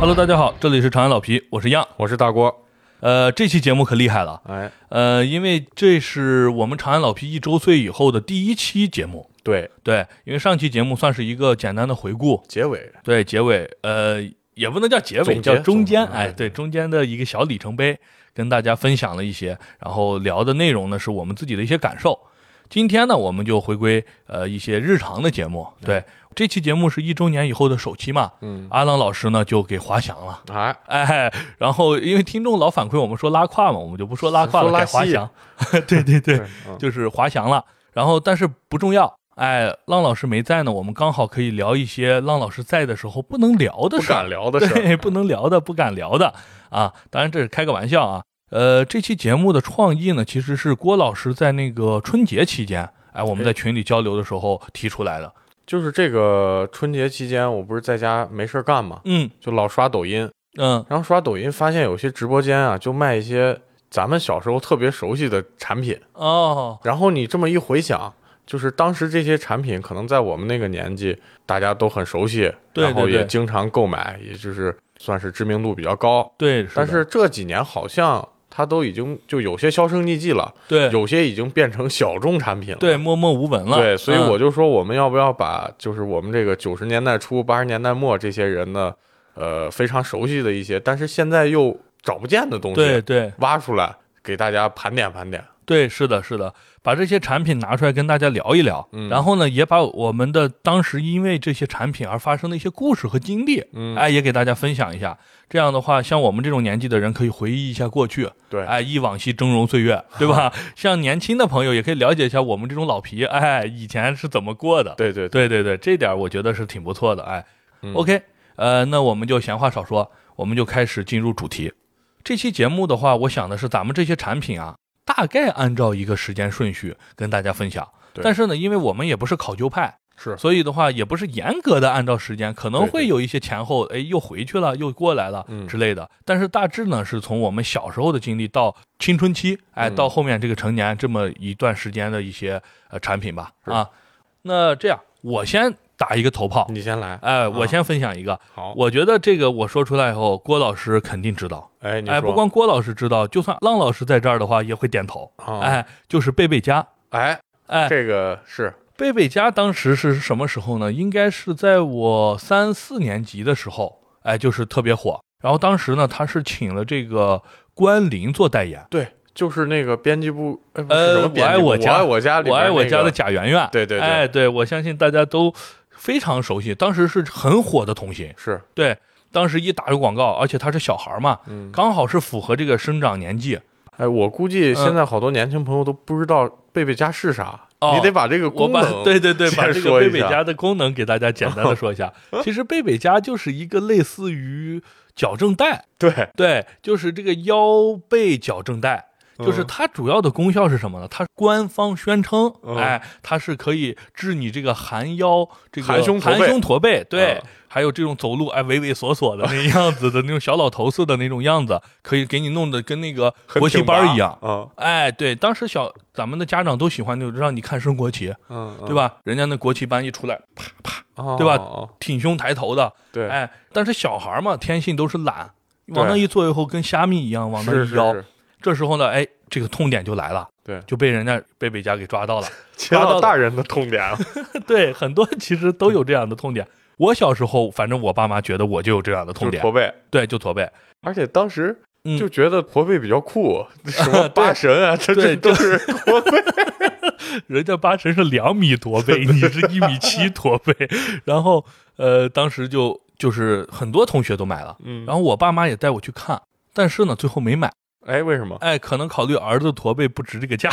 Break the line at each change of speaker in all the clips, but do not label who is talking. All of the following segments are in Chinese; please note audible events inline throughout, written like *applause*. Hello，大家好，这里是长安老皮，我是样。
我是大郭，
呃，这期节目可厉害了，
哎，
呃，因为这是我们长安老皮一周岁以后的第一期节目。
对，
对，因为上期节目算是一个简单的回顾，
结尾
对结尾，呃，也不能叫结尾，
总结
叫中间，
总结
哎，对，中间的一个小里程碑，跟大家分享了一些，然后聊的内容呢是我们自己的一些感受。今天呢，我们就回归呃一些日常的节目，对，这期节目是一周年以后的首期嘛，
嗯，
阿郎老师呢就给滑翔了。
哎，
哎，然后因为听众老反馈我们说拉胯嘛，我们就不说拉胯了，
说
改
拉
滑
稀
翔。 *laughs* 对对对，
嗯
就是滑翔了。然后但是不重要。哎，浪老师没在呢，我们刚好可以聊一些浪老师在的时候不能聊的
不
事
敢
儿，
聊的事儿，
对，不 *laughs* 能聊的，不敢聊的啊。当然这是开个玩笑啊。呃，这期节目的创意呢，其实是郭老师在那个春节期间，哎，我们在群里交流的时候提出来的。
就是这个春节期间，我不是在家没事儿干嘛，
嗯
就老刷抖音，
嗯，
然后刷抖音发现有些直播间啊，就卖一些咱们小时候特别熟悉的产品，
哦，
然后你这么一回想。就是当时这些产品可能在我们那个年纪，大家都很熟悉，
对
然后
对
也
对
经常购买，也就是算是知名度比较高。
对，
但
的
是这几年好像它都已经就有些销声匿迹了，
对
*laughs* 有些已经变成小众产品了。
对默默无闻了。
对，所以
嗯
我就说，我们要不要把就是我们这个九十年代初、八十年代末这些人呢，呃，非常熟悉的一些，但是现在又找不见的东西，
对对
挖出来给大家盘点盘点。
对，是的，是的，把这些产品拿出来跟大家聊一聊，
嗯
然后呢，也把我们的当时因为这些产品而发生的一些故事和经历，
嗯
哎，也给大家分享一下。这样的话，像我们这种年纪的人可以回忆一下过去，
对
哎，忆往昔峥嵘岁月，对
*laughs*
吧？像年轻的朋友也可以了解一下我们这种老皮，哎，以前是怎么过的。
对对对，
对对对，这点儿我觉得是挺不错的。哎、
嗯
o k 呃，那我们就闲话少说，我们就开始进入主题。这期节目的话，我想的是咱们这些产品啊，大概按照一个时间顺序跟大家分享。
对
但是呢，因为我们也不是考究派，
是
所以的话也不是严格的按照时间，可能
对对
会有一些前后，哎，又回去了，又过来了
嗯
之类的。但是大致呢，是从我们小时候的经历到青春期，哎，
嗯
到后面这个成年这么一段时间的一些呃产品吧。
是
啊，那这样我先打一个头炮，
你先来。
哎，我先分享一个，
嗯啊好，
我觉得这个我说出来以后，郭老师肯定知道。
哎，你说，
哎，不光郭老师知道，就算浪老师在这儿的话，也会点头。
啊，
哎，就是贝贝佳，
哎，
哎，
这个是
贝贝佳当时是什么时候呢？应该是在我三四年级的时候，哎，就是特别火。然后当时呢，他是请了这个关凌做代言，
对，就是那个编辑部，哎，不
呃
是什么编
我爱
辑部
我
我
家
爱我家里
我
边
爱我
那
家
个
的贾圆圆。
对对对
哎，对我相信大家都非常熟悉，当时是很火的童星。
是，
对，当时一打这个广告，而且他是小孩嘛，
嗯，
刚好是符合这个生长年纪。
哎，我估计现
嗯
在好多年轻朋友都不知道贝贝家是啥，
哦
你得把这个
我
功
把
*laughs* 能
对对对，
先
把这个
说一
贝
下
贝佳的功能给大家简单的说一
*laughs*
下。其实贝贝佳就是一个类似于矫正带，
对，
对，就是这个腰背矫正带。就是
嗯
它主要的功效是什么呢？它官方宣称，
嗯
哎，它是可以治你这个含腰、这个
含胸驼背
含胸驼背，对，
嗯
还有这种走路哎畏畏缩缩的那样子的那种小老头似的那种样子，可以给你弄得跟那个
很
国旗
挺
班
拔
儿一样。
嗯
哎，对，当时小咱们的家长都喜欢，就让你看升国旗，
嗯，嗯
对？吧？人家那国旗班一出来，
哦
对吧
哦哦
挺胸抬头的，
对，
哎，但是小孩嘛，天性都是懒，往那
对
一坐以后跟虾米一样往那
是
一
是
腰，
是，
这时候呢，哎，这个痛点就来了，
对
就被人家贝贝家给抓到了。
切
到
到
了
*laughs* 大人的痛点
*laughs*
了。啊
对，很多其实都有这样的痛点。我小时候，反正我爸妈觉得我就有这样的痛
就是
点，
驼背，
对，就 *laughs* 驼背。
而且当时
嗯
就觉得驼背比
*laughs*
较酷，什
对
么八神啊，这
对
这都是驼
*laughs*
背。
人家八成是两米驼背，你是一米七驼背。 *laughs* 然后，呃，当时就就是很多同学都买了，
嗯，
然后我爸妈也带我去看，但是呢，最后没买。
哎，为什么
哎，可能考虑儿子驼背不值这 *laughs* 个价，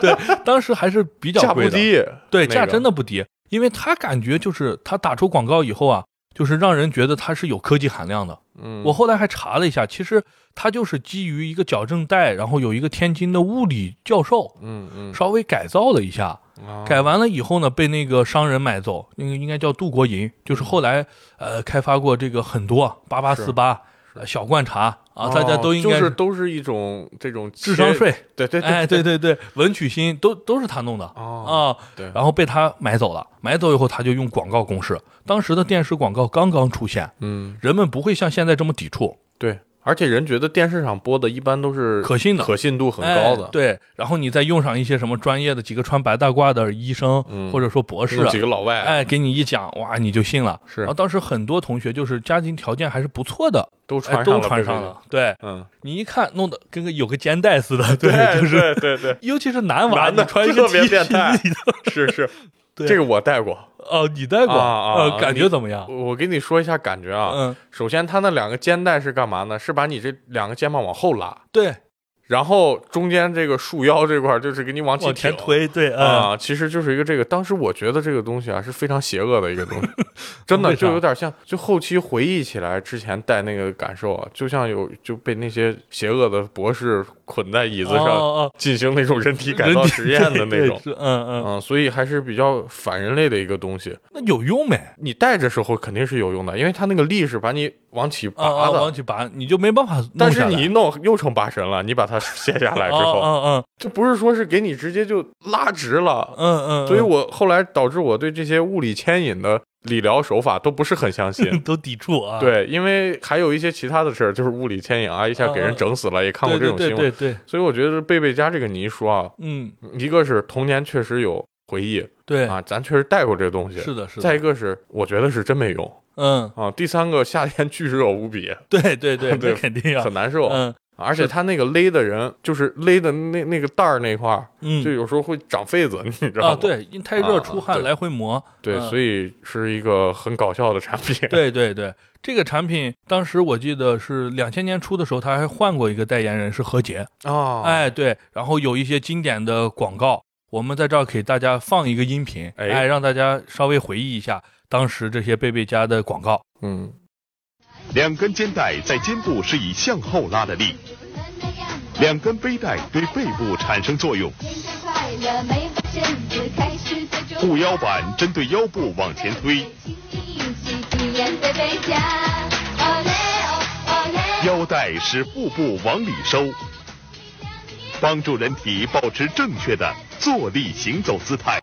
对，当时还是比较
价
贵
不
的，
低？
对，
那个
价真的不低，因为他感觉就是他打出广告以后啊，就是让人觉得它是有科技含量的。
嗯，
我后来还查了一下，其实它就是基于一个矫正带，然后有一个天津的物理教授
嗯嗯
稍微改造了一下，
啊
改完了以后呢，被那个商人买走，那个应该叫杜国银，就是后来呃开发过这个很多八八四八
嗯是
呃小罐茶啊，大家
哦
都应
就
该
是都是一种这种
智商
切，
税，
对对
哎，对对对，文曲星都都是他弄的
哦
啊，
对，
然后被他买走了，买走以后他就用广告攻势，当时的电视广告刚刚出现，
嗯
人们不会像现在这么抵触，
对，而且人觉得电视上播的一般都是
可信的
可信度很高的
哎，对，然后你再用上一些什么专业的几个穿白大褂的医生、
嗯
或者说博士
弄，几个老外
哎，给你一讲，哇，你就信了。
是
然后当时很多同学就是家庭条件还是不错的，
都
哎，
穿上
都
了，
穿
被这
上
个
了。对 *laughs*
嗯，
你一看，弄得跟个有个肩带似
*laughs*
的，就
对
是。
对
*laughs*
对对，
尤其是男娃，
男的
你穿一个
特别
T
变态
恤
是是，
对
这个我戴过，
哦，你戴过，
啊啊
呃，感觉
你
怎么样？
我给你说一下感觉啊。
嗯，
首先，它那两个肩带是干嘛呢？是把你这两个肩膀往后拉，
对，
然后中间这个束腰这块儿就是给你往起
往前
啊挺
推，对，嗯，
啊，其实就是一个这个，当时我觉得这个东西啊是非常邪恶的一个东
*laughs*
西，真的
为啥
就有点像，就后期回忆起来之前带那个感受啊，就像有就被那些邪恶的博士捆在椅子
哦
上
哦哦
进行那种人体改
人
造
体
实验
对
的那
对
种，
是嗯嗯，
嗯，所以还是比较反人类的一个东西。
那有用没？啊
你戴着时候肯定是有用的，因为它那个力是把你往起
啊
拔
啊，
的，
往起拔，你就没办法弄
但是
下来
你一弄又成拔神了，你把它卸下来之
*laughs*
后，
哦
就不是说是给你直接就拉直了
哦，嗯嗯嗯，
所以我后来导致我对这些物理牵引的理疗手法都不是很相
*laughs*
信。
都抵触啊，
对，因为还有一些其他的事儿，就是物理牵引啊，一下给人整死了，也看过
对，
这
对
种
嗯
新
对
闻。
对对，
所以我觉得贝贝家这个你一说啊，
嗯，
一个是童年确实有回忆
对，
啊，咱确实带过这东西。
是的，是
再
的，
一个是，我觉得是真没用
嗯，
啊。第三个，夏天巨热无比，
对对 *laughs* 对，
*laughs* 对
那肯定要
很，难受，
嗯
而且他那个勒的人，就是勒的那那个带儿那块儿，就
嗯，
有时候会长痱子，你知道吗？
啊，对，因为太热
啊
出汗
对
来回磨，
对，
嗯
所以是一个很搞笑的产品。
对对对，这个产品当时我记得是两千年初的时候，他还换过一个代言人是何洁，
哦，
哎对，然后有一些经典的广告，我们在这儿给大家放一个音频，
哎
哎，让大家稍微回忆一下当时这些贝贝家的广告，
嗯，
两根肩带在肩部是以向后拉的力，两根背带对背部产生作用。
天天快乐，没发现子开始最终。
护腰板针对腰部往前推，
请你一起体验贝贝家，哦嘞哦哦嘞，
腰带使腹部往里收，帮助人体保持正确的坐立行走姿态。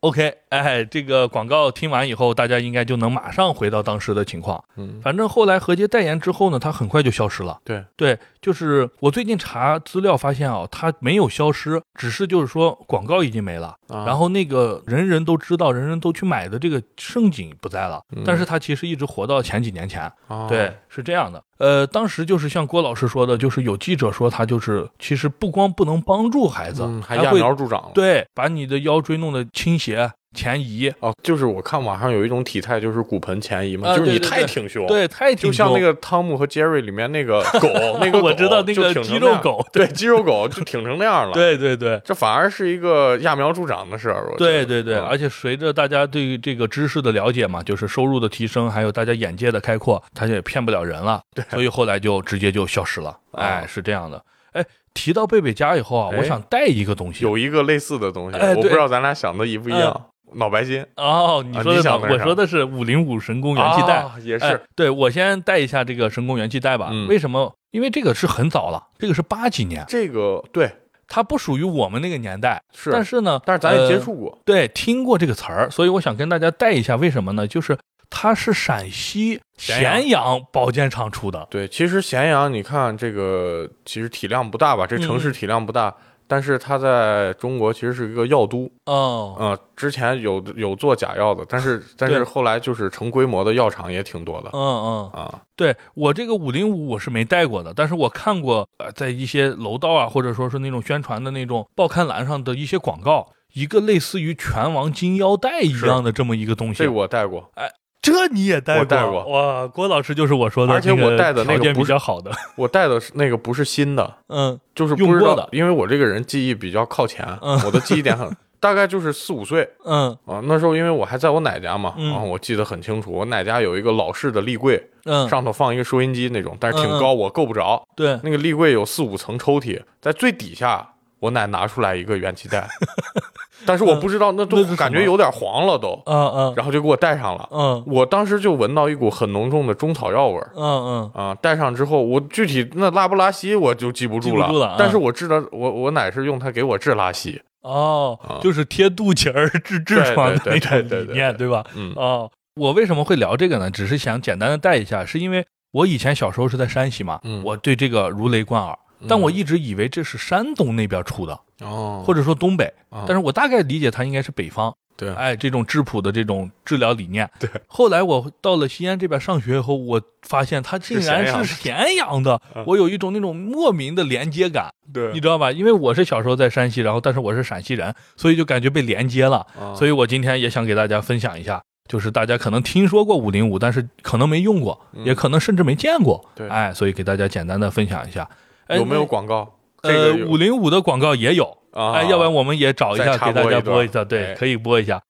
OK，哎，这个广告听完以后，大家应该就能马上回到当时的情况。
嗯
反正后来何洁代言之后呢，它很快就消失了。
对，
对，就是我最近查资料发现啊，它没有消失，只是就是说广告已经没了，
啊
然后那个人人都知道、人人都去买的这个盛景不在了，
嗯
但是它其实一直活到前几年前。
哦
对，啊是这样的。呃，当时就是像郭老师说的，就是有记者说他就是其实不光不能帮助孩子，
嗯，还
还
揠
会
苗助长了。，
对把你的腰椎弄得倾斜、前移，
哦，就是我看网上有一种体态，就是骨盆前移嘛，
啊
就是
对
你
对
太
对
挺胸，，
对，太挺
就像
胸
那个汤姆和杰瑞里面
*laughs*
那个狗，那个
我
狗
知道那
就
个
挺成
肌
那
肉
样
狗，
对，肌肉狗就挺成那样
*laughs*
了。，
对对对。
这反而是一个揠苗助长的事儿。我觉
对
得
对对，
嗯
而且随着大家对于这个知识的了解嘛，就是收入的提升，还有大家眼界的开阔，他也骗不了人了。对，所以后来就直接就消失了。哎，是这样的。哎，提到贝贝家以后啊，
哦哎
我想带一个东西。
有一个类似的东西，
哎
我不
对嗯
知道咱俩想的一不一样。脑白金
哦，你
啊
说
你
的脑，
想的是
我
啥
说的是五零五神功元气带。
啊也
哎
是，
对我先带一下这个神功元气带吧。
嗯
为什么？因为这个是很早了，这个是八几年，
这个对
它不属于我们那个年代。
是，
但是呢，
但是咱也接
呃
触过，
对，听过这个词儿，所以我想跟大家带一下，为什么呢？就是它是陕西
咸阳
咸阳保健厂出的，
对，其实咸阳，你看这个其实体量不大
嗯
吧，这城市体量不大，但是它在中国其实是一个药都，
哦，
呃，之前有有做假药的，但是但
对
是后来就是成规模的药厂也挺多的
嗯嗯，
啊，
对我这个五零五我是没带过的，但是我看过，呃，在一些楼道啊，或者说是那种宣传的那种报刊栏上的一些广告，一个类似于拳王金腰带一
是
样的这么一个东西，
这我带过，
这你也带
我带过
过，哇，郭老师就是我说的，
而且
那个
我带的那个
条件
不
比
是
较
*laughs*
好的，
我带的是那个不是新的，
嗯，
就是不
用
知
过
道
的
因为我这个人记忆比较靠前，
嗯
我的记忆
*laughs*
点很，大概就是四五岁
嗯
啊，那时候因为我还在我奶家嘛，
嗯
然后我记得很清楚，我奶家有一个老式的立柜，
嗯，
上头放一个收音机那种，但是挺
嗯嗯
高，我够不着。
对，
那个
*laughs*
立柜有四五层抽屉，在最底下，我奶拿出来一个元气袋，但是我不知道，那
嗯那
都
是什么
感觉有点黄了都，
嗯嗯，
然后就给我戴上了。
嗯
我当时就闻到一股很浓重的中草药味儿
嗯嗯
啊、戴上之后，我具体那拉不拉稀我就记不住
记
了，
不住了啊
但是我治的我我奶是用它给我治拉稀，
哦
啊，
就是贴肚脐儿治痔疮的那
对对对
种
对对
理念，对吧？
嗯
哦，我为什么会聊这个呢？只是想简单的带一下，是因为我以前小时候是在山西嘛，
嗯
我对这个如雷贯耳，但我一直以为这是山东那边出的，
哦
或者说东北，
啊
但是我大概理解它应该是北方。
对啊
哎，这种质朴的这种治疗理念。
对，
后来我到了西安这边上学以后，我发现它竟
是
然
咸阳
是咸阳的，
嗯
我有一种那种莫名的连接感，
对
你知道吧？因为我是小时候在山西，然后但是我是陕西人，所以就感觉被连接了。
啊
所以我今天也想给大家分享一下，就是大家可能听说过五零五，但是可能没用过，也可能甚至没见过。
嗯对
哎，所以给大家简单的分享一下。哎
有没有
那
广告？
呃，
这个有
五零五的广告也有，
啊
哎，要不然我们也找一下
再插
给大
播
家
一段
播一下，对，
哎
可以播一下。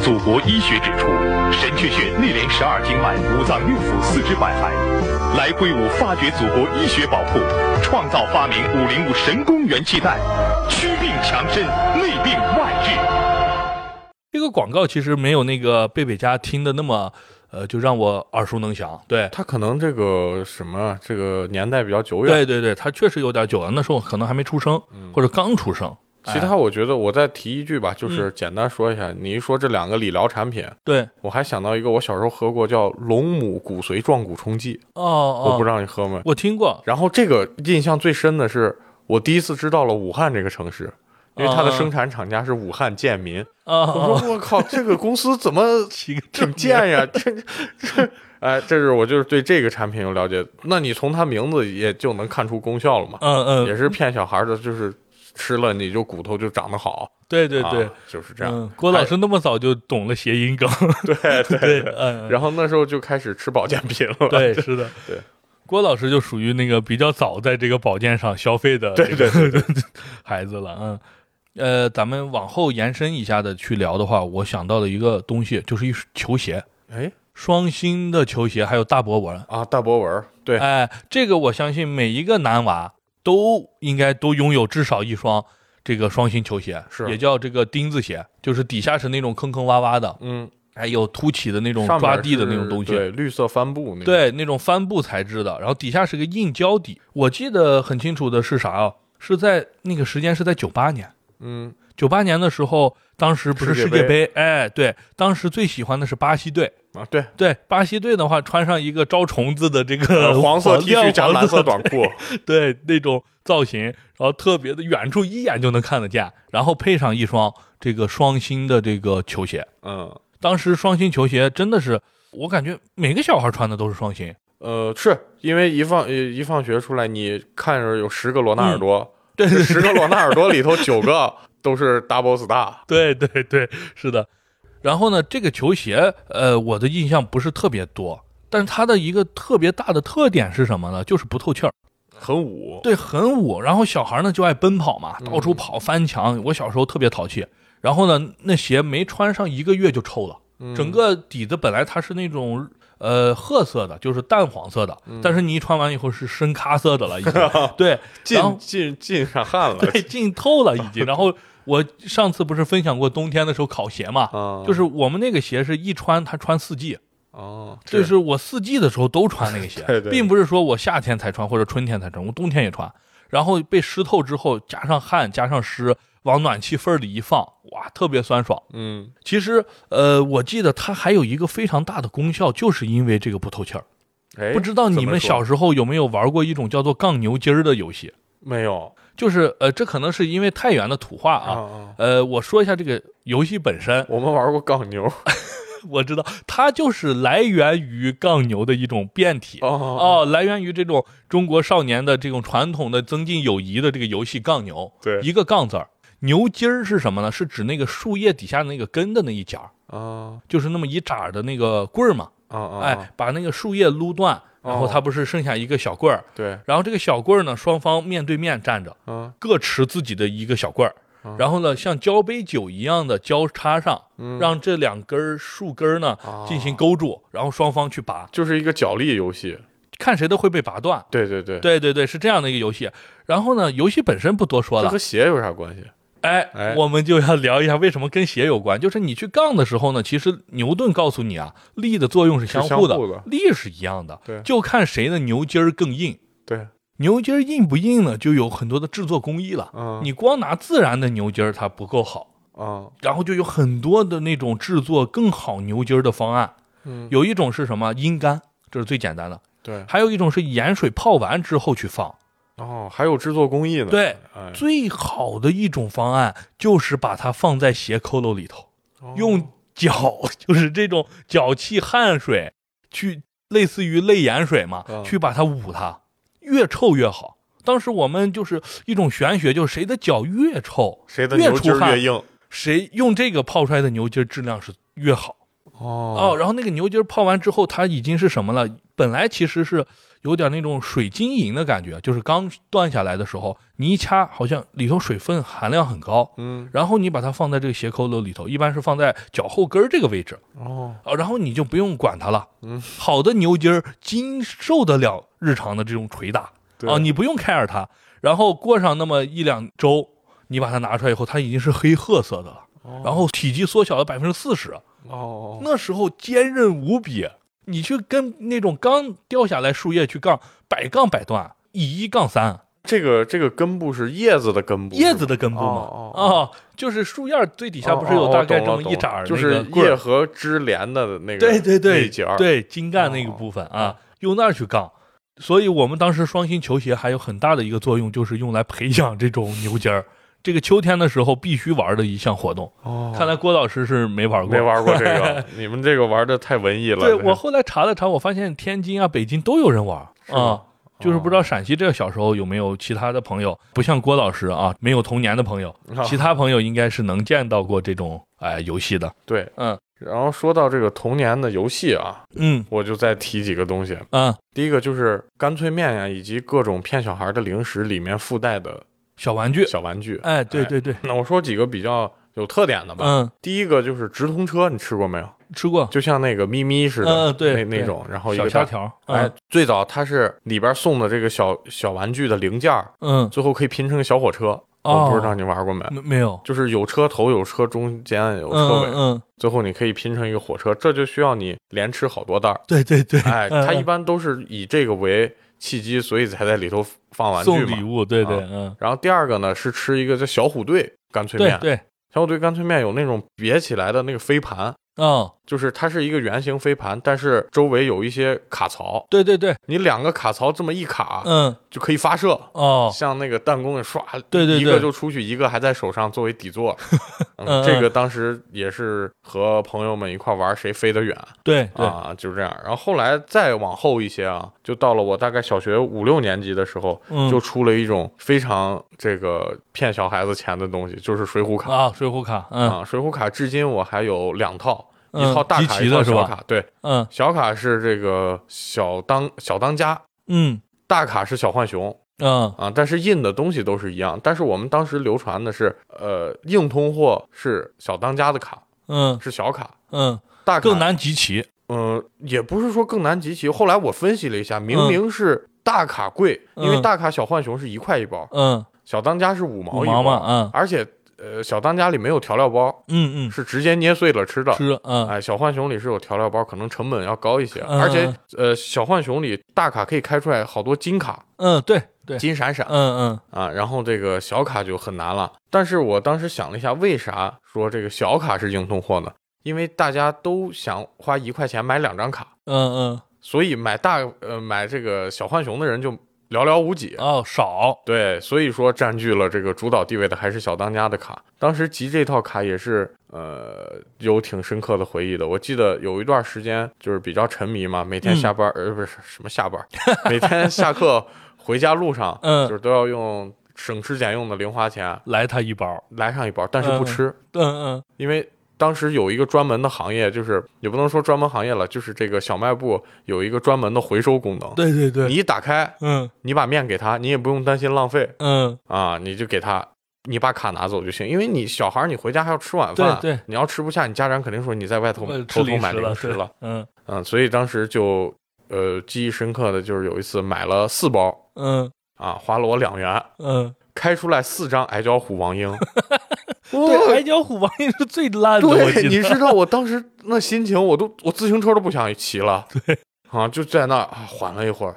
祖国医学指出，神阙穴内连十二经脉，五脏六腑，四肢百骸。来会武发掘祖国医学宝库，创造发明五零五神功元气弹，祛病强身，内病外治。
这个广告其实没有那个贝贝家听的那么，呃，就让我耳熟能详。对，
它可能这个什么啊这个年代比较久远，
对对对，它确实有点久了，那时候可能还没出生，或者刚出生。
嗯
哎
其他我觉得我再提一句吧，就是
嗯
简单说一下，你一说这两个理疗产品，
对，
我还想到一个我小时候喝过叫龙母骨髓壮骨冲剂，
哦哦，
我不知
道，
道你喝没。
我听过，
然后这个印象最深的是，我第一次知道了武汉这个城市，因为它的
啊
生产厂家是武汉建民。
啊啊，
*laughs* 我说我靠，这个公
*laughs*
司怎么
起个这
挺贱呀？这这，哎，这是我就是对这个产品有了解。那你从它名字也就能看出功效了嘛，
嗯
也
嗯，
是骗小孩的，就是吃了你就骨头就长得好。
对对对
啊，就是这样。
嗯，郭老师那么早就懂了谐
*laughs*
音梗，对 *laughs* 对对，嗯，
然后那时候就开始吃保健品了。
对，是的，
*laughs* 对。
郭老师就属于那个比较早在这个保健上消费的这个 *laughs* 孩子了，嗯，呃，咱们往后延伸一下的去聊的话，我想到的一个东西就是一球鞋，
哎
双星的球鞋，还有大博文，
啊，大博文儿，对，
哎，这个我相信每一个男娃都应该都拥有至少一双这个双星球鞋，
是
也叫这个钉子鞋，就是底下是那种坑坑洼洼的，
嗯，
还有凸起的那种
上面
抓地的那
是
种东西，
对，绿色帆布那种。
对，那种帆布材质的，然后底下是个硬胶底。我记得很清楚的是啥啊？是在那个时间是在九八年，
嗯，
九八年的时候，当时不是世
世界
界杯，哎，对，当时最喜欢的是巴西队。
啊，对，
对巴西队的话，穿上一个招虫子的这个
呃黄色 T
亮
恤加
呃黄
蓝色短裤，
*laughs* 对那种造型，然后特别的远处一眼就能看得见，然后配上一双这个双星的这个球鞋。
嗯，
当时双星球鞋真的是，我感觉每个小孩穿的都是双星。
呃，是因为一放呃一放学出来，你看着有十个罗
嗯
纳尔多，
对
这十个罗纳尔多里头九个都是 double star，
*laughs* 对对对，是的。然后呢，这个球鞋，呃，我的印象不是特别多，但是它的一个特别大的特点是什么呢？就是不透气儿，
很武，
对，很捂。然后小孩呢就爱奔跑嘛，到处跑翻墙。我小时候特别淘气，然后呢，那鞋没穿上一个月就臭了，整个底子本来它是那种。呃，褐色的，就是淡黄色的，但是你一穿完以后是深咖色的了，已经。 *laughs* *laughs* 对，然后
进进进上汗了，
对，浸透了已
*laughs*
经。然后我上次不是分享过冬天的时候烤鞋嘛，
啊
就是我们那个鞋是一穿它穿四季，
哦，
就，是我四季的时候都穿那个鞋，
*laughs* 对对
并不是说我夏天才穿或者春天才穿，我冬天也穿。然后被湿透之后，加上汗，加上湿，往暖气缝儿里一放，哇，特别酸爽。
嗯，
其实，呃，我记得它还有一个非常大的功效，就是因为这个不透气儿。
哎，
不知道你
怎么
们
说
小时候有没有玩过一种叫做杠牛筋儿的游戏？
没有
就是呃，这可能是因为太原的土话
啊？
啊。
啊
呃，我说一下这个游戏本身，
我们玩过杠牛，
我知道它就是来源于杠牛的一种变体
哦
哦，来源于这种中国少年的这种传统的增进友谊的这个游戏杠牛，
对
一个杠字儿。牛筋儿是什么呢？是指那个树叶底下那个根的那一节儿，
啊
就是那么一拃儿的那个棍儿嘛。
啊啊，
哎，把那个树叶撸断，然后
哦
它不是剩下一个小棍儿，
对，
然后这个小棍儿呢，双方面对面站着，
嗯
各持自己的一个小棍儿，然后呢，像交杯酒一样的交叉上，
嗯，
让这两根儿树根儿呢
哦
进行勾住，然后双方去拔，
就是一个角力游戏，
看谁的会被拔断。
对对对，
对对对，是这样的一个游戏。然后呢，游戏本身不多说
这
了
和，鞋有啥关系？
哎
哎，
我们就要聊一下为什么跟血有关。就是你去杠的时候呢，其实牛顿告诉你啊，力的作用是相互的，
是相互的
力是一样的，
对
就看谁的牛筋儿更硬。
对，
牛筋儿硬不硬呢，就有很多的制作工艺了。
嗯
你光拿自然的牛筋儿它不够好，
嗯
然后就有很多的那种制作更好牛筋儿的方案。
嗯，
有一种是什么阴干，这是最简单的；
对，
还有一种是盐水泡完之后去放。
哦，还有制作工艺呢，
对
哎，
最好的一种方案就是把它放在鞋扣篓里头，
哦
用脚就是这种脚气汗水去，类似于泪盐水嘛，
嗯
去把它捂它，越臭越好。当时我们就是一种玄学，就是谁的脚越臭，
谁的
越
牛
出
筋儿
汗哦
越硬
谁用这个泡出来的牛筋儿质量是越好。哦，
哦
然后那个牛筋儿泡完之后，它已经是什么了？本来其实是有点那种水晶莹的感觉，就是刚断下来的时候，你一掐，好像里头水分含量很高。
嗯
然后你把它放在这个鞋扣篓里头，一般是放在脚后跟儿这个位置
哦
啊，然后你就不用管它了。
嗯，
*laughs* 好的牛筋儿经受得了日常的这种捶打
对
啊，你不用 care 它。然后过上那么一两周，你把它拿出来以后，它已经是黑褐色的了，然后体积缩小了百分之四十。
哦
那时候坚韧无比，你去跟那种刚掉下来树叶去杠，百杠百断，以一杠三，
这个这个根部是叶子的根部，
叶子的根部嘛，
哦
啊、
哦
就是树叶儿最底
底
下不是有大概这么一拃、
就是
棍
叶
儿，
和枝连的那个
对对
那一
对
节儿，哦
对茎干那个部分啊，用那儿去杠。所以我们当时双星球鞋还有很大的一个作用，就是用来培养这种牛筋儿。这个秋天的时候必须玩的一项活动，
哦，
看来郭老师是没玩过，
没玩过这
*laughs*
个，你们这个玩的太文艺了。
对
这
我后来查了查，我发现天津啊、北京都有人玩儿
吗
啊，就是不知
哦
道陕西这个小时候有没有其他的朋友，不像郭老师啊，没有童年的朋友，
啊
其他朋友应该是能见到过这种哎游戏的。
对，
嗯
然后说到这个童年的游戏啊，
嗯
我就再提几个东西。
啊，
第一个就是干脆面呀、以及各种骗小孩的零食里面附带的
小玩具，
小玩具。
哎，对对对，
那我说几个比较有特点的吧。
嗯，
第一个就是直通车，你吃过没有？
吃过
就像那个咪咪似的，
嗯对
那那种，然后一
小
个
虾
大。
条儿，
哎
嗯，
最早它是里边送的这个小小玩具的零件儿，
嗯，
最后可以拼成个小火车。
哦
我不知道你玩过没？
没没有，
就是有车头、有车中间、
嗯
有车尾，
嗯嗯，
最后你可以拼成一个火车，这就需要你连吃好多袋
*laughs*
儿。
对对对，
哎，
嗯
它一
嗯
般都是以这个为契机，所以才在里头放玩具
嗯送礼
嘛。
物，对对
啊
嗯，
然后第二个呢是吃一个叫小虎队干脆
对
面，
对，
小虎队干脆面有那种别起来的那个飞盘，
哦，
就是它是一个圆形飞盘，但是周围有一些卡槽，
对对对，
你两个卡槽这么一卡、
嗯
就可以发射，
哦，
像那个弹弓一唰，
对对对
一个就出去，一个还在手上作为底
*laughs*
座。
嗯
嗯，这个当时也是和朋友们一块玩，谁飞得远
对对，
啊，就是这样。然后后来再往后一些啊，就到了我大概小学五六年级的时候，
嗯
就出了一种非常这个骗小孩子钱的东西，就是水浒卡。
啊，水浒卡，嗯
啊，水浒卡至今我还有两套，
嗯
一套大卡，
集齐
一
的
套
是
小
吧
卡。对，
嗯
小卡是这个小当小当家，
嗯
大卡是小浣熊。
嗯，
啊，但是印的东西都是一样。但是我们当时流传的是，呃，硬通货是小当家的卡，
嗯
是小卡，
嗯，
大卡
更。难集齐。
嗯、也不是说更难集齐。后来我分析了一下，明
嗯
明是大卡贵，因为
嗯
大卡小浣熊是一块一包，
嗯，
小当家是五毛
五
一
毛
包，
嘛，嗯
而且呃，小当家里没有调料包，
嗯嗯，
是直接捏碎了吃的。
吃，嗯
哎，小浣熊里是有调料包，可能成本要高一些，
嗯
而且呃，小浣熊里大卡可以开出来好多金卡，
嗯，对对，
金闪闪。
嗯
啊，然后这个小卡就很难了。但是我当时想了一下，为啥说这个小卡是硬通货呢？因为大家都想花一块钱买两张卡，
嗯嗯
所以买大呃买这个小浣熊的人就寥寥无几
嗯，。哦，少，
对，所以说占据了这个主导地位的还是小当家的卡。当时集这套卡也是呃有挺深刻的回忆的。我记得有一段时间就是比较沉迷嘛，每天
嗯
下班、呃不是什么下班，每天下课回家路上，
嗯
就是都要用省吃俭用的零花钱
来他一包，
来上一包，但是不吃，
嗯嗯，
因为。当时有一个专门的行业，就是也不能说专门行业了，就是这个小卖部有一个专门的回收功能。
对对对，
你一打开，
嗯
你把面给他，你也不用担心浪费。
嗯
啊，你就给他，你把卡拿走就行，因为你小孩儿你回家还要吃晚
对
饭，
对
你要吃不下，你家长肯定说你在外头
呃
偷
吃
偷
零
买
食
零
了，
食
对
了，，
嗯
嗯，所以当时就呃记忆深刻的就是有一次买了四包
嗯
啊，花了我两元，
嗯， *laughs*
开出来四张矮脚虎王英，
对，海角虎王也是最烂的，我
对，
记
你
得。 *laughs*
知道我当时那心情，我都我自行车都不想骑了。对，啊，就在那儿啊缓了一会儿，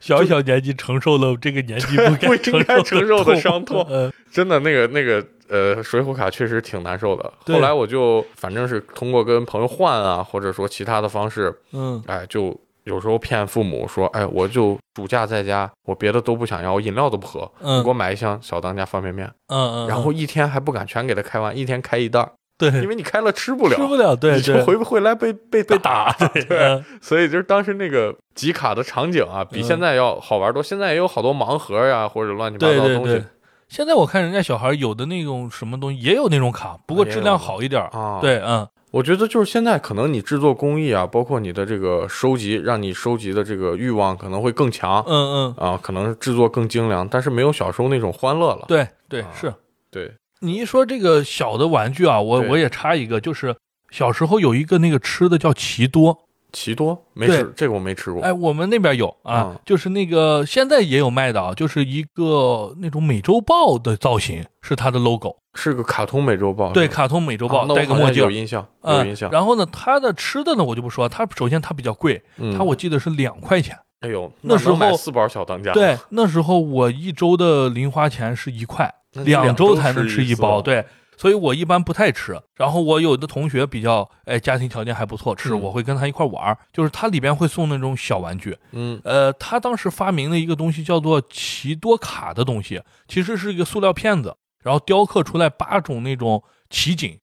小小年纪承受了这个年纪不
不
该
应该承受的伤痛
呃，
真的那个那个呃，水浒卡确实挺难受的。
对
后来我就反正是通过跟朋友换啊，或者说其他的方式，
嗯，
哎，就有时候骗父母说，哎，我就暑假在家，我别的都不想要，我饮料都不喝，
嗯
你给我买一箱小当家方便面，
嗯嗯，
然后一天还不敢全给他开完，一天开一袋儿，
对，
因为你开了吃不了，
吃不了，对
你就
对，
回不回来被被被打， *laughs* 对。
嗯
所以就是当时那个集卡的场景啊，比现在要好玩多。现在也有好多盲盒呀、或者乱七八
对
糟的
对
东西
对。现在我看人家小孩有的那种什么东西也有那种卡，不过
也
质量
有
好一点儿。
啊。，
对，嗯
我觉得就是现在可能你制作工艺啊，包括你的这个收集，让你收集的这个欲望可能会更强
嗯嗯，
啊，可能制作更精良，但是没有小时候那种欢乐了。
对对
啊
是。
对，
你一说这个小的玩具啊，我
对
我也插一个，就是小时候有一个那个吃的叫奇多，
奇多没
对
吃，这个我没吃过。
哎，我们那边有啊，
哦嗯
就是那个现在也有卖的啊，就是一个那种美洲豹的造型是它的 logo，
是个卡通美洲豹。
对，
是吗，
卡通美洲豹、
啊那我
戴个
好像
墨镜
有。印象，有
嗯
印象。，
然后呢，它的吃的呢，我就不说，它首先它比较贵，
嗯
它我记得是两块钱，
哎呦，
那时候
能买四包小当家。
对，，那时候我一周的零花钱是一块，
那你两周
周才能
吃
吃
一次
包，
哦
对，所以我一般不太吃。然后我有的同学比较，哎，家庭条件还不错，吃
嗯
我会跟他一块玩儿，就是它里边会送那种小玩具。
嗯，
呃，他当时发明了一个东西叫做奇多卡的东西，其实是一个塑料片子，然后雕刻出来八种那种奇景，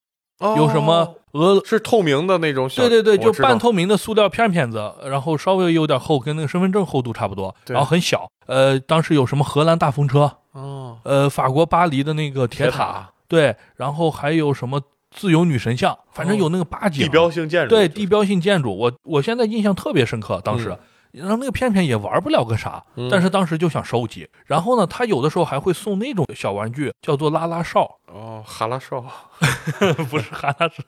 有什么
哦
俄。
是透明的那种小，
对对对，就
我知道
半透明的塑料片片子，然后稍微有点厚，跟那个身份证厚度差不多，
对
然后很小。呃，当时有什么荷兰大风车，
哦，
呃，法国巴黎的那个铁
铁塔
对，然后还有什么自由女神像，反正
哦
有那个八景，
地标性建筑，
对地标性建筑，我我现在印象特别深刻，当时。然后那个片片也玩不了个啥，
嗯
但是当时就想收集。然后呢，他有的时候还会送那种小玩具，叫做拉拉
*laughs*
哨，
哦，哈拉少，
不是哈拉是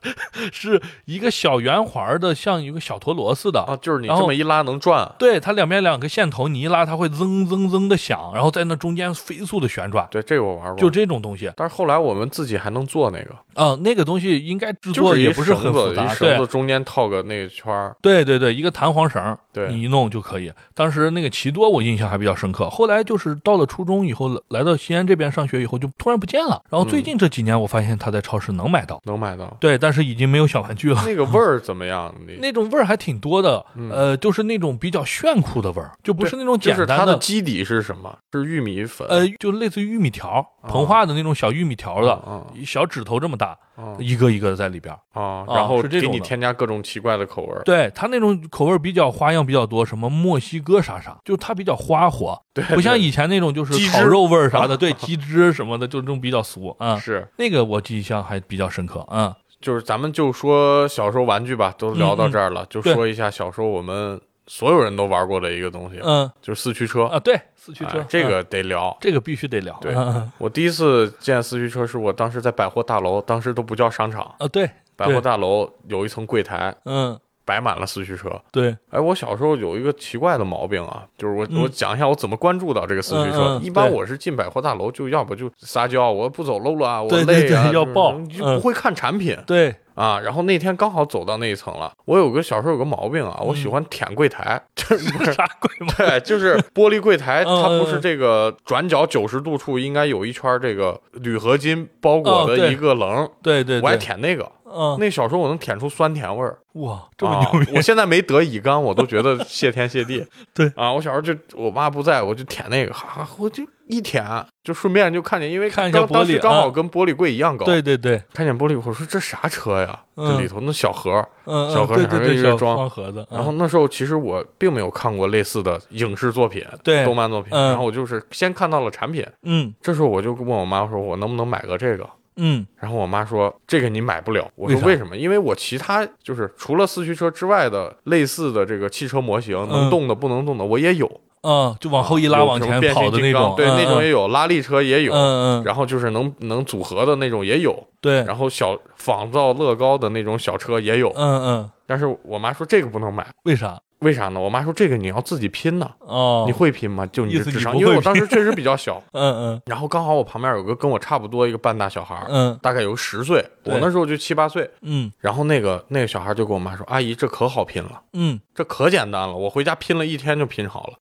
是一个小圆环的，像一个小陀螺似的
啊，就是你
然
这
后
么一拉能转，啊
对，它两边两个线头，你一拉它会噌噌噌的响，然后在那中间飞速的旋转，
对，这个我玩过，
就，这种东西。
但是后来我们自己还能做那个，
啊、那个东西应该制
就
作
是
也
一
不是很
绳
复
子，
杂
一，绳子中间套个那个圈儿，
对对对对，一个弹簧绳儿，
对
你一弄就可以。当时那个奇多我印象还比较深刻，后来就是到了初中以后，来到西安这边上学以后就突然不见了。然后最近这几年我发现它在超市能买到，
能买到，
对，但是已经没有小玩具了。
那个味儿怎么样？你
那种味儿还挺多的，呃，就是那种比较炫酷的味儿，就不是那种
嗯就
简
是它
单
的基底是什么？是玉米粉，嗯
呃，就类似于玉米条，
啊
膨化的那种小玉米条的，
嗯
小指头这么大，
嗯
一个一个的在里边儿。
啊，
啊
然后
是这
给
种
你
的
添加各种奇怪的口味儿，
对它那种口味比较花样比较多，什么墨西哥啥啥，就它比较花活，
对
不像以前那种就
鸡
是
汁
烤肉味儿啥
*laughs*
的，对，鸡汁什么的，就这种比较俗啊。
是，
那个我印象还比较深刻啊。
就是咱们就说小时候玩具吧，都聊到这儿了，就
嗯对
说一下小时候我们所有人都玩过的一个东西，
嗯
就是四驱车
啊，对，四驱车
哎这
啊
个得聊。
这个必须得聊。
对
啊
我第一次见四驱车是我当时在百货大楼，当时都不叫商场，
啊，对，
百货
对
大楼有一层柜台
嗯，
摆满了四驱车。
对，
哎，我小时候有一个奇怪的毛病啊，就是我、
嗯
我讲一下我怎么关注到这个四驱车。
嗯嗯
一般
对
我是进百货大楼就要不就撒娇，我不走路了，我
对
累啊，
对对
就是
要嗯抱
你就不会看产品、
对，
啊。然后那天刚好走到那一层了，我有个小时候有个毛病啊，我
嗯
喜欢舔柜台，就是 *laughs* 不是
啥鬼嘛？
对，就是玻璃柜台，
嗯
它
嗯
不是这个转角九十度处应该有一圈这个铝合金包裹
哦
的
对
一个棱，
对对，
我还
对，
舔那个。
嗯，
那小时候我能舔出酸甜味儿，
哇，这么牛
啊
逼！。
我现在没得乙肝，我都觉得谢天谢地
*laughs* 对
啊，我小时候就我妈不在，我就舔那个，哈、哈，我就一舔就顺便就看见，因为
看
刚
一下玻璃
当时刚
啊
好跟玻璃柜一样高，
对对对，
看见玻璃我说这啥车呀？
嗯
这里头那小盒。
嗯，嗯
小盒
对
子
对
还是
对，
一个
小
装
方盒子，嗯
然后那时候其实我并没有看过类似的影视作品，
对
动漫作品，
嗯
然后我就是先看到了产品，
嗯
这时候我就问我妈说，我能不能买个这个？
嗯
然后我妈说这个你买不了。我
为
说
啥
为什么？因为我其他就是除了四驱车之外的类似的这个汽车模型，能动的不能动的我也有，
嗯，就往后一拉
有
往
什么
前
变
跑
形
的
金
那
刚
种，
对，
嗯
那种
嗯
也有，拉力车也有。
嗯嗯，
然后就是能能组合的那种也有，
对，
然后小仿造乐高的那种小车也有，
嗯嗯，
但是我妈说这个不能买，
为啥？
为啥呢？我妈说这个你要自己拼呢，
哦，
你会拼吗？就你
意
这
思
智
你
商，
不
因
会
为我当
拼，
时确实比较小
嗯
然后刚好我旁边有个跟我差不多一个半大小孩儿，
嗯
大概有十岁，
对
我那时候就七八岁，
嗯
然后那个那个小孩就跟我妈说：“阿姨，这可好拼了，
嗯
这可简单了，我回家拼了一天就拼好了。”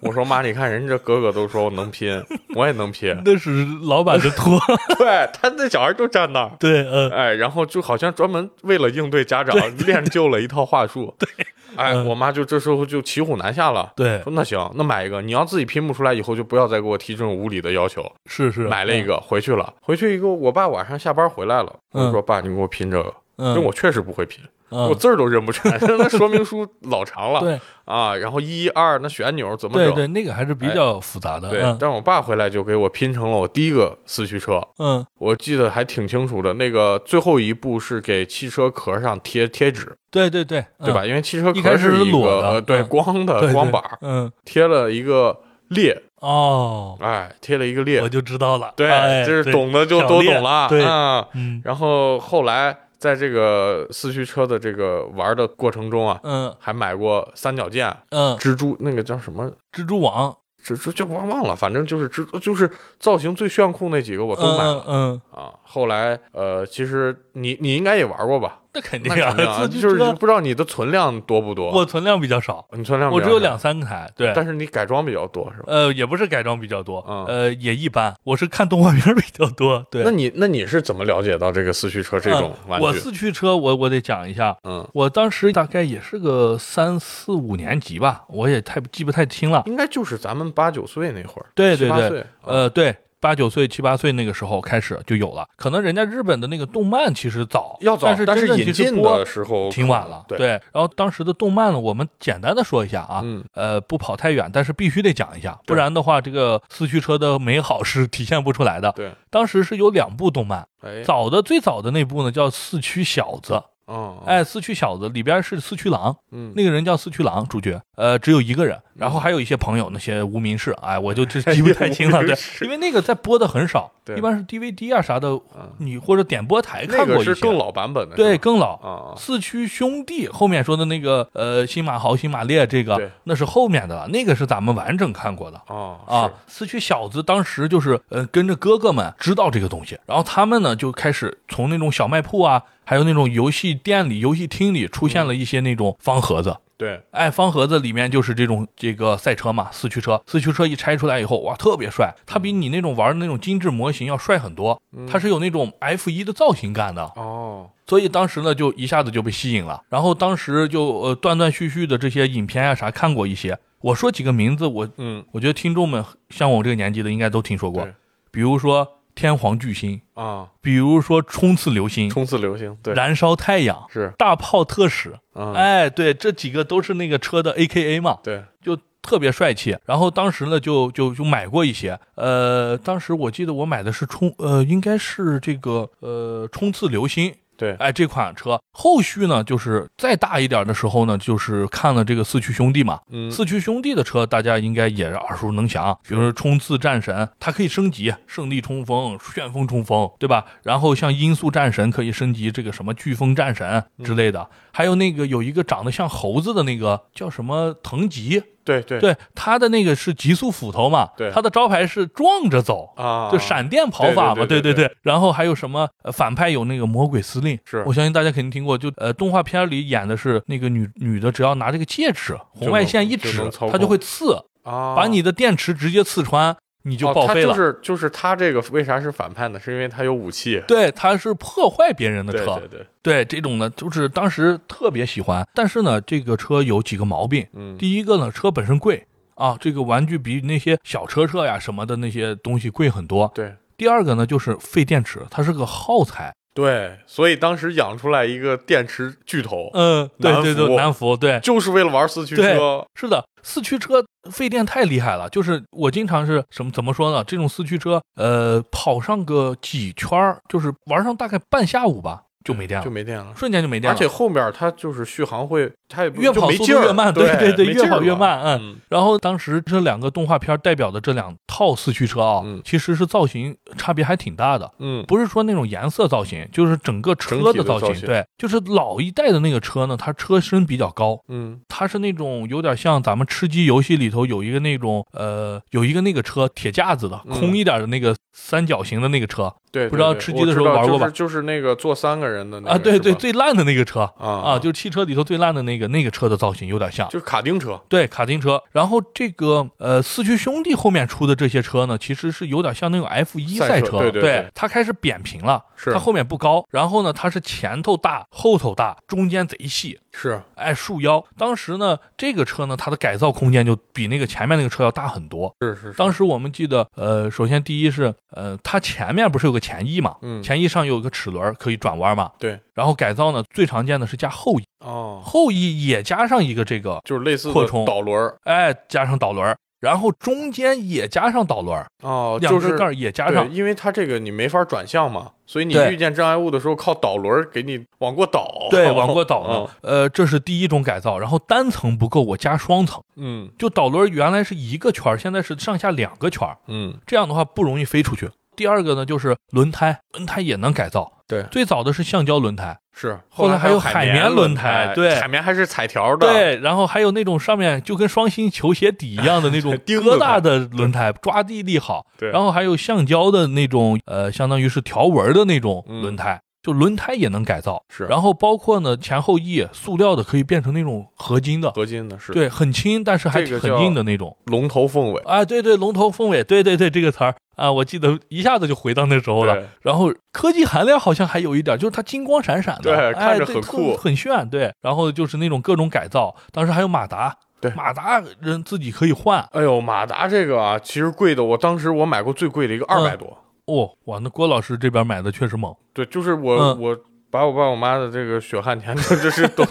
*laughs* 我说妈，你看人家这哥哥都说我
*laughs*
能拼，我也能拼
嗯，。那是老板的托，
对他那小孩就站那儿，
*laughs* 对，嗯
哎，然后就好像专门为了应对家长练就了一套
*laughs*
话术。对，哎，
嗯
我妈就这时候就骑虎难下了。
对
说那行，那买一个。你要自己拼不出来，以后就不要再给我提这种无理的要求。
是嗯是
买了一，个，回去了，回去以后，我爸晚上下班回来了，我就说爸，你给我拼这个，因
嗯，
为我确实不会拼，我
嗯
字儿都认不全， *laughs* 那说明书老长了。
对
啊，然后一二那旋钮怎么
对
整？
对，那个还是比较复杂的，
对
嗯
但我爸回来就给我拼成了我第一个四驱车，
嗯
我记得还挺清楚的。那个最后一步是给汽车壳上贴贴纸，
对对对，
对吧？
嗯？
因为汽车
一开
壳
始是
一
裸
个
的
呃对
嗯
光
对
的
对
光板儿，
嗯
贴了一个裂，
哦，
哎，贴了一个裂
我，就知道了，
对，
哎
这是懂的就
小
都
烈
懂了，
对，
啊。
嗯
然后后来在这个四驱车的这个玩的过程中啊，
嗯
还买过三角剑、
嗯，
蜘蛛，那个叫什么
蜘蛛网，
蜘蛛就忘忘了，反正就是蜘蛛，就是造型最炫酷那几个我都买
嗯
了、
嗯，
啊。后来呃，其实你你应该也玩过
*laughs*
吧？
那肯定
那肯定啊，
啊，自
就是不知道你的存量多不多，
我存量比较少，
你存量比
我
较
只有
少
两，三台，对。
但是你改装比较多是吧？
呃，也不是改装比较多，
嗯
呃，也一般。我是看动画片儿比较多，对。
那你那你是怎么了解到这个四驱车这种玩
嗯我
具？
四驱车，我我得讲一下。
嗯，
我当时大概也是个三四五年级吧，我也太记不太清了。
应该就是咱们八九岁那会儿，
对对
七八
对
岁，
呃，对，八九岁、七八岁那个时候开始就有了。可能人家日本的那个动漫其实早，
要早，
但是
但
真正
引
其实
进
播
的时候
挺晚了。
对，
然后当时的动漫呢，我们简单的说一下啊，
嗯
呃，不跑太远，但是必须得讲一下，不
对
然的话，这个四驱车的美好是体现不出来的。
对，
当时是有两部动漫，
哎，
早的最早的那部呢叫《四驱小子》，
嗯，
哎，《四驱小子》里边是四驱狼，
嗯，
那个人叫四驱狼，主角，呃，只有一个人，然后还有一些朋友，那些无名氏，哎，我就
*laughs*
这记不太清了，
无
对
名，氏
因为那个在播的很少，
对
一般是 DVD 啊啥的
嗯，
你或者点播台
那
看过
个
一些，
是更老版本的，
对，
是吧
更老。
啊，
四驱兄弟后面说的那个，呃，新马豪、新马烈，这
对
个那是后面的了，那个是咱们完整看过的。
哦
啊，，四驱小子当时就是呃跟着哥哥们知道这个东西，然后他们呢就开始从那种小卖铺啊，还有那种游戏店里、游戏厅里出现了一些那种方盒子。
是对，
哎，方盒子里面就是这种这个赛车嘛，四驱车，四驱车一拆出来以后，哇，特别帅，它比你那种玩的那种精致模型要帅很多，它是有那种 F 一的造型感的，
哦，
所以当时呢就一下子就被吸引了，然后当时就呃断断续续的这些影片啊啥看过一些，我说几个名字，我
嗯，
我觉得听众们像我这个年纪的应该都听说过
对，
比如说天皇巨星，
啊，
比如说冲刺流星、
冲刺流星，对，
燃烧太阳、
是，
大炮特使，
嗯，
哎，对，这几个都是那个车的 A K A 嘛，
对，
就特别帅气。然后当时呢，就就就买过一些，呃，当时我记得我买的是冲，呃，应该是这个呃冲刺流星，
对，
哎，这款车后续呢，就是再大一点的时候呢，就是看了这个四驱兄弟嘛。
嗯
四驱兄弟的车大家应该也耳熟能详，比如说冲刺战神，它可以升级胜利冲锋、旋风冲锋，对吧？然后像音速战神可以升级这个什么飓风战神之类
嗯
的，还有那个有一个长得像猴子的那个叫什么藤吉，
对对
对，他的那个是极速斧头嘛，
对
他的招牌是撞着走。
啊，
就闪电跑法嘛，
对对对
对
对
对。然后还有什么呃反派有那个魔鬼司令，
是
我相信大家肯定听过，就呃动画片里演的是那个女女的，只要拿这个戒指，红外线一
就
指
能操控，
它就会刺，
啊，
把你的电池直接刺穿，你就
哦
报
他
废了。
就是就是他这个为啥是反派呢？是因为他有武器，
对，它是破坏别人的
对
车，
对对，
对这种呢，就是当时特别喜欢。但是呢，这个车有几个毛病，
嗯，
第一个呢，车本身贵啊，这个玩具比那些小车车呀什么的那些东西贵很多。
对
第二个呢，就是费电池，它是个耗材。
对，所以当时养出来一个电池巨头，
嗯，对
南
对
孚
对，南孚对。
就是为了玩四驱
对
车，
是的，四驱车费电太厉害了。就是我经常是什么怎么说呢？这种四驱车，呃，跑上个几圈儿，就是玩上大概半下午吧，就没电了，
就没电了。
瞬间就没电
而
了。
且后面它就是续航会它也不
越
就
跑
没
速
劲
度
儿，
越慢，
对
对对，
没
越
劲儿
跑越
了
慢，嗯。
嗯
然后当时这两个动画片代表的这两套四驱车啊，
嗯
其实是造型差别还挺大的。
嗯，
不是说那种颜色造型，就是整个车
整体的
造型。
造型
对，就是老一代的那个车呢，它车身比较高，
嗯
它是那种有点像咱们吃鸡游戏里头有一个那种呃，有一个那个车铁架子的
嗯
空一点的那个三角形的那个车、
对，
不
对
知道
对
吃
我
鸡的
知
时候
道
玩过
就
吧
是就是那个坐三个人的那个
啊，对
是
对，
吧
最烂的那个车
啊
啊，就是汽车里头最烂的那个那个车的造型有点像。
就是卡丁车，
对卡丁车，然后这个呃四驱兄弟后面出的这些车呢，其实是有点像那种 F 一
赛
赛
车对对对
它开始扁平了，
是
它后面不高，然后呢它是前头大后头大，中间贼细，
是
哎束腰。当时呢这个车呢它的改造空间就比那个前面那个车要大很多。
是是，
当
时
时我们记得，呃，首先第一是，呃，它前面不是有个前翼嘛，
嗯
前翼上有个齿轮儿可以转弯嘛，
对
然后改造呢最常见的是加后翼，
哦，
后翼也加上一个这个
就是类似
扩
的
充
导轮儿
哎，加上导轮儿，然后中间也加上导轮儿，
哦，
两
就是
只盖儿也加
对，
上。
因为它这个你没法转向嘛，所以你
对
遇见障碍物的时候靠导轮儿给你往过倒，
对，往过倒
哦
呢，呃，这是第一种改造。然后单层不够，我加双层，
嗯
就导轮儿原来是一个圈儿，现在是上下两个圈儿，
嗯，
这样的话不容易飞出去。第二个呢，就是轮胎，轮胎也能改造。
对，
最早的是橡胶轮胎，
是，
后来还
有
有海绵
绵
轮胎
胎，
对
海绵还是彩条的，，
对，然后还有那种上面就跟双星球鞋底一样的那
*laughs*
种
钉子
疙瘩的轮胎，抓地力好。
对
然后还有橡胶的那种，呃，相当于是条纹的那种轮胎，就轮胎也能改造。
嗯是
然后包括呢前后翼塑料的可以变成那种合金的，
合金的是
对，很轻，但是还
这
挺
个
很
叫
硬的那种。
龙头凤尾，
啊，对对，龙头凤尾，对对对，这个词儿啊，我记得一下子就回到那时候
对
了。然后科技含量好像还有一点，就是它金光闪闪的，
对
哎
看着
对
很
特
酷
很炫，对。然后就是那种各种改造，当时还有马达，
对
马达人自己可以换
哎呦，马达这个啊，其实贵的，我当时我买过最贵的一个二百
嗯
多，
哦，哇，那郭老师这边买的确实猛，
对，就是我、
嗯，
我把我爸我妈的这个血汗钱， *laughs* 这这是都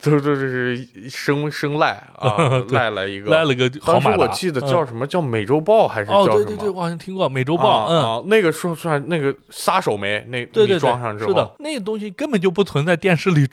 都都这是生生赖啊
*laughs* 对
赖了一个，
来了个好
当时
马达，
我记得叫
嗯
什么、叫美洲豹还是叫
哦，
什
对
么？
对对，我好像听过美洲
啊
豹，嗯。
啊，那个说出来那个撒手没，那
对对
你
对
装上，之后，
是的，那个东西根本就不存在电视里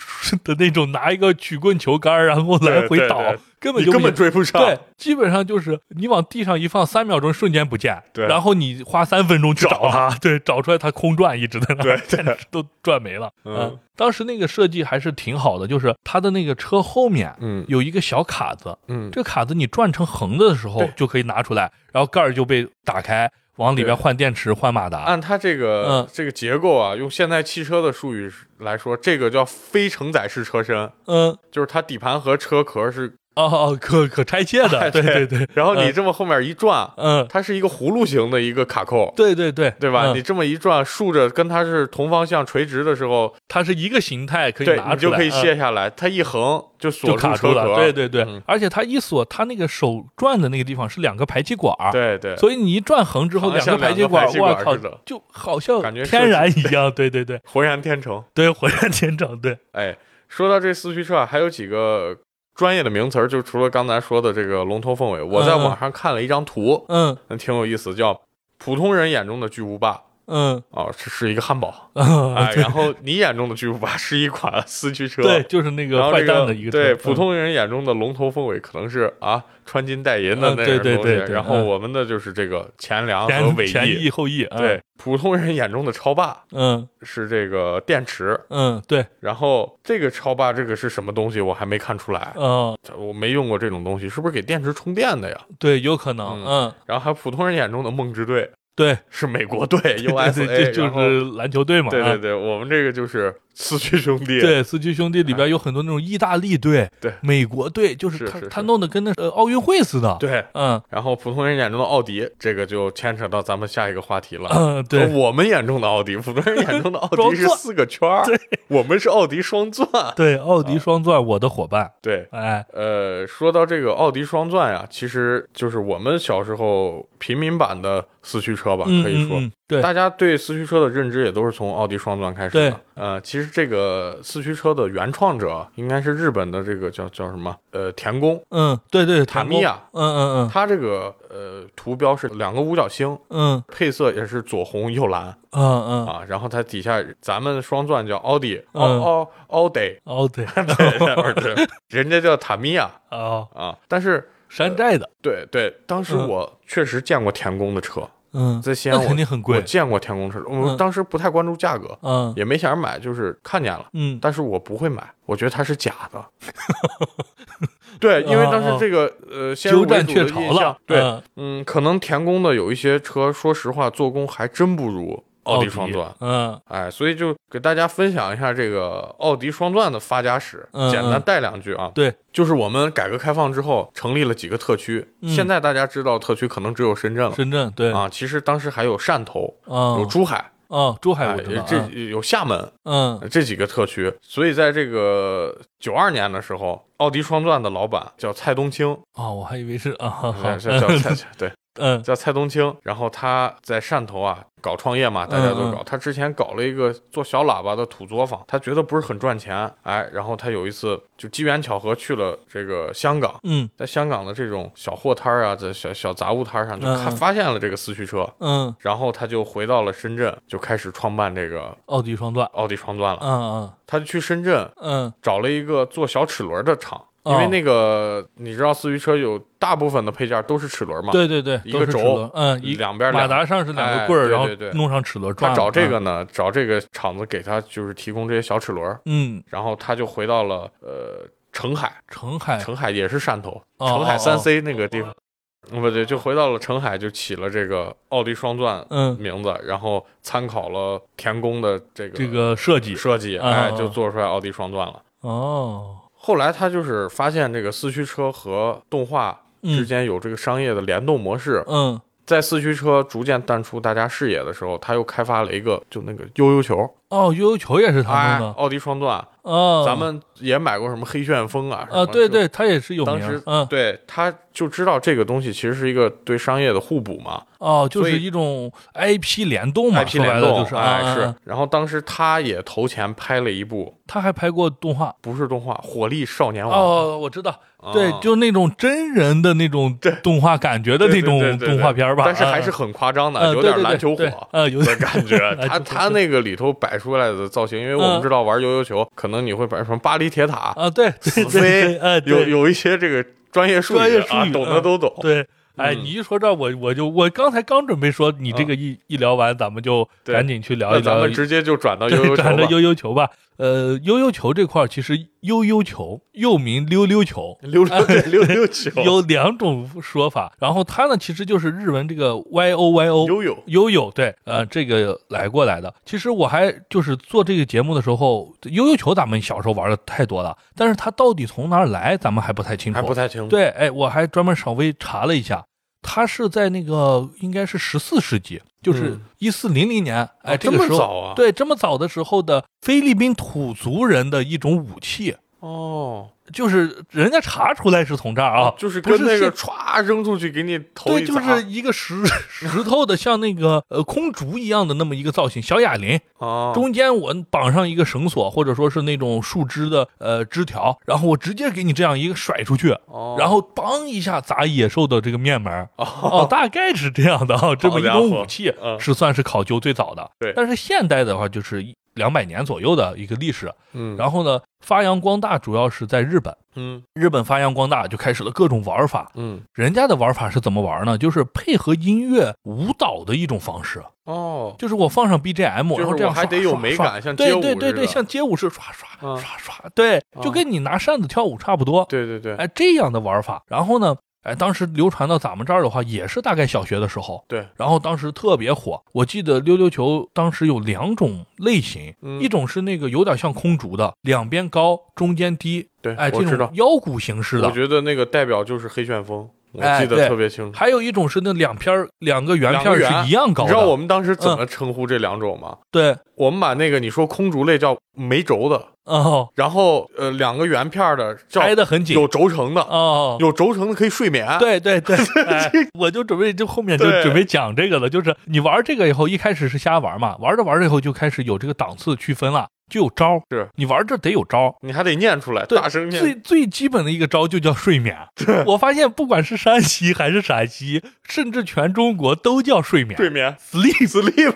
的那种拿一个曲棍球杆儿然后来回
对对
倒
对，
根本
你
就
根
不
本
行
追不上。
对，基本上就是你往地上一放，三秒钟瞬间不见，
对
然后你花三分钟去找它，对，找出来它空转一直在那 *laughs* 儿，
对对
都转没了。
嗯
当时那个设计还是挺好的，就是它的那个车后面，
嗯
有一个小卡子，
嗯，
这个卡子你转成横的的时候
对
就可以拿出来，然后盖儿就被打开，往里边
对啊
换电池、换马达。
按它这个、
嗯
这个结构啊，用现代汽车的术语来说，这个叫非承载式车身，
嗯，
就是它底盘和车壳是，
哦哦，可可拆卸
*laughs*
的，对对对。
然后你这么后面一转，
嗯，嗯，
它是一个葫芦形的一个卡扣。
对对对，
对吧？
嗯
你这么一转，竖着跟它是同方向垂直的时候，
它是一个形态可以
对
拿
你
出
就
来，
可以
嗯
卸下来，它一横就
就
锁
卡住
车
了。
壳。
对对对，
嗯
而且它一锁，它那个手转的那个地方是两个排气管儿，
对对，
啊所以你一转横之后，
好
两
像
排气管儿，
两个排
我
气管
靠
似的，
就好像
感觉
天然一样。对对对
浑然天成。
对，火焰天长，对，
哎，说到这四驱车啊，还有几个专业的名词儿，就除了刚才说的这个龙头凤尾，我在网上看了一张图，
嗯
那挺有意思，叫普通人眼中的巨无霸
嗯，
啊，是是一个汉堡，
啊
哎，然后你眼中的巨无霸是一款四驱车，
对，。就是那
然
个
后
坏
这
蛋的一个嗯
对
车
普通人眼中的龙头凤尾可能是啊穿金戴银的
嗯
那
对
种
对
东西
对，对
然后
嗯
我们的就是这个前
嗯
梁和尾
前前
翼
翼，后翼，嗯
对，普通人眼中的超霸
嗯
是这个电池，
嗯对，
然后这个超霸这个是什么东西我还没看出来，
嗯
我没用过这种东西，是不是给电池充电的呀？
对，有可能，
嗯
嗯
然后还有普通人眼中的梦之队
对，
是美国队
对
USA，
对 *laughs* 对，就
然后
是篮球队嘛，
对
啊嗯
对对，我们这个就是四驱兄弟，
对，四驱兄弟里边有很多那种意大利队、
啊对
美国队，就是
是
他
是
他
是
弄得跟那呃奥运会似的。，
对
嗯
然后普通人眼中的奥迪，这个就牵扯到咱们下一个话题了。
嗯，对，
呃哦我们眼中的奥迪，普通人眼中的
*laughs*
奥
双
迪是
钻
四个圈儿，我们是奥迪双钻。
对，奥
啊
迪双钻，我的伙伴，
对，
哎，
呃，说到这个奥迪双钻呀、其实就是我们小时候平民版的四驱车吧，
嗯
啊可以说，
嗯嗯对
大家对四驱车的认知也都是从奥迪双钻开始
对
的。呃，其实这个四驱车的原创者应该是日本的这个叫叫什么？呃，田宫。
嗯，对对，
塔
唐
米亚
宫嗯嗯
它这个呃图标是两个五角星，
嗯
配色也是左红右蓝
嗯嗯嗯，
啊。然后它底下咱们双钻叫奥迪，奥
嗯
奥
*laughs*
奥迪，
哦对，
对对对人家叫塔米亚
哦，
啊。但是
山寨的，
对对，当时
嗯
我确实见过田宫的车，
嗯，
在西安
那
呃我
肯定很
我
贵，
见过天宫车，我
嗯
当时不太关注价格，
嗯
也没想着买，就是看见了，
嗯
但是我不会买，我觉得它是假
*laughs*
的。对，因为当
哦
时这个呃，先入为主的
鸠占鹊巢
印象
了，
对
嗯，
嗯，可能田宫的有一些车，说实话做工还真不如奥迪双钻。
嗯
哎，所以就给大家分享一下这个奥迪双钻的发家史，
嗯
简单
嗯
带两句啊。
对，
就是我们改革开放之后成立了几个特区，
嗯
现在大家知道特区可能只有深圳了
深圳对
啊，其实当时还有汕头，有
嗯
珠海，
嗯，珠海
哎
我知道，
这
嗯
有厦门
嗯
这几个特区，所以在这个九二年的时候，奥迪双钻的老板叫蔡东青，
哦，我还以为是啊，好好 *laughs*
叫叫叫蔡对，
嗯
叫蔡东青。然后他在汕头啊搞创业嘛，大家都
嗯
搞。他之前搞了一个做小喇叭的土作坊，他觉得不是很赚钱，哎，然后他有一次就机缘巧合去了这个香港。
嗯
在香港的这种小货摊儿啊，在小小杂物摊儿上，就看
嗯嗯
发现了这个四驱车，
嗯，
然后他就回到了深圳，就开始创办这个
奥迪双钻，
奥迪双钻了。
嗯
他就去深圳
嗯
找了一个做小齿轮的厂，
哦
因为那个你知道四驱车有大部分的配件都是齿轮嘛，
嗯，对对对，
一
都
个
是齿
轴
轮，嗯一
两边
马
两
达上是两
哎
个棍儿，
对
然后
对对
弄上齿轮
他
转，
找这个
嗯
呢，找这个厂子给他就是提供这些小齿轮，
嗯，
然后他就回到了呃澄海，
澄海
澄海也是汕头，
哎哦
澄海
哦
三 C 那个地方，嗯不对，就回到了澄海，就起了这个奥迪双钻
嗯
名字，然后参考了田宫的这个
这个设计
设计，
啊
哎，
啊
就做出来奥迪双钻了。
哦，
后来他就是发现这个四驱车和动画之间有这个商业的联动模式，
嗯
在四驱车逐渐淡出大家视野的时候，他又开发了一个就那个悠悠球，
哦，悠悠球也是他
哎
弄，的
奥迪双钻，
哦，
咱们也买过什么黑旋风啊，什么
啊对
就
对，他也是有
当时
名，嗯
对，他就知道这个东西其实是一个对商业的互补嘛
哦，就
所
是
以
一种 IP 联动嘛，
，IP
嗯说白
联
了
动
就，是
哎
啊，
是
啊。
然后当时他也投钱拍了一部，
他还拍过动画。
不是动画，《火力少年王》
哦，我知道，对
啊，
就那种真人的那种动画感觉的那
对对对
种
对对
动画片儿吧，
但是还是
啊
很夸张的，
呃
有
对
点
对对
篮球火
对 *laughs* 呃有
的
点。
感觉
篮球
他
火
他那个里头摆出来的造型，因为我
嗯
们知道玩悠悠球，可能你会摆什么巴黎铁塔、
啊，对 *laughs* 对
死
对对，
飞
哎，，
有
对
有一些这个专业术
专业术
啊，
语嗯
懂的都懂。
对，哎，
嗯
你一说这儿我我就我刚才刚准备说，你这个一一聊完，咱们就
对
赶紧去聊
那
一聊，
咱们直接就转到悠
对
悠球
转到
吧。
悠悠球吧。呃，悠悠球这块儿其实悠悠球又名溜溜球，
溜溜对溜溜
*laughs*
球，
有两种说法。然后它呢，其实就是日文这个 Y O Y O
悠悠
悠悠，对，呃，这个来过来的。其实我还就是做这个节目的时候，悠悠球咱们小时候玩的太多了，但是它到底从哪儿来，咱们还不太清楚。
还不太清楚。
对，哎，我还专门稍微查了一下，它是在那个应该是十四世纪，就是
嗯
一四零零年，哎，
这
个
么
时候
早啊
对，这么早的时候的菲律宾土族人的一种武器。
哦，
就是人家查出来是从这儿啊，
就是
不
跟那个
现
歘扔出去给你头
对，
一
就
砸
是一个石 *laughs* 石头的，像那个呃空竹一样的那么一个造型，小哑铃，
啊，
中间我绑上一个绳索，或者说是那种树枝的呃枝条，然后我直接给你这样一个甩出去，
哦
然后梆一下砸野兽的这个面门儿，哦，大概是这样的啊，这么一
家伙
种武器
嗯
是算是考究最早的，
对
但是现代的话就是两百年左右的一个历史，
嗯，后
然后呢发扬光大主要是在日本，
嗯
日本发扬光大就开始了各种玩法，
嗯
人家的玩法是怎么玩呢？就是配合音乐舞蹈的一种方式，
哦，
就是我放上 BGM，
是
然后这样
我还
刷
得有
刷
美
刷
感像街舞
对对对
似的
对，像街舞是刷刷
嗯
刷刷，对，就跟你拿扇子跳舞差不多。
对对对，
哎，这样的玩法，然后呢，哎，当时流传到咱们这儿的话，也是大概小学的时候，
对，
然后当时特别火。我记得溜溜球当时有两种类型，
嗯
一种是那个有点像空竹的，两边高，中间低，
对
哎，
我
这
知
种
道
腰鼓形式的
我，觉得那个代表就是黑旋风，我
哎
记得
对
特别清楚。
还有一种是那两片儿两个圆
两
片
个
儿
圆
是一样高
你
的，嗯
知道我们当时怎么称呼这两种吗？
对，
我们把那个你说空竹类叫没轴的，
哦，
然后呃两个圆片儿的叫
挨得很紧
有轴承的，
哦，
有轴承的可以睡眠。，
对对
*laughs*
对，哎我就准备就后面就
对
准备讲这个了，就是你玩这个以后，一开始是瞎玩嘛，玩着玩着以后就开始有这个档次区分了，就有招儿
是
你玩这得有招儿
你还得念出来，
对
大声
最
念。
最基本的一个招就叫睡眠。
*laughs*
我发现不管是山西还是陕西，甚至全中国都叫睡眠。
睡眠
sleep， *laughs*
，sleep，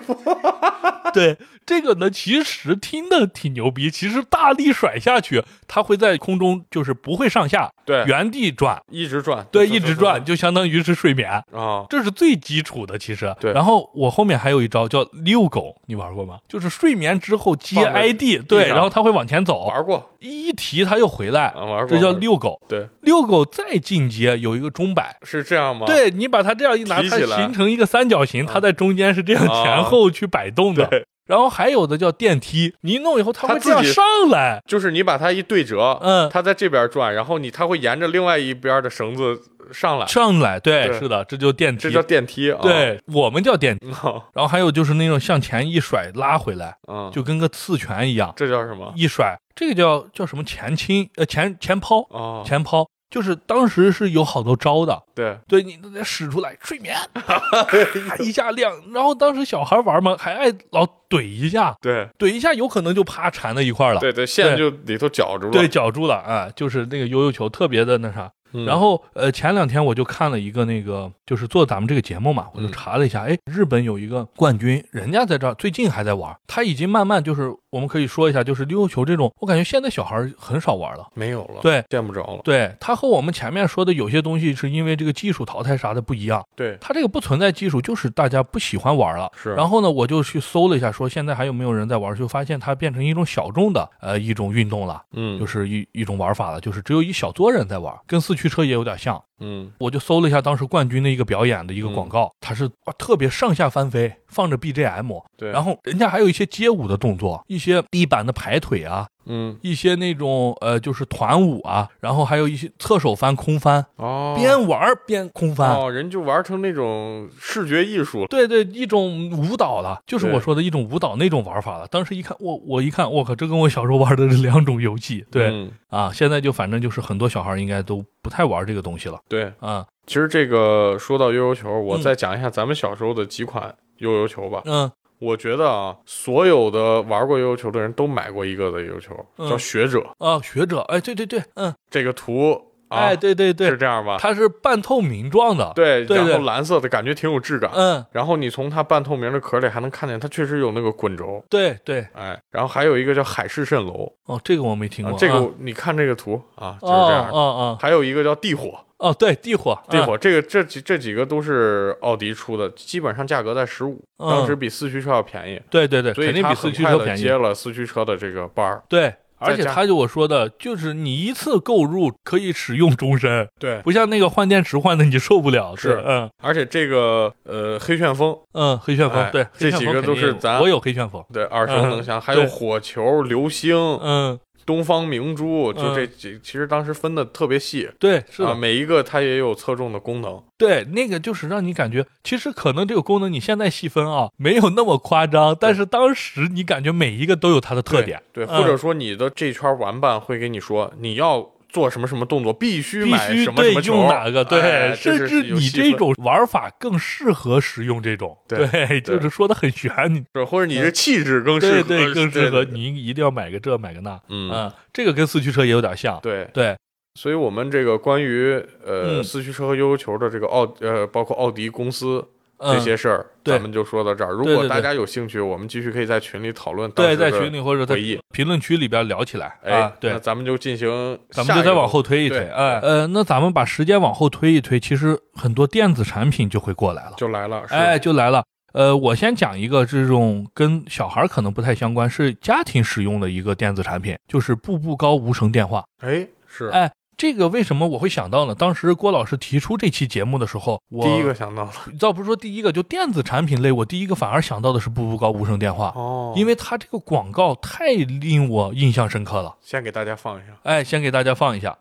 对这个呢，其实听的挺牛逼，其实大力甩下去，它会在空中就是不会上下，
对
原地转，
一直转，
对，一直转，就相当于是睡眠。
啊，
这是最基础的，其实。
对
然后我后面还有一招叫遛狗，你玩过吗？就是睡眠之后接
放在
ID，
地
对，
上
然后它会往前走，
玩过，
一提它又回来
啊，玩过
这叫
玩过
遛狗。
对，
遛狗再进阶有一个钟摆，
是这样吗？，
对你把它这样一拿，
提
它
起来
形成一个三角形，它在中间是这样
啊
前后去摆动的。
对
然后还有的叫电梯，你一弄以后它
它
会这样
自己
上来，
就是你把它一对折，
嗯
它在这边转，然后你它会沿着另外一边的绳子上来，
上来，对，
对
是的，这就电
这
梯
叫。电梯啊。 *laughs*
对我们叫电梯，
嗯，
然后还有就是那种向前一甩拉回来，
嗯，
就跟个刺拳一样，
这叫什么？
一甩，这个叫叫什么前倾，呃前前抛，
哦，
前抛，就是当时是有好多招的，
对，
对你都得使出来睡
*laughs*
眠，啪一下亮，然后当时小孩玩嘛，还爱老怼一下，
对，
怼一下有可能就啪缠在一块儿了，
对对，线就里头绞住了。
对，绞住了啊，就是那个悠悠球特别的那啥。
嗯
然后呃，前两天我就看了一个那个，就是做咱们这个节目嘛，我就
嗯
查了一下，哎，日本有一个冠军，人家在这儿最近还在玩，他已经慢慢就是我们可以说一下，就是溜溜球这种，我感觉现在小孩儿很少玩了。
没有了，
对
见不着了。
对，它和我们前面说的有些东西是因为这个技术淘汰啥的不一样，
对，
它这个不存在技术，就是大家不喜欢玩了。
是
然后呢，我就去搜了一下，说现在还有没有人在玩，就发现它变成一种小众的呃一种运动了。
嗯，
就是是一一种玩法了，就是只有一小撮人在玩，跟四驱车也有点像。
嗯，
我就搜了一下当时冠军的一个表演的一个广告，它是哇特别上下翻飞，放着 BGM，
对，
然后人家还有一些街舞的动作，一些地板的排腿啊，
嗯，
一些那种呃就是团舞啊，然后还有一些侧手翻、空翻，
哦，
边玩儿边空翻。
哦，人就玩成那种视觉艺术了。
对对，一种舞蹈了，就是
对
我说的一种舞蹈那种玩法了。当时一看，我我一看，我靠，这跟我小时候玩的是两种游戏。对，
嗯
啊，现在就反正就是很多小孩应该都不太玩这个东西了
对，
啊。
其实这个说到悠悠球，我
嗯
再讲一下咱们小时候的几款悠悠球吧。
嗯，
我觉得啊，所有的玩过悠悠球的人都买过一个的悠悠球，
嗯
叫学者。
啊，学者，哎，对对对，嗯，
这个图啊，
哎，对对
是
对，
这样吧？
它是半透明状的，
对，
对
然后
对，
蓝色的感觉挺有质感。
嗯，
然后你从它半透明的壳里还能看见，它确实有那个滚轴，
对对，
哎，然后还有一个叫海市蜃楼，
哦，这个我没听
啊
过，
这
啊
个你看这个图啊，就是这
哦
样的。
哦
还有一个叫地火，
哦哦，对，地火，
地
啊，
火这个这几这几个都是奥迪出的，基本上价格在十五，
嗯
当时比四驱车要便宜，
对对对，
所以
肯定
它
比
很
四驱
快
车
地
便宜
接，了四驱车的这个班儿。
对。而且
加
它就我说的，就是你一次购入可以使用终身，
对，
*laughs* 不像那个换电池换的你受不了。
是
对嗯
而且这个呃黑旋风，
嗯，黑旋
哎
风对，
这
黑旋
几
风
个
肯
都
定
是
有
咱
我有黑旋风，
对耳熟能详，还
嗯
有
对
火球、流星、
嗯，
东方明珠，就
嗯
这几，其实当时分的特别细。
对，是的
啊，，每一个它也有侧重的功能，
对，那个就是让你感觉，其实可能这个功能你现在细分啊，没有那么夸张，但是当时你感觉每一个都有它的特点，
对，
嗯
或者说你的这圈玩伴会给你说，你要做什么什么动作，必须
必
买
须
什么
对
什么球，
用哪个，对，
哎这
甚
是
至
有
你
细
这
分
种玩法更适合使用这种，
对
对，
对
就是说的很玄，你
是或者你这气质更适
嗯对对
合，
更适合
对。
你一定要买个这买个那，
嗯
这个跟四驱车也有点像，
对，
对
所以我们这个关于呃、
嗯
四驱车和悠悠球的这个奥呃，包括奥迪公司
嗯
这些事儿，
对
咱们就说到这儿。如
对
果
对
大
对
家有兴趣，我们继续可以在群里讨论当
对，
时
在
的
群里或者在
回忆
评论区里边聊起来，
哎
啊，，对
那，咱们就进行
咱
下一个，
们就再往后推一推
对，
哎，呃，那咱们把时间往后推一推，其实很多电子产品就会过来了，
就来了。是
哎，，就来了。呃，我先讲一个这种跟小孩可能不太相关，是家庭使用的一个电子产品，就是步步高无绳电话。
哎，是
哎，这个为什么我会想到呢？当时郭老师提出这期节目的时候，我
第一个想到了
倒不是说第一个，就电子产品类，我第一个反而想到的是步步高无绳电话，
哦
因为它这个广告太令我印象深刻了。哎
先给大家放一下。
哎，先给大家放一下。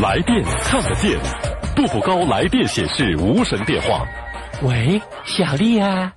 来电看得见。步步高来电显示无绳电话。
喂，小丽啊，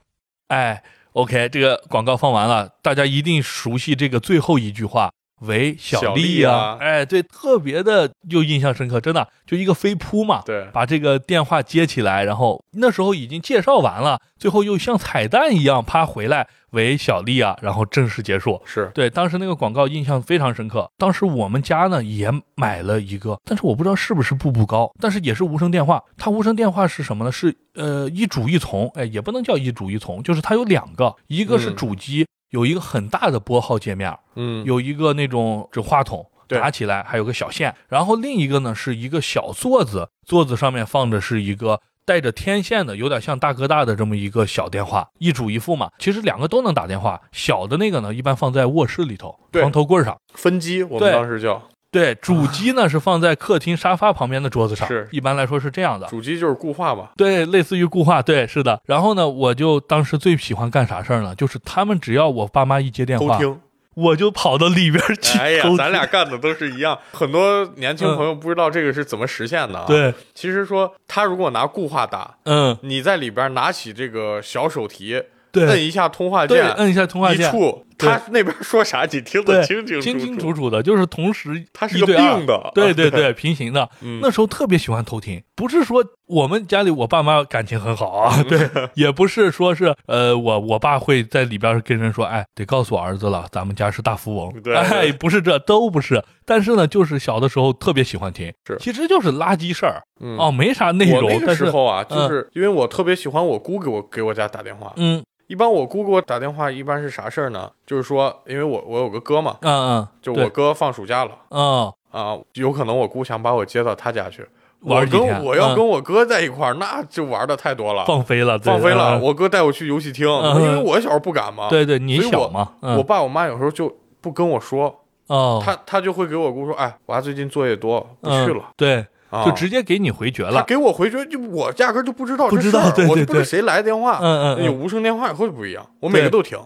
哎，OK，这个广告放完了，大家一定熟悉这个最后一句话。喂，
小
丽
丽啊
哎，对，特别的就印象深刻，真的就一个飞扑嘛，
对
把这个电话接起来，然后那时候已经介绍完了，最后又像彩蛋一样啪回来，喂，小丽啊，然后正式结束。
是
对，当时那个广告印象非常深刻。当时我们家呢也买了一个，但是我不知道是不是步步高，但是也是无声电话。它无声电话是什么呢？是呃一主一从，哎，也不能叫一主一从，就是它有两个，一个是
嗯
主机，有一个很大的拨号界面，
嗯
有一个那种这话筒。
对
拿起来还有个小线，然后另一个呢是一个小座子，座子上面放着是一个带着天线的，有点像大哥大的这么一个小电话，一主一副嘛。其实两个都能打电话，小的那个呢一般放在卧室里头，
对
床头柜上。
分机，我
对
们当时叫
对，主机呢是放在客厅沙发旁边的桌子上，
是
一般来说是这样的。
主机就是固话嘛，
对，类似于固话，对，是的。然后呢，我就当时最喜欢干啥事儿呢？就是他们只要我爸妈一接电
偷
话，
听。
我就跑到里边儿去
*laughs* 哎
*laughs*
呀
偷，
咱
听
俩干的都是一样。很多年轻朋友不知道这个是怎么实现的啊。，
对，
其实说他如果拿固话打，
嗯，
你在里边拿起这个小手提，
对
摁一下通话
对，
键，
摁一下通话
一
键，
触，
对
他那边说啥你听
对，
得清清楚
清
楚。
楚的，就是同时
它是
一
个
对二
并的啊
对对
对
对，平行的。
嗯
那时候特别喜欢偷听，不是说我们家里我爸妈感情很好
嗯
啊，对，
*laughs*
也不是说是呃我我爸会在里边跟人说，哎，得告诉我儿子了，咱们家是大富翁，*laughs*
对
哎，
对
不是这都不是，但是呢，就是小的时候特别喜欢听，
是
其实就是垃圾事儿，
嗯
哦，没啥内
我
容，
那个
但
时
是
候啊，
嗯
就是因为我特别喜欢我姑给我给我家打电话。
嗯
一般我姑给我打电话，一般是啥事儿呢？就是说，因为我我有个哥嘛，
嗯嗯，
就
对
我哥放暑假了
嗯。
啊，有可能我姑想把我接到他家去。
玩
我
儿几天
跟我要
嗯
跟我哥在一块儿，那就玩的太多了，
放飞了，对
放飞了。
嗯
我哥带我去游戏厅，
嗯
因为我小时候不敢嘛。
对对，你
所以
小
我
嘛，嗯
我爸我妈有时候就不跟我说，
哦，
他他就会给我姑说，哎，娃最近作业多，不
嗯
去了。
对，
啊
就直接给你回绝
他
*laughs* 了。
给我回绝，就我压根儿就不知道
不
这
知
事儿啊
道对
我
对
就不知道
对
谁来的电话，
嗯嗯嗯
有无声电话以后就不一样，我
对嗯
每个都听。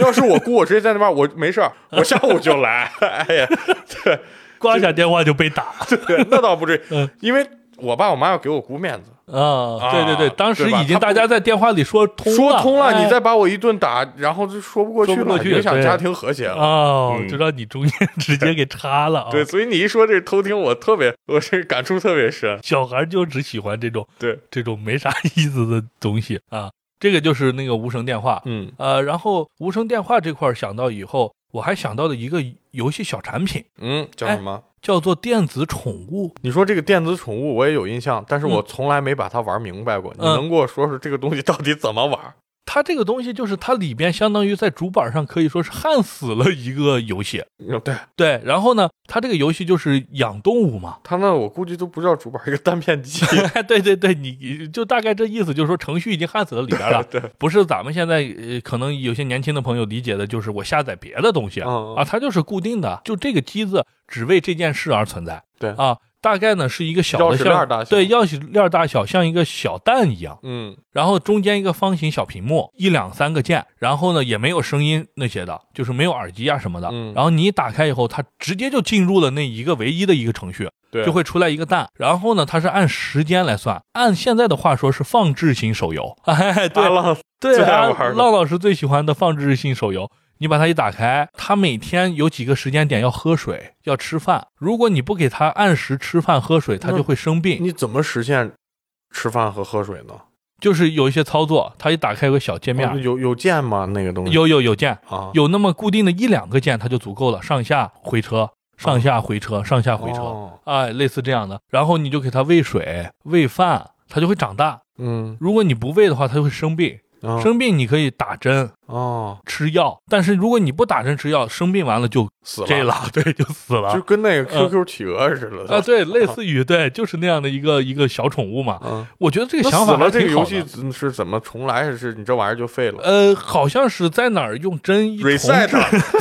要是我姑，我直接在那边，我没事儿，我下午就
*laughs*
来。哎呀，对
挂下电话就被打
*laughs* 对，那倒不至
嗯
于，因为我爸我妈要给我姑面子，
啊！
啊
对对对，当时
对吧
已经
他
大家在电话里说通了，
说通了，
哎
你再把我一顿打，然后就说不过去
说不过
了，
去
影响
对
家庭和谐了。
哦，
嗯
就让你中间直接给插了啊！
对，，所以你一说这偷听，我特别，我是感触特别深。
小孩就只喜欢这种
对，
这种没啥意思的东西啊。这个就是那个无声电话，
嗯，
呃，然后无声电话这块儿想到以后，我还想到了一个游戏小产品，
嗯，叫
哎
什么？
叫做电子宠物。
你说这个电子宠物我也有印象，
嗯
但是我从来没把它玩明白过。你能给我说说这个东西到底怎么玩？
它这个东西就是它里边相当于在主板上可以说是焊死了一个游戏，
嗯 *laughs* 对
对。然后呢，它这个游戏就是养动物嘛，
他那我估计都不知道主板一个单片机。
*laughs* 对对对，你就大概这意思，就是说程序已经焊死了里边 *laughs* 了，
对
不是咱们现在呃，可能有些年轻的朋友理解的就是我下载别的东西、
嗯嗯
啊，它就是固定的，就这个机子只为这件事而存在，
对
啊，大概呢是一个小的
钥匙
像
链儿大小
对钥匙链儿大小，像一个小蛋一样，
嗯，
然后中间一个方形小屏幕，一两三个键，然后呢也没有声音那些的，就是没有耳机啊什么的，
嗯
然后你一打开以后，它直接就进入了那一个唯一的一个程序，
对，
就会出来一个蛋，然后呢，它是按时间来算，按现在的话说是放置型手游。 *laughs* 哎，对
大浪
对
最爱
啊
玩的，
浪老师最喜欢的放置性手游。你把它一打开，它每天有几个时间点要喝水、要吃饭。如果你不给它按时吃饭喝水，它
那
就会生病。
你怎么实现吃饭和喝水呢？
就是有一些操作，它一打开有个小界面，
哦有有键吗？那个东西
有有有键，
啊，
有那么固定的一两个键，它就足够了，上下回车，上下回车，上下回车，
哦
哎，类似这样的。然后你就给它喂水、喂饭，它就会长大。
嗯
如果你不喂的话，它就会生病。
啊
生病你可以打针
哦
吃药，但是如果你不打针吃药，生病完了就
死了
这了，对，就死了
就。跟那个
嗯
QQ 企鹅似的
啊，对，类似于对，就是那样的一个一个小宠物嘛。
嗯，
我觉得这个
那
想
死
法还
了这
挺
个
好
游
的
戏是怎么重来？是你这玩意儿就废了
呃，好像是在哪儿用针一重置
？reset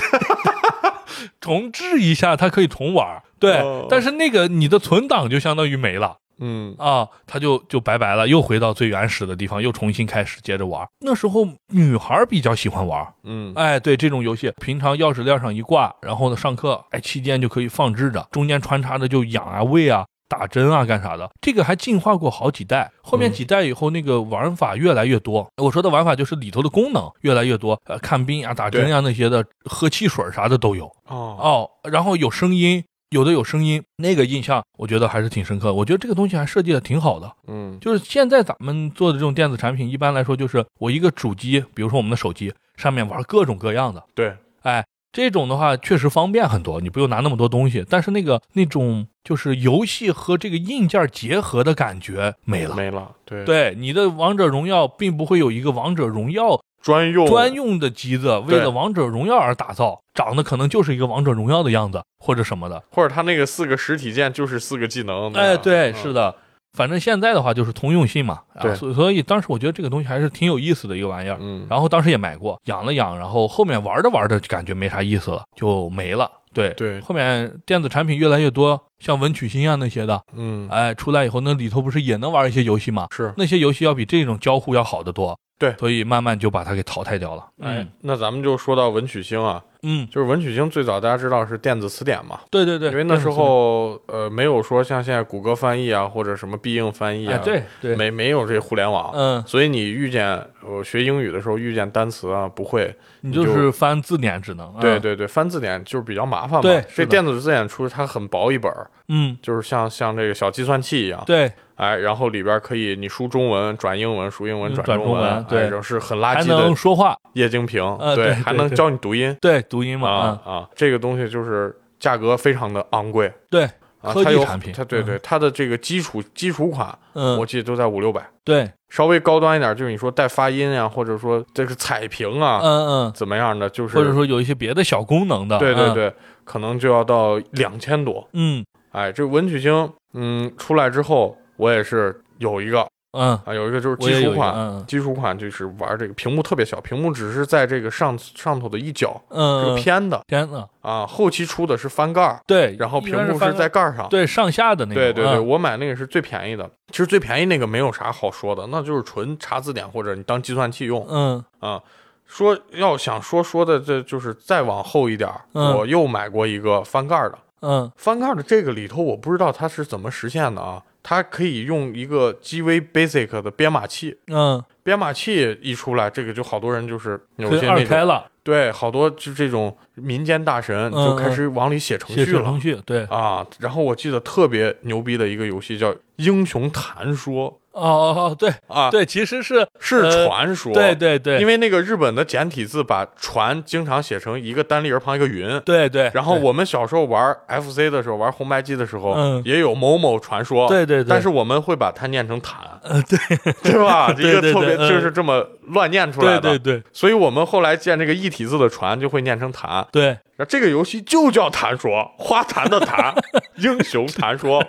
重置一下，它可以重玩儿。对，
哦
但是那个你的存档就相当于没了。
嗯
啊，他就就拜拜了，又回到最原始的地方，又重新开始接着玩儿。那时候女孩儿比较喜欢玩儿，
嗯
哎，对这种游戏，平常钥匙链上一挂，然后呢上课，哎期间就可以放置着，中间穿插着就养啊喂啊。打针啊干啥的，这个还进化过好几代。后面几代以后，那个玩法越来越多。我说的玩法就是里头的功能越来越多，呃，看病啊、打针啊那些的，喝汽水啥的都有。
哦，
哦，然后有声音，有的有声音，那个印象我觉得还是挺深刻。我觉得这个东西还设计的挺好的。
嗯
就是现在咱们做的这种电子产品，一般来说就是我一个主机，比如说我们的手机上面玩各种各样的，
对，
哎，这种的话确实方便很多，你不用拿那么多东西。但是那个那种就是游戏和这个硬件结合的感觉没了。
没了，对，
对你的王者荣耀并不会有一个王者荣耀
专用
专用的机子，为了王者荣耀而打造，长得可能就是一个王者荣耀的样子或者什么的。
或者它那个四个实体键就是四个技能。
哎，对，
嗯
是的，反正现在的话就是通用性嘛，啊
对
所所以当时我觉得这个东西还是挺有意思的一个玩意儿，
嗯
然后当时也买过，养了养，然后后面玩着玩着就感觉没啥意思了，就没了。对
对
后面电子产品越来越多，像文曲星啊那些的，
嗯，
哎，出来以后那里头不是也能玩一些游戏吗？
是
那些游戏要比这种交互要好得多。
对
所以慢慢就把它给淘汰掉了。
哎，那咱们就说到文曲星啊，
嗯，嗯，
就是文曲星最早大家知道是电子词典嘛，
对对对，
因为那时
电子词
候呃没有说像现在谷歌翻译啊或者什么必应翻译
典，
啊，
哎，对对，
没没有这互联网，
嗯
所以你遇见我学英语的时候遇见单词啊不会，
你
就
就是翻字典只能。
对
嗯，
对对，翻字典就是比较麻烦嘛。
对是
这
的
电子字典出它很薄一本儿，
嗯，
就是像像这个小计算器一样，
对，
哎，然后里边可以你输中文转英文，输英文
嗯
转
转
中
中文
文，
对
哎就是很垃
还
圾的
能说话，
液晶屏，
呃对
还
对
能
对
教你读音
对，读音嘛，嗯
啊啊，这个东西就是价格非常的昂贵。
嗯，对，
啊，
科
它
技
有
产品，
它对对，它的这个基础基础款，
嗯，嗯，
我记得都在五六百，
对，
稍微高端一点，就是你说带发音啊，或者说这个彩屏啊，
嗯嗯，
怎么样的，就是
或者说有一些别的小功能的，
对对
嗯，
对，可能就要到两千多。
嗯
哎，这文曲星，嗯，出来之后，我也是有一个
嗯，
啊，有一个就是
我也
基
有
础
一个
款，
嗯嗯
基础款就是玩这个屏幕特别小，屏幕只是在这个上上头的一角，这
嗯，
个偏的
偏的，
啊。后期出的是翻盖儿，
对，
然后
一
屏
般
幕
翻
是在盖儿上。
对上下的那
对
种，
对对，
嗯
我买那个是最便宜的。其实最便宜那个没有啥好说的，那就是纯查字典或者你当计算器用
嗯
啊。说要想说说的，这就是再往后一点儿，
嗯
我又买过一个翻盖儿的。
嗯
翻盖儿的这个里头，我不知道它是怎么实现的啊。它可以用一个 GV Basic 的编码器，
嗯，
编码器一出来，这个就好多人就是有
可以
些那
二开
种
了，
对，好多就这种民间大神
嗯
就开始往里写程
写
序
成
了。
程序，对，哦
啊，然后我记得特别牛逼的一个游戏叫《英雄传说
哦哦，对》
啊，，
对，其实是
是
呃
传说，
对对对，
因
为
为那个日本的简体字把“船”经常写成一个单立人旁一个云。
对对，
然后
对
我们小时候玩 FC 的时候，玩红白机的时候，
嗯
也有某某传说，
对对对呃
但是我们会把它念成“坦”， *laughs* 对对吧？
*laughs*
一
对
个
对
特别
对嗯
就是这么乱念出来
对
的。
对对
所以我们后来见这个一体字的“船”就会念成“坦”。
对，
那这个游戏就叫弹说，花坛的
*laughs*
坛，英雄弹说，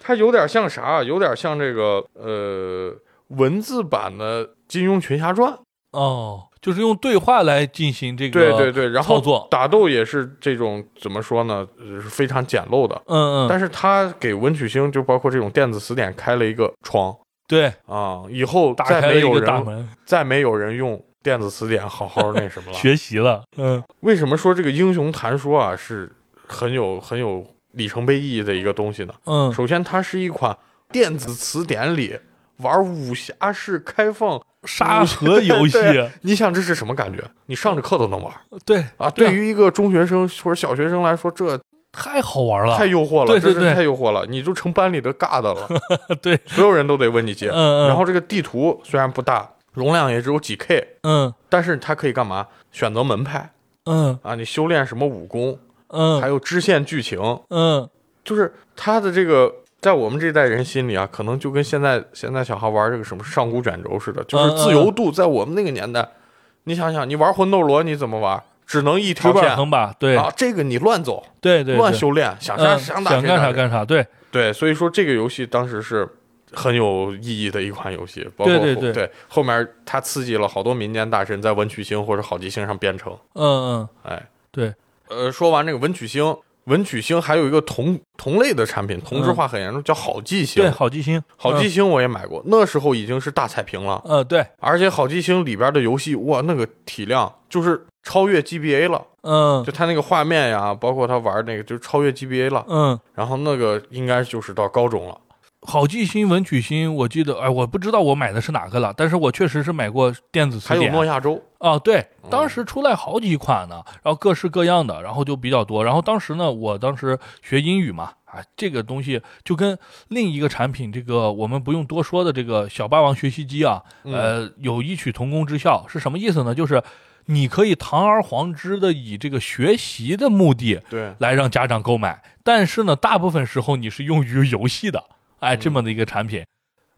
它有点像啥啊？有点像这个呃文字版的金庸群侠传。
哦，就是用对话来进行这
对
个
对对，然后
操作，
打斗也是这种怎么说呢？呃是非常简陋的。
嗯嗯，
但是它给文曲星就包括这种电子词典开了一个窗
对，
啊、以后
打
再
开
没
了一
有
个大
人
门，
再没有人用电子词典好好
*laughs*
那什么了。
学习了，嗯。
为什么说这个英雄谈说啊是很有很有里程碑意义的一个东西呢？
嗯，
首先，它是一款电子词典里玩武侠式开放
沙盒游戏，
*laughs* 对你想这是什么感觉？你上着课都能玩
对
啊！
对
对于一个中学生或者小学生来说，这
太好玩了，
太诱惑了，
对对
这
对
是太诱惑了，你就成班里的尬的了，
*laughs* 对，
所有人都得问你借。
嗯嗯
然后这个地图虽然不大，容量也只有几 K，
嗯
但是它可以干嘛？选择门派
嗯
啊，你修炼什么武功，还
嗯
有支线剧情，
嗯，
就是他的这个，在我们这一代人心里啊，可能就跟现在现在小孩玩这个什么上古卷轴似的，就是自
嗯
由度在我们那个年代，你想想，你玩魂斗罗你怎么玩？只能一
直
条
板
线
横把，对
啊，这个你乱走，
对对，
乱
对，
修炼，想啥
嗯，
想
想
打谁
干啥
打谁。
干啥，对
对，所以说这个游戏当时是。很有意义的一款游戏，包括
对对
后
对
后面它刺激了好多民间大神在文曲星或者好记星上编程。
嗯嗯
哎，
对，
呃，说完这个文曲星，文曲星还有一个同同类的产品，同质化很严重，叫好记
嗯
星。
对，好记嗯星，
好记
星，
星我也买过，那时候已经是大彩屏了，
呃，对，
而且好记星里边的游戏，哇，那个体量就是超越 GBA 了，
嗯
就它那个画面呀，包括它玩那个，就是超越 GBA 了。
嗯，
然后那个应该就是到高中了，
好记星、文曲星，我记得，哎，我不知道我买的是哪个了，但是我确实是买过电子
还
词
有
典。
诺亚舟，
啊，对，当时出来好几款呢，然后各式各样的，然后就比较多。然后当时呢，我当时学英语嘛，啊，这个东西就跟另一个产品，这个我们不用多说的这个小霸王学习机啊，呃，有异曲同工之效。是什么意思呢？就是你可以堂而皇之的以这个学习的目的
对，
来让家长购买，但是呢，大部分时候你是用于游戏的，哎，这么的一个产品。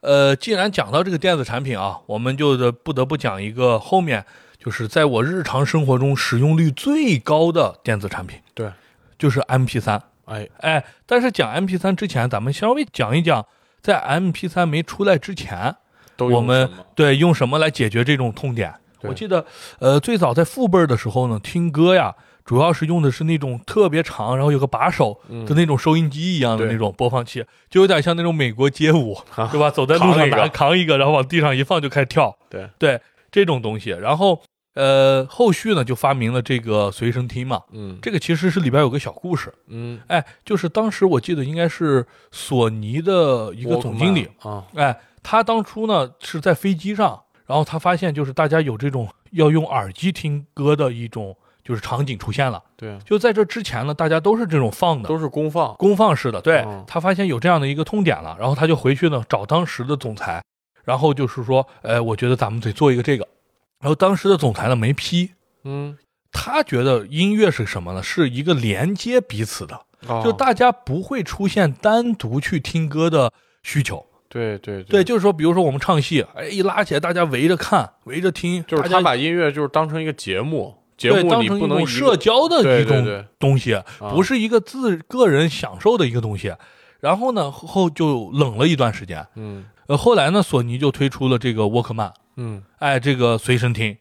呃，既然讲到这个电子产品啊，我们就得不得不讲一个后面就是在我日常生活中使用率最高的电子产品，
对，
就是 M P 三。
哎，
哎，但是讲 M P 三之前，咱们稍微讲一讲，在 M P 三没出来之前，
都
我
用
们
什么
对用什么来解决这种痛点？
对
我记得，呃，最早在父辈儿的时候呢，听歌呀，主要是用的是那种特别长，然后有个把手的那种收音机一样的
嗯对啊
那种播放器，就有点像那种美国街
*laughs*
舞，对吧？走在路
扛
上
一个
拿扛一个，然后往地上一放就开始跳，
对
对这种东西。然后，呃，后续呢就发明了这个随身听嘛，
嗯
这个其实是里边有个小故事。
嗯，
哎，就是当时我记得应该是索尼的一
一
个总经理，
啊，
哎，他当初呢是在飞机上，然后他发现就是大家有这种要用耳机听歌的一种就是场景出现了。
对，
就在这之前呢，大家都是这种放的
都是公放，
公放式的，对
嗯
他发现有这样的一个痛点了，然后他就回去呢找当时的总裁，然后就是说，呃，我觉得咱们得做一个这个，然后当时的总裁呢没批。
嗯，
他觉得音乐是什么呢？是一个连接彼此的，
啊
就大家不会出现单独去听歌的需求。
哦对对
对，，就是说，比如说我们唱戏，哎，一拉起来，大家围着看，围着听，
就是
大
他
家
把音乐就是当成一个节目，节
对
目
当
你
成一
不能
种
一
社交的
对
一
对
种
对啊
东西，不是一个自个人享受的一个东西。然后呢，后就冷了一段时间。
嗯
呃，后来呢，索尼就推出了这个沃克曼，
嗯，
哎，这个随身听。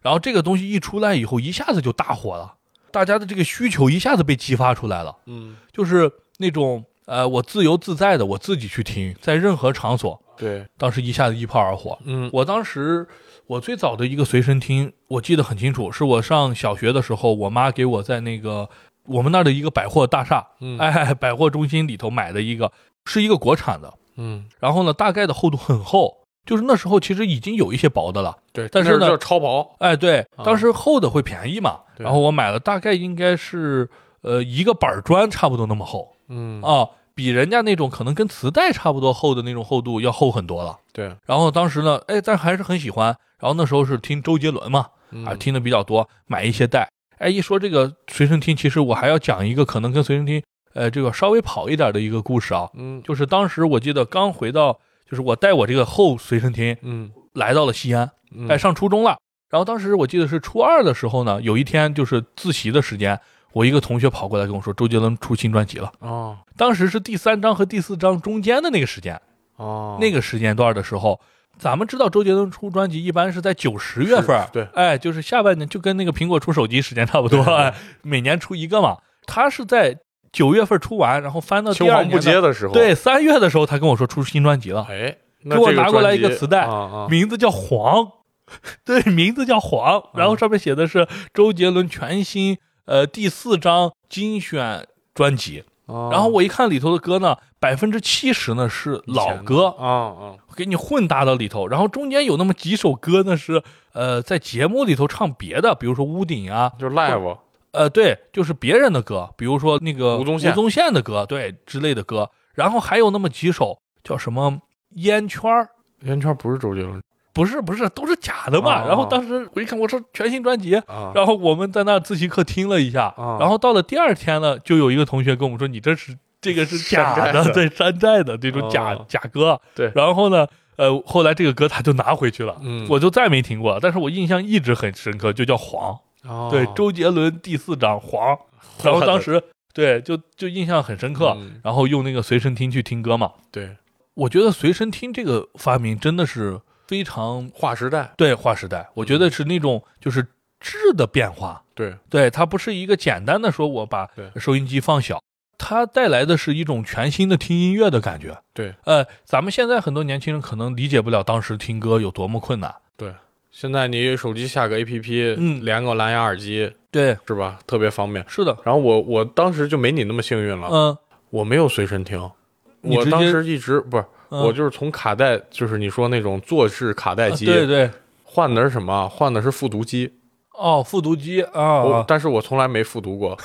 然后这个东西一出来以后，一下子就大火了，大家的这个需求一下子被激发出来了。
嗯，
就是那种呃，我自由自在的，我自己去听，在任何场所，
对，
当时一下子一炮而火。
嗯
我当时我最早的一个随身听，我记得很清楚，是我上小学的时候，我妈给我在那个我们那儿的一个百货大厦，
嗯
哎，百货中心里头买的一个，是一个国产的。
嗯，
然后呢，大概的厚度很厚，就是那时候其实已经有一些薄的了。
对，
但是呢
那叫超薄，
哎，对，
啊
当时厚的会便宜嘛，
对
然后我买了大概应该是呃一个板砖差不多那么厚
嗯，
啊，比人家那种可能跟磁带差不多厚的那种厚度要厚很多了。
对，
然后当时呢，哎，但还是很喜欢。然后那时候是听周杰伦嘛，啊，
嗯
听的比较多，买一些带。哎，一说这个随身听，其实我还要讲一个可能跟随身听，呃，这个稍微跑一点的一个故事啊，
嗯
就是当时我记得刚回到，就是我带我这个后随身听
嗯，
来到了西安，
嗯
哎，，上初中了。然后当时我记得是初二的时候呢，有一天就是自习的时间，我一个同学跑过来跟我说，周杰伦出新专辑了。
哦
当时是第三章和第四章中间的那个时间，
哦，
那个时间段的时候，咱们知道周杰伦出专辑一般是在九十月份儿，
是对
哎，就是下半年，就跟那个苹果出手机时间差不多，
对对
哎，每年出一个嘛。他是在九月份出完，然后翻到
青
第二
黄不
年
接
的，
的时候，
对，，三月的时候他跟我说出新专辑了，
哎，
给我拿过来一个磁带
啊啊，
名字叫黄， *laughs* 对，名字叫
嗯
黄，然后上面写的是周杰伦全新呃第四张精选专辑，然
然
后我一看里头的歌呢，百分之七十呢是老歌，
啊啊，
给你混搭到里头，然后中间有那么几首歌呢是呃在节目里头唱别的，比如说屋顶啊，
就是 live，
呃对，就是别人的歌，比如说那个
吴宗宪
吴宗宪的歌，对之类的歌，然后还有那么几首叫什么烟圈儿
圆圈不是周杰伦
不是不是，都是假的嘛。
哦
然后当时我一看，我说全新专辑，
啊，
然后我们在那自习课听了一下，
啊
然后到了第二天呢，就有一个同学跟我们说：“你这是这个
*laughs*
是假
山寨
的，
的
对山寨的这种假、
哦
假歌。”
对
然后呢，呃，后来这个歌他就拿回去了，
嗯
我就再没听过。但是我印象一直很深刻，就叫黄，
哦
对，周杰伦第四章
*laughs*
黄。然后当时对就就印象很深刻，
嗯
然后用那个随身听去听歌嘛。
对
我觉得随身听这个发明真的是非常
划时代，
对划时代，我觉得是那种就是质的变化。
对，
对，它不是一个简单的说我把
对
收音机放小，它带来的是一种全新的听音乐的感觉。
对，
呃，咱们现在很多年轻人可能理解不了当时听歌有多么困难。
对。现在你手机下个 APP，
嗯
连个蓝牙耳机
对，
是吧？特别方便。
是的，
然后我我当时就没你那么幸运了，
嗯，
我没有随身听，
你
我
直接
当时一直不是，
嗯
我就是从卡带，就是你说那种坐式卡带
啊
机，
对对，
换的是什么？换的是复读机。
哦，复读机
我
啊，
但是我从来没复读
*laughs*
过。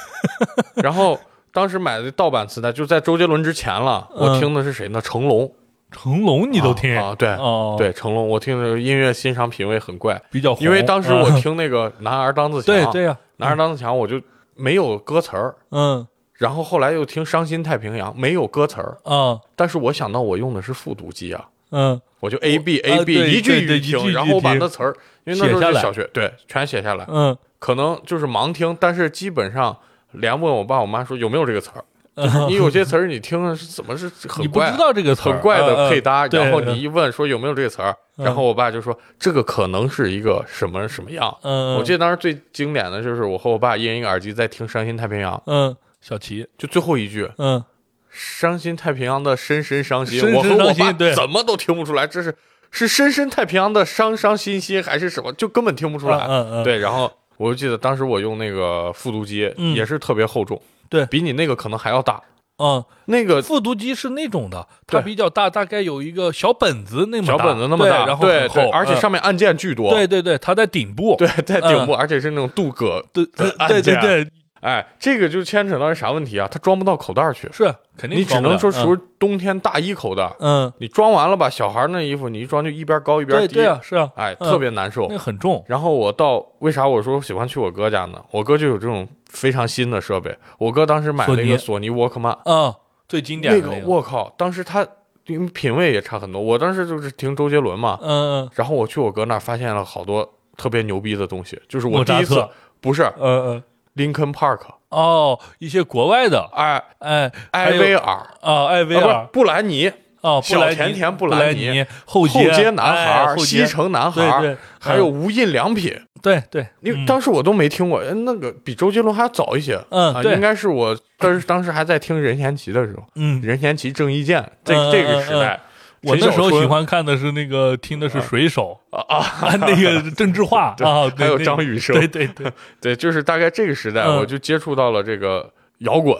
然后当时买的盗版磁带，就在周杰伦之前了。
嗯
我听的是谁呢？成龙，
成龙你都听
啊？啊对，
哦，，
对，成龙，我听的音乐欣赏品味很怪，
比较红，
因为当时我
啊
听那啊个《男儿当自强
对》，对
《
呀，
男儿当自强》，我就没有歌词儿。
嗯
然后后来又听《伤心太平洋》，没有歌词儿，
啊
但是我想到我用的是复读机啊，
嗯，
我就 A B
啊
A B
对
一句
对对
一
一句一
听，
句
然后我把
听
那词儿，因为那时
写
候
下
是
来
小学，对，全写下来， *laughs*
嗯
可能就是盲听，但是基本上连问我爸我妈说有没有这个词儿，
嗯，
你有些词儿你听了是怎么
*laughs*
是很
你不
怪
知。道这个词儿
很怪
嗯
的配搭，
嗯对
然后你一问说有没有这个词儿，
嗯
然后我爸就说这个可能是一个什么什么样。
嗯，
我记得当时最经典的就是我和我爸一人一个耳机在听《伤心太平洋》，
嗯，小齐，
就最后一句
嗯，
“伤心太平洋的深深伤心”，
深深
我和我
伤
爸
心对
怎么都听不出来，这是是深深太平洋的伤伤心心还是什么，就根本听不出来。
嗯嗯，
对，然后我就记得当时我用那个复读机，
嗯
也是特别厚重，
对
比你那个可能还要大。
嗯，
那个
复读机是那种的，它
对
比较大，大概有一个小本子那么
小
大
本子那么大，
对然后
对
很
对
厚，
而且
嗯
上面按键巨多，
对对对，它在顶部，
对，在顶部，而且是那种镀铬。
对对对
按
对对，
哎，这个就牵扯到啥问题啊？它装不到口袋去，
是肯定
你只
装不
能
了
说
嗯
属于冬天大衣口袋。
嗯，
你装完了吧，小孩那衣服你一装就一边高一边
对
低，
对啊，是啊，
哎，
嗯
特别难受
那。很重，
然后我到为啥我说喜欢去我哥家呢？我哥就有这种非常新的设备，我哥当时买
索
了一
尼
个索尼沃克曼，
嗯，最经典
那
的
个
那，个，
我靠！当时他因为品味也差很多，我当时就是听周杰伦嘛，
嗯
然后我去我哥那儿发现了好多特别牛逼的东西，就是我
莫
第
扎
一次
特
不是
嗯嗯，
林肯 Park，
哦，一些国外的，
哎，
哎，
艾
还有
薇尔，
啊，艾薇
啊不是
儿，
布兰妮，
哦，布
小
兰妮
甜甜布
布
兰
兰
妮
妮，后
后
街
街男孩
哎
儿，
后
西
街，
城男孩
对
儿
对，
还有无印良品，
对对，
因为
嗯
当时我都没听过，哎那个比周杰伦还要早一些，
嗯
啊
对
应该是我当时当时还在听任贤齐的时候，
嗯，
任贤齐、郑伊健这
嗯嗯
这个时代，
我
陈
那
小
时候
春
喜欢看的是那个，听的是水手啊啊，那个郑智
*laughs*
化啊，对
还有
那
张
个
雨生
对对
*laughs*
对
对，就是大概这个时代，
嗯
我就接触到了这个摇滚，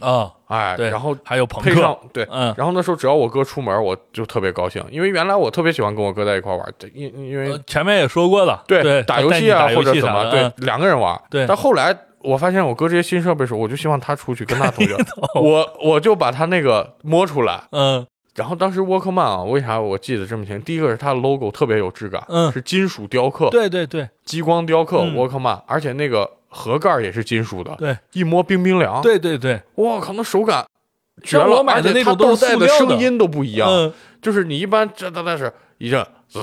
啊，
哎，
对，
然后
还有朋
配上
克，
对，
嗯
然后那时候只要我哥出门，我就特别高兴，因为原来我特别喜欢跟我哥在一块玩，对因因
呃
为
前面也说过了，对，
打
他
游
带
戏
你
啊
打
或
游
者
戏
怎
啥
么，
的
对，，两个人玩，
对
但后来。我发现我哥这些新设备时候，我就希望他出去跟
*laughs*
他同学，
哦
我我就把他那个摸出来，
嗯
然后当时沃克曼啊，为啥我记得这么清？第一个是它的 logo 特别有质感，
嗯
是金属雕刻
嗯，，对对对
激光雕刻
嗯
沃克曼，而且那个盒盖儿也是金属的，
对
一摸冰冰凉，，
对对对，
我靠，那手感绝了！
像我买的那种都
豆
是
带
塑
的
料的
声音都不一样，
嗯，
就是你一般这它那是一阵滋，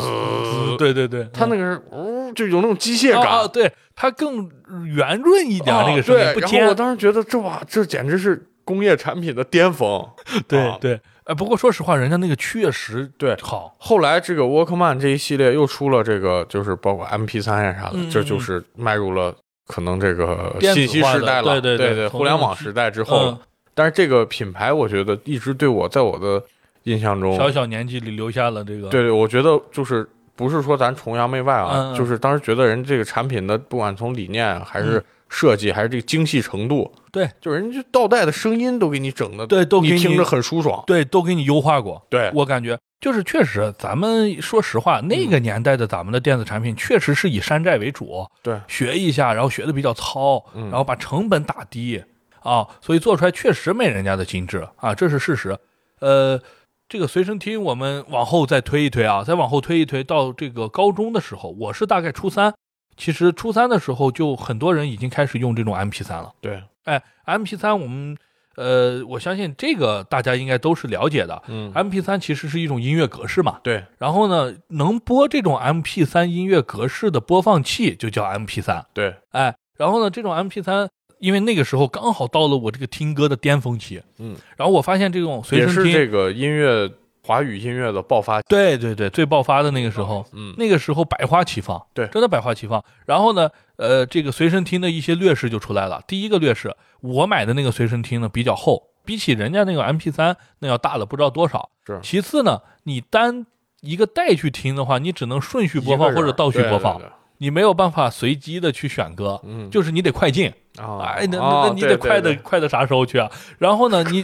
对对对，
它那
嗯
个是呜、就呃有那种机械感。
啊啊对，它更圆润 *laughs* 一点
啊，
那个声
对
音，不，
然后我
尖，
当时觉得这哇，这简直是工业产品的
*laughs*
巅峰。
对
啊
对，哎，不过说实话，人家那个确实
对
好，
后来这个沃克曼这一系列又出了这个，就是包括 MP 三呀啥的，
嗯
这就是迈入了可能这个
电子
信息时代
化
了，
的对对
对
对
互联网时代之后了。
嗯
但是这个品牌，我觉得一直对我在我的印象中，
小小年纪里留下了这个，
对对，我觉得就是不是说咱崇洋媚外啊，
嗯嗯
就是当时觉得人这个产品的不管从理念还是设计，还是这个精细程度，
嗯对，
就人家就倒带的声音都给你整的，
对都给
你
你
听着很舒爽，
对，都给你优化过。
对
我感觉就是确实，咱们说实话，那
嗯
个年代的咱们的电子产品确实是以山寨为主，
对
学一下，然后学的比较糙，
嗯
然后把成本打低啊，所以做出来确实没人家的精致啊，这是事实。呃，这个随身听我们往后再推一推啊，再往后推一推，到这个高中的时候，我是大概初三，其实初三的时候就很多人已经开始用这种 MP 三了。
对，
哎，MP 三我们呃，我相信这个大家应该都是了解的。
嗯，
MP 三其实是一种音乐格式嘛，
对
然后呢，能播这种 MP 三音乐格式的播放器就叫 MP 三。
对，
哎，然后呢，这种 MP 三，因为那个时候刚好到了我这个听歌的巅峰期，
嗯，
然后我发现这种随
也
身
是
听，
这个音乐华语音乐的爆发，
对对对，最爆发的那个时候，
嗯
那个时候百花齐放，
对
真的百花齐放。然后呢，呃，这个随身听的一些劣势就出来了。第一个劣势，我买的那个随身听呢比较厚，比起人家那个 MP 3那要大了不知道多少。
是
其次呢，你单一个带去听的话，你只能顺序播放
一个
或
人
者倒序
对
播放
对，对
你没有办法随机的去选歌，
嗯
就是你得快进。
啊，
哎，那
哦
那那你
对
得
对
快的
对
快的啥时候去啊？然后呢，
*laughs*
你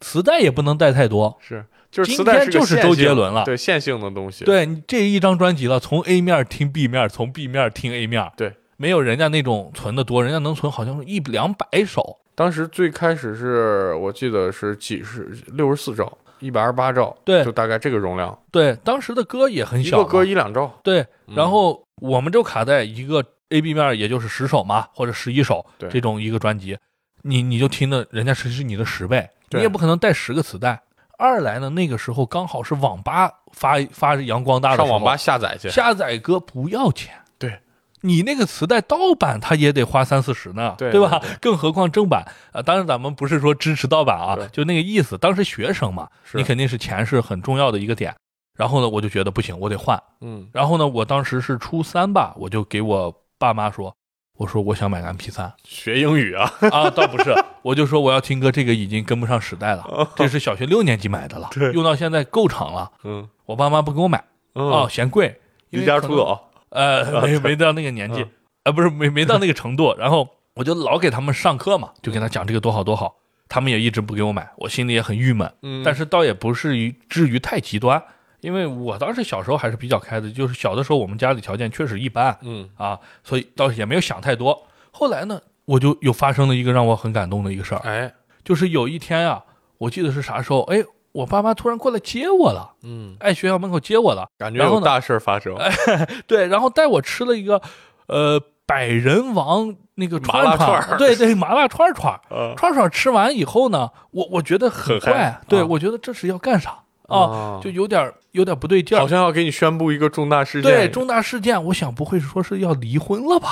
磁带也不能带太多。
是，就是
今
磁带
天
是个
就是
线
周
性
杰伦了
对线性的东西，
对你这一张专辑了，从 A 面听 B 面，从 B 面听 A 面，
对，
没有人家那种存的多，人家能存好像是一两百首，
当时最开始是我记得是几十六十四兆，一百二十八兆，
对
就大概这个容量，
对，当时的歌也很
一
小嘛，
个歌一两兆，
对，
嗯
然后我们就卡在一个 A B 面，也就是十首嘛，或者十一首
对
这种一个专辑，你你就听的人家是是你的十倍，你
对
也不可能带十个磁带。二来呢，那个时候刚好是网吧发发阳光大的时
上
候，
网吧下载去，
下载歌不要钱，
对
你那个磁带盗版它也得花三四十呢，
对
吧
对对？
更何况正版啊、当然，咱们不是说支持盗版啊
对，
就那个意思。当时学生嘛，
是
你肯定是钱是很重要的一个点。然后呢，我就觉得不行，我得换。
嗯
然后呢，我当时是初三吧，我就给我爸妈说，我说我想买个 MP 三
学英语啊，
*laughs* 啊，倒不是，我就说我要听歌，这个已经跟不上时代
哦
了，这是小学六年级买的了，用到现在够长了。
嗯
我爸妈不给我买，哦，
嗯，
嫌贵，因为
离家
可
出
能
走，啊
呃，没没到那个年纪
嗯，
呃，不是没没到那个程度。然后我就老给他们上课嘛，就跟他讲这个多好多好，他们也一直不给我买，我心里也很郁闷。
嗯
但是倒也不是于至于太极端，因为我当时小时候还是比较开的，就是小的时候我们家里条件确实一般
嗯
啊，所以倒是也没有想太多。后来呢，我就有发生了一个让我很感动的一个事儿，
哎
就是有一天啊，我记得是啥时候，哎，我爸妈突然过来接我了，
嗯，
哎，学校门口接我了。
感觉
然后
有
呢哎
大事儿发生，
对，然后带我吃了一个，呃，百人王那个
麻
串
辣
串
串儿
对对，麻辣串儿串儿 *laughs*
嗯
串儿串儿吃完以后呢，我我觉得很
很嗨
怪，对、
啊
我觉得这是要干啥啊
啊？
就有点儿有点儿不对劲
好
儿。
像要给你宣布一个重大事件，
对重大事件，我想不会说是要离婚了吧？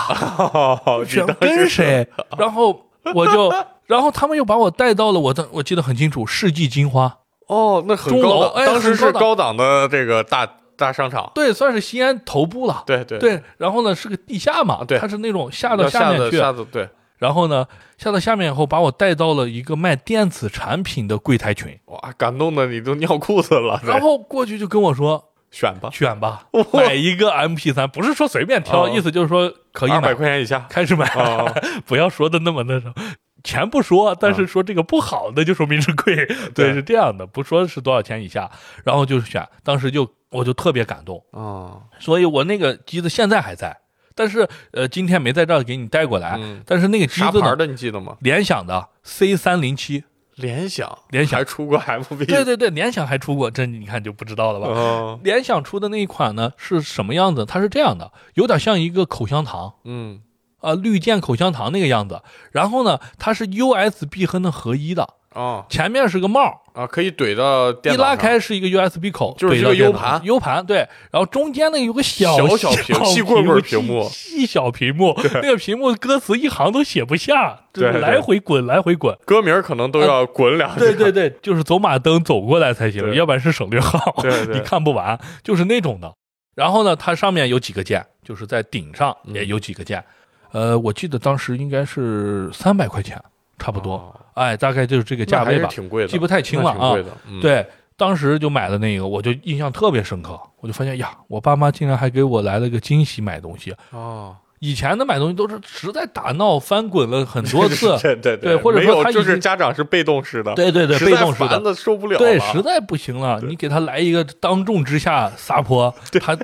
*laughs* 哦，你
想
当时
跟
*laughs*
谁？然后我就，然后他们又把我带到了我的，我记得很清楚，世纪金花，
哦，那很
钟楼
高档，
哎
当时
很
是
高档
高档的这个大大商场，
对，算是西安头部了。
对对，
然后呢是个地下嘛，
对
它是那种下到
要
下
下
面
的
去，
下的对，
然后呢，下到下面以后，把我带到了一个卖电子产品的柜台群，
哇，感动的你都尿裤子了，
然后过去就跟我说
选吧，
选吧，买一个 MP 3不是说随便挑，
哦
意思就是说可以
二百
买，
块钱以
*laughs*
下，
开始买，
哦
不要说的那么那什么。钱不说，但是说这个不好，那就说明是贵。对，
嗯 *laughs* 对
是这样的，不说是多少钱以下，然后就是选。当时就我就特别感动，
哦，
所以我那个机子现在还在，但是呃，今天没在这儿给你带过来。
嗯
但是那个机
啥
子
牌儿
呢，
的你记得吗？
联想的 C 三零七，
联想，
联想
还出过 *laughs* MV，
对，对对，联想还出过，这你看就不知道了吧？
哦，
联想出的那一款呢是什么样子？它是这样的，有点像一个口香糖，
嗯，
啊，绿箭口香糖那个样子。然后呢，它是 USB 和那合一的，
哦
前面是个帽，
啊，可以怼到
一
电脑
拉
上，
开是一个 USB 口，
就是一
怼
个
到电
U
脑
盘
，U 盘对。然后中间呢有个小
小小屏细棍棍屏幕
细细小屏幕，那个屏幕歌词一行都写不下，就是
对对
来回滚，来回滚。
歌名儿可能都要滚两下，
哦对对对，就是走马灯走过来才行，
对
要不然是省略号，
对对
你看不完，就是那种的。然后呢，它上面有几个键，就是在顶上也有几个键。
嗯
呃，我记得当时应该是三百块钱，差不多，
哦
哎，大概就是这个
那
价
还
位
是
吧，
挺贵的，
记不太清了
那挺
啊
贵。的，嗯，
对，当时就买了那个，我就印象特别深刻，我就发现呀，我爸妈竟然还给我来了个惊喜买东西。
哦，
以前的买东西都是实在打闹翻滚了很
*laughs*
多次，
对对
对或者
没
说
有
他已
就是
经
家长是被动式的，
对对对
实
被
在
动式的
烦的受不了了，
对，实在不行了，你给他来一个当众之下撒泼，他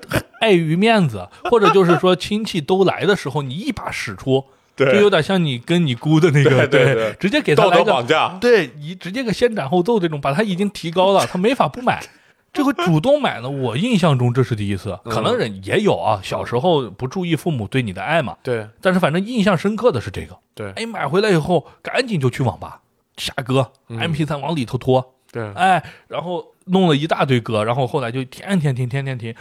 碍于面子，或者就是说亲戚都来的时候，你一把使出，
对
就有点像你跟你姑的那个，
对对对
直接给他
道
来
德
个
绑，架，
对你直接个先斩后奏这种，把他已经提高
*laughs*
了，他没法不买。这回主动买呢，我印象中这是第一次，
嗯
可能人也有啊，小时候不注意父母对你的爱嘛，
对
但是反正印象深刻的是这个。
对
哎，买回来以后赶紧就去网吧下歌
嗯
，MP 3往里头拖，
对，
*laughs* 哎，然后弄了一大堆歌，然后后来就天天听，天天听。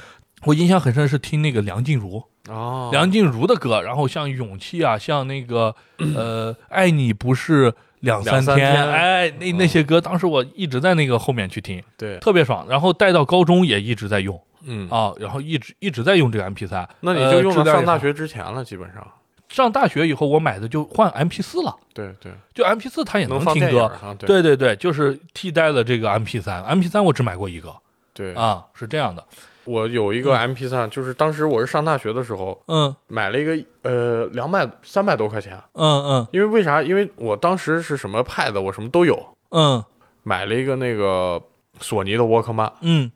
我印象很深是听那个梁静茹，
哦，
梁静茹的歌，然后像《勇气》啊，像那个呃，《爱你不是两
两三
天，
天哦
哎，那那些歌当时我一直在那个后面去听，
对，
特别爽。然后带到高中也一直在用
嗯，
啊，然后一直一直在用这个 MP 三。
那你
呃
就用
质
到
量也
上大
好
学之前了，基本上。
上大学以后，我买的就换 MP 四了，
对对，
就 MP 四它也
能
能
放
听
电影
歌。
儿上，对
对对对，就是替代了这个 MP 三，MP 三我只买过一个
对。
啊，是这样的。
我有一个 MP 三，就是当时我是上大学的时候
嗯
买了一个，呃，两百三百多块钱。
嗯
因为为啥？因为我当时是什么 Pad，我什么都有，
嗯
买了一个那个索尼的 Walkman。
嗯嗯，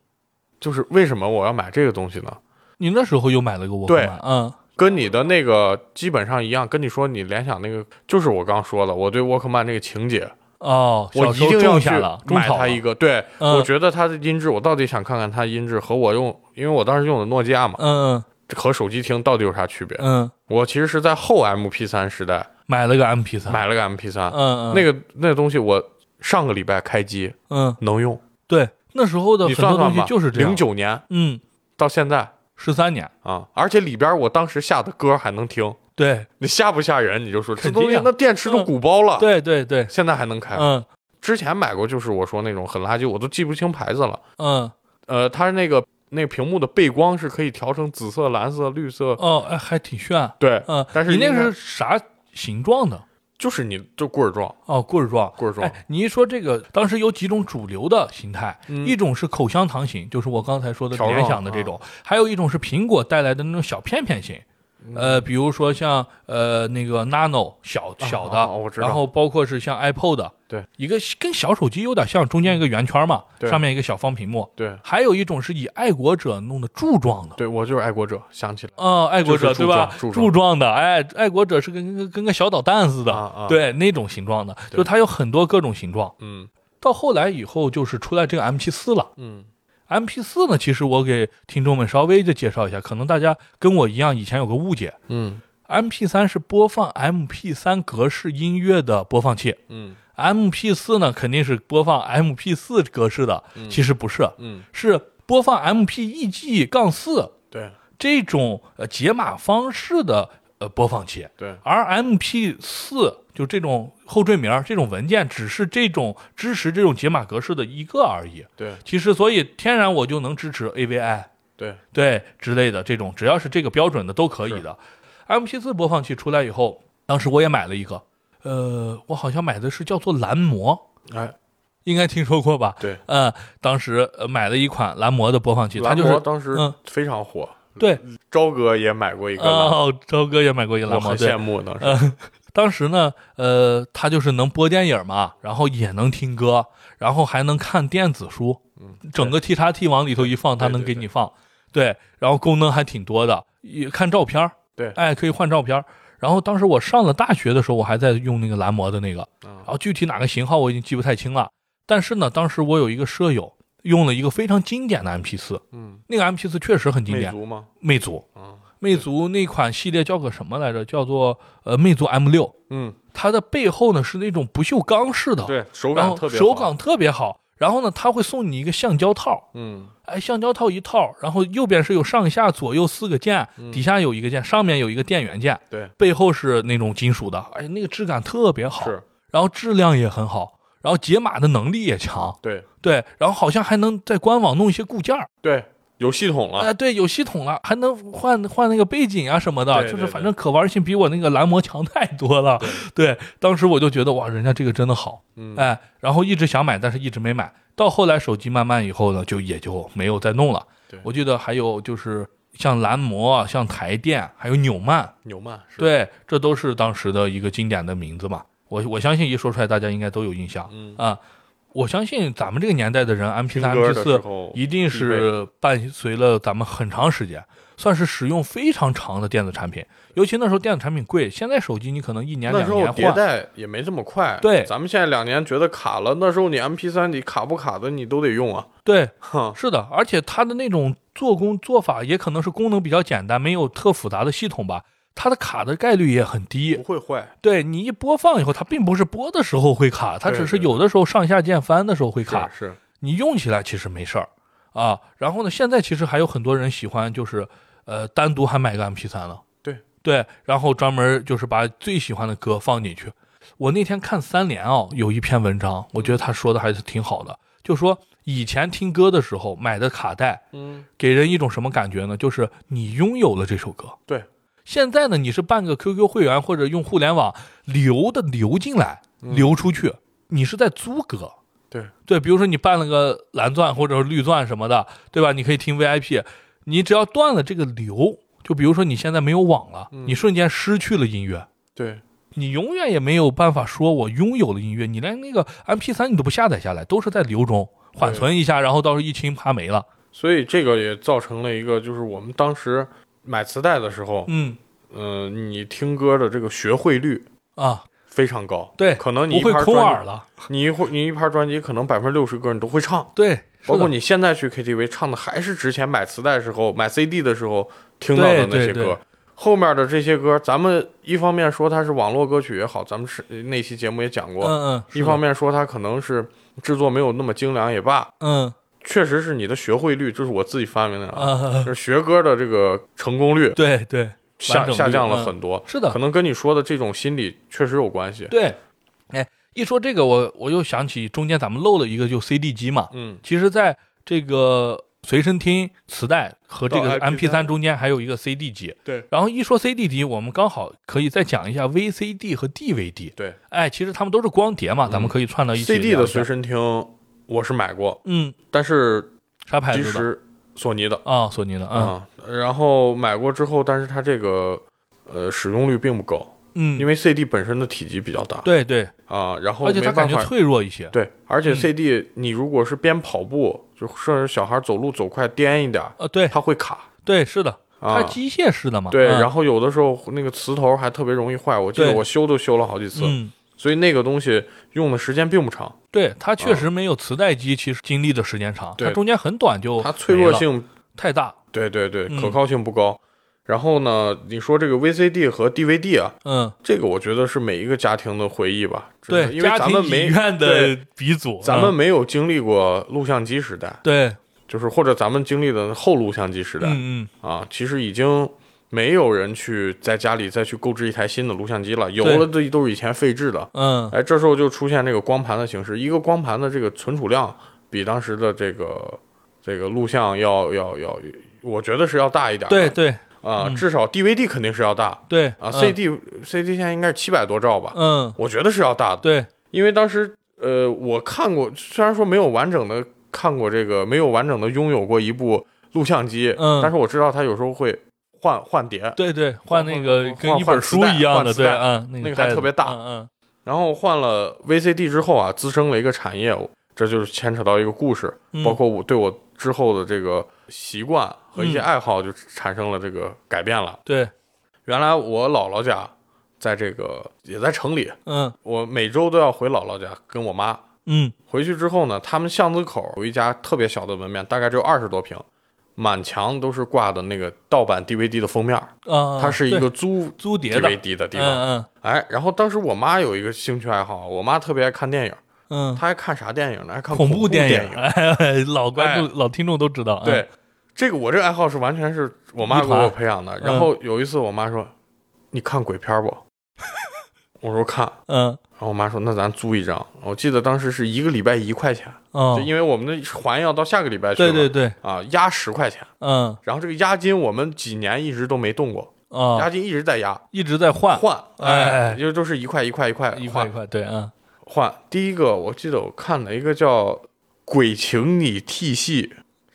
就是为什么我要买这个东西呢？
你那时候又买了个沃克
对
曼，嗯
跟你的那个基本上一样，跟你说你联想那个，就是我刚说的，我对 Walkman 那个情节，
哦，小
我一
时候
定要
种
去
下了，种
买
草
它
了
一个。对，
嗯
我觉得它的音质，我到底想看看它音质和我用，因为我当时用的诺基亚嘛，
嗯
和手机听到底有啥区别？
嗯，
我其实是在后 MP 3时代
买了个 MP 三，
买了个 MP 3
嗯嗯
那个那个东西我上个礼拜开机
嗯，
能用，
对，那时候的
你
很
算
多
算
东
吧
西，就是这样。
零，九年
嗯，
到现在啊、
十三年，
而且里边我当时下的歌还能听，
对
你吓不吓人？你就说这
肯定
东西
啊
那电池都
嗯
鼓包了，
对对对，
现在还能开。
嗯
之前买过就是我说那种很垃圾，我都记不清牌子了。
嗯，
呃，它是那个那个屏幕的背光是可以调成紫色、蓝色、绿色，
哦，哎，还挺炫。
对，
嗯，
但是
你那
应该
是啥形状的？
就是你就棍儿状，
哦，棍儿状，
棍儿状
哎，你一说这个，当时有几种主流的形态，
嗯
一种是口香糖型，就是我刚才说的
条状
联想的这种，还有一种是苹果带来的那种小片片型。
嗯
呃，比如说像呃那个 Nano 小小的，
啊啊我知道
然后包括是像 iPod，
对，
一个跟小手机有点像，中间一个圆圈嘛，
对
上面一个小方屏幕，
对
还有一种是以爱国者弄的柱状的，
对我就是爱国者，想起来了，
哦，爱国者对
就是柱状
吧？
柱状
柱状的，哎，爱国者是跟跟跟个小导弹似的，
啊啊
对那种形状的，
对
就它有很多各种形状。
嗯
到后来以后，就是出来这个 MP 四了。
嗯
MP 四呢，其实我给听众们稍微的介绍一下，可能大家跟我一样以前有个误解
嗯
，MP 三是播放 MP 三格式音乐的播放器
嗯
，MP 四呢肯定是播放 MP 四格式的，其实不是，
嗯，
是播放 MPEG 杠四
对
这种呃解码方式的呃播放器，
对
而 MP 四就这种后缀名儿这种文件，只是这种支持这种解码格式的一个而已。
对
其实，所以天然我就能支持 AVI
对，
对之类的这种，只要是这个标准的都可以的。MP 四播放器出来以后，当时我也买了一个，呃，我好像买的是叫做蓝魔，
哎，
应该听说过吧？
对
呃，当时呃买了一款蓝魔的播放器，它
蓝
就是
魔当时
嗯
非常火，
对
朝哥也买过一个蓝魔，
哦，周哥也买过一个
我
蓝魔，
很
对
羡慕当时，
当时呢，呃，它就是能播电影嘛，然后也能听歌，然后还能看电子书，整个 T 叉 T 往里头一放，它
对
能
嗯对
给你放，对，然后功能还挺多的，也看照片儿
对
哎，可以换照片儿然后当时我上了大学的时候，我还在用那个蓝魔的那个，
嗯
然后具体哪个型号我已经记不太清了，但是呢，当时我有一个舍友用了一个非常经典的 MP 四，
嗯，
那个 MP 四确实很经
魅
典，
族吗？
魅族，
啊，
魅族那款系列叫个什么来着？叫做呃魅族 M 六。
嗯，
它的背后呢是那种不锈钢式的，
对，手
然
感
后
特别
手
好，
感特别好。然后呢，它会送你一个橡胶套，
嗯
哎，橡胶套一套，然后右边是有上下左右四个键，
嗯
底下有一个键，上面有一个电源键，
对，
背后是那种金属的，哎，那个质感特别好，
是，
然后质量也很好，然后解码的能力也强，
对
对，然后好像还能在官网弄一些固件儿，
对，有系统
哎、
了，
对，有系统了，还能换换那个背景啊什么的，
对对
就是
对
反正可玩性比我那个蓝魔强太多了。对，当时我就觉得哇，人家这个真的好，
嗯
哎，然后一直想买，但是一直没买。到后来手机慢慢以后呢，就也就没有再弄了
对。
我记得还有就是像蓝魔、像台电，还有纽曼，
纽曼是，
对，这都是当时的一个经典的名字嘛。我我相信一说出来，大家应该都有印象。
嗯
啊，我相信咱们这个年代的人，M P
听
三、
歌
M
的
P
时
四
候
一定是伴随了咱们很长时间，算是使用非常长的电子产品。尤其那时候电子产品贵，现在手机你可能一年
那
两
时候
年
迭
换。
代也没这么快，
对
咱们现在两年觉得卡了，那时候你 MP 3你卡不卡的你都得用啊，
对，
哼，
是的，而且它的那种做工做法也可能是功能比较简单，没有特复杂的系统吧。它的卡的概率也很低
不，会坏，
对你一播放以后，它并不是播的时候会卡，它
对
只是
对
有的时候上下键翻的时候会卡。
是是
你用起来其实没事儿啊。然后呢，现在其实还有很多人喜欢，就是呃，单独还买个 MP 3了，
对
对，然后专门就是把最喜欢的歌放进去。我那天看三联哦，有一篇文章，我觉得他说的还是挺好的，就说以前听歌的时候买的卡带，
嗯，
给人一种什么感觉呢？就是你拥有了这首歌。
对，
现在呢，你是办个 QQ 会员或者用互联网流的流进来，
嗯
流出去，你是在租歌。
对
对，比如说你办了个蓝钻或者是绿钻什么的，对吧？你可以听 VIP，你只要断了这个流，就比如说你现在没有网了，
嗯
你瞬间失去了音乐。
对，
你永远也没有办法说我拥有了音乐，你连那个 M P 3你都不下载下来，都是在流中缓存一下，然后到时候一清啪没了。
所以这个也造成了一个，就是我们当时买磁带的时候，
嗯
嗯、你听歌的这个学会率
啊，
非常高，
对，
可能你
不
一
会
盘
空耳
专辑，
了。
你一会你一盘专辑可能百分之六十歌你都会唱，
对，是
包括
的
你现在去 KTV 唱的还是之前买磁带的时候、买 CD 的时候听到的那
对
些
对
歌。后面的这些歌，咱们一方面说它是网络歌曲也好，咱们是那期节目也讲过，
嗯嗯，是
一
的
方面说它可能是制作没有那么精良也罢，
嗯
确实是你的学会率，就是我自己发明的啊，
啊 *laughs*
就，是学歌的这个成功率
对对，完
下
整率
下降了
嗯
很多，
是的
可能跟你说的这种心理确实有关系。
对，哎，一说这个，我我又想起中间咱们漏了一个，就 CD 机嘛。
嗯，
其实，在这个随身听、磁带和这个
到 MP3
MP3 中间还有一个 CD 机。
对
然后一说 CD 机，我们刚好可以再讲一下 VCD 和 DVD。
对
哎，其实它们都是光碟嘛，咱们可以串到一起聊一
，CD
下。
嗯的随身听我是买过，
嗯，
但是
啥牌
其
子的？
实索尼的
啊、索尼的，嗯
啊、然后买过之后，但是它这个呃使用率并不高，
嗯，
因为 CD 本身的体积比较大
对对，
啊，然后
而且
没
它
办
感觉
法
脆弱一些。
对，而且
嗯
CD 你如果是边跑步，就甚至小孩走路走快颠一点儿，
呃，对
它会卡。
对，是的，
啊
它机械式的嘛。
对，
嗯
然后有的时候那个磁头还特别容易坏，我记得
对
我修都修了好几次，
嗯，
所以那个东西用的时间并不长，
对，它确实没有磁带机其实经历的时间长，
啊对
它中间很短就
它脆
哦没
弱
了
性，
太大。
对对对，
嗯
可靠性不高。然后呢，你说这个 VCD 和 DVD 啊，
嗯，
这个我觉得是每一个家庭的回忆吧，真
对，
是因为
家
咱
庭
们
影
没
院
对
的鼻祖，
咱们
嗯
没有经历过录像机时代，
对，
就是或者咱们经历的后录像机时代、
嗯嗯，
啊，其实已经没有人去在家里再去购置一台新的录像机了，有
对
了这都是以前废置的。
嗯，
哎，这时候就出现这个光盘的形式，一个光盘的这个存储量比当时的这个这个录像要要要，我觉得是要大一点的。
对对
啊、至少 DVD 肯定是要大
对
啊
嗯
，CD、CD 现在应该是七百多兆吧，
嗯，
我觉得是要大的。
对，
因为当时呃，我看过，虽然说没有完整的看过这个，没有完整的拥有过一部录像机，
嗯
但是我知道它有时候会换换碟，
对对，换那个
换
跟一
换
本
磁
书
带
一样
换
的，
磁
对，
带
嗯，
那
个
个还
袋
特
子
别大
嗯
然后换了 VCD 之后啊，滋生了一个产业，这就是牵扯到一个故事，
嗯，
包括我对我之后的这个习惯和一些
嗯
爱好就产生了这个改变了。
对，
原来我姥姥家在这个也在城里，
嗯
我每周都要回姥姥家跟我妈，
嗯
回去之后呢，他们巷子口有一家特别小的门面，大概只有二十多平，满墙都是挂的那个盗版 DVD 的封面，
啊，
它是一
对
个租
租碟的
DVD 的地方。
嗯
哎，然后当时我妈有一个兴趣爱好，我妈特别爱看电影，
嗯
她爱看啥电影呢？爱看
嗯，恐
怖
怖电
影。
哎，哎 *laughs* 老观
哎
众、老听众都知道，嗯
对，，这个我这个爱好是完全是我妈
遗
给
传
我培养
嗯
的。然后有一次我妈说：“你看鬼片不？” *laughs* 我说看。
嗯
然后我妈说：“那咱租一张。”我记得当时是一个礼拜一块钱，
哦
就，因为我们的还要到下个礼拜去
对
了。
对对，
啊，押十块钱，
嗯
然后这个押金我们几年一直都没动过，
哦
押，金一直在押
一直在换
换，
哎
就都是一块一块一块
一块
换
一块，对，嗯
换。第一个我记得我看了一个叫《鬼请你替戏》，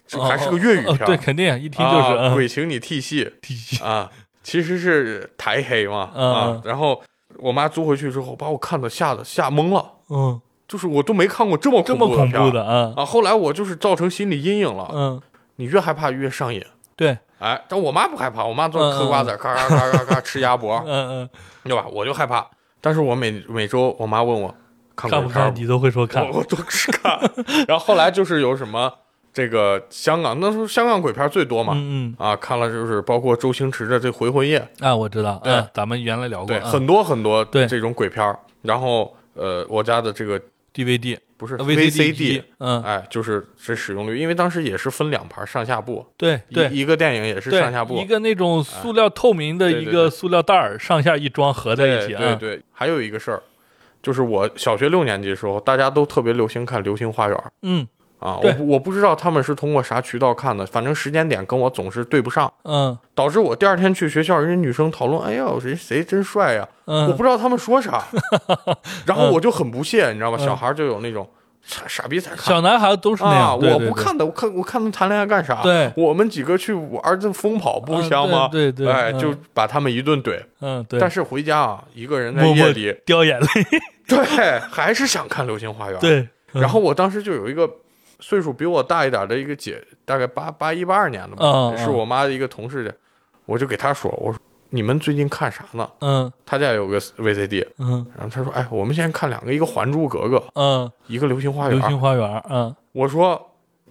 这还是个粤语
哦哦
片儿，
对，肯定一听就是
啊
嗯 *laughs*
鬼请你替戏》
体系
啊，其实是台黑嘛
嗯
啊
嗯。
然后我妈租回去之后，把我看的吓得吓懵了，
嗯，
就是我都没看过这么
这么恐
片儿
怖的啊，
啊。后来我就是造成心理阴影了，
嗯，
你越害怕越上瘾。
对，
哎，但我妈不害怕，我妈做嗑瓜子，咔咔咔咔咔吃鸭脖
嗯，嗯，
对吧？我就害怕。但是我每每周我妈问我看
看
鬼
不
片儿
看
吗，
你都会说看，
我我都是看。然后后来就是有什么这个香港，那时候香港鬼片最多嘛，
嗯嗯，
啊，看了就是包括周星驰的这《回魂夜》，
啊，我知道，
对
嗯，咱们原来聊过，
对，
嗯
很多很多
对
这种鬼片儿。然后呃，我家的这个
DVD
不是
呃 VCD
机
机，嗯，
哎，就是这使用率，因为当时也是分两盘上下部，
对对
一一个电影也是
对，
上下部，啊
一个那种塑料透明的
对对
一个
对
塑料袋儿，上下一装合在一起，
对
嗯
对，还有一个事儿，就是我小学六年级的时候，大家都特别流行看《流星花园》
嗯
啊，我
对
不我不知道他们是通过啥渠道看的，反正时间点跟我总是对不上，
嗯
导致我第二天去学校，人家女生讨论，哎呀，谁谁真帅呀、
嗯，
我不知道他们
*laughs*
说啥，然后
嗯
我就很不屑，你知道吗？
嗯
小孩就有那种傻傻逼才看
小男孩都是那样，
啊，
对
我不，看的，我看我看他们谈恋爱干啥？
对
我们几个去玩这疯跑不香吗？
嗯对对对
哎，
嗯
就把他们一顿怼。
对对嗯对，
但
是
是回家啊，一个人在
默默
夜里，
掉眼泪，
*laughs* 对，还是想看《流星花园》。，
*laughs* 对，嗯
然后我当时就有一个岁数比我大一点的一个姐，大概八八一八二年的
嗯
吧，
嗯
是我妈的一个同事的，我就给她说，我说你们最近看啥呢？
嗯
她家有个 VCD，
嗯
然后她说，哎，我们现在看两个，一个《还珠格格》，
嗯，
一个《流星花园
流》。星花园，嗯
我说，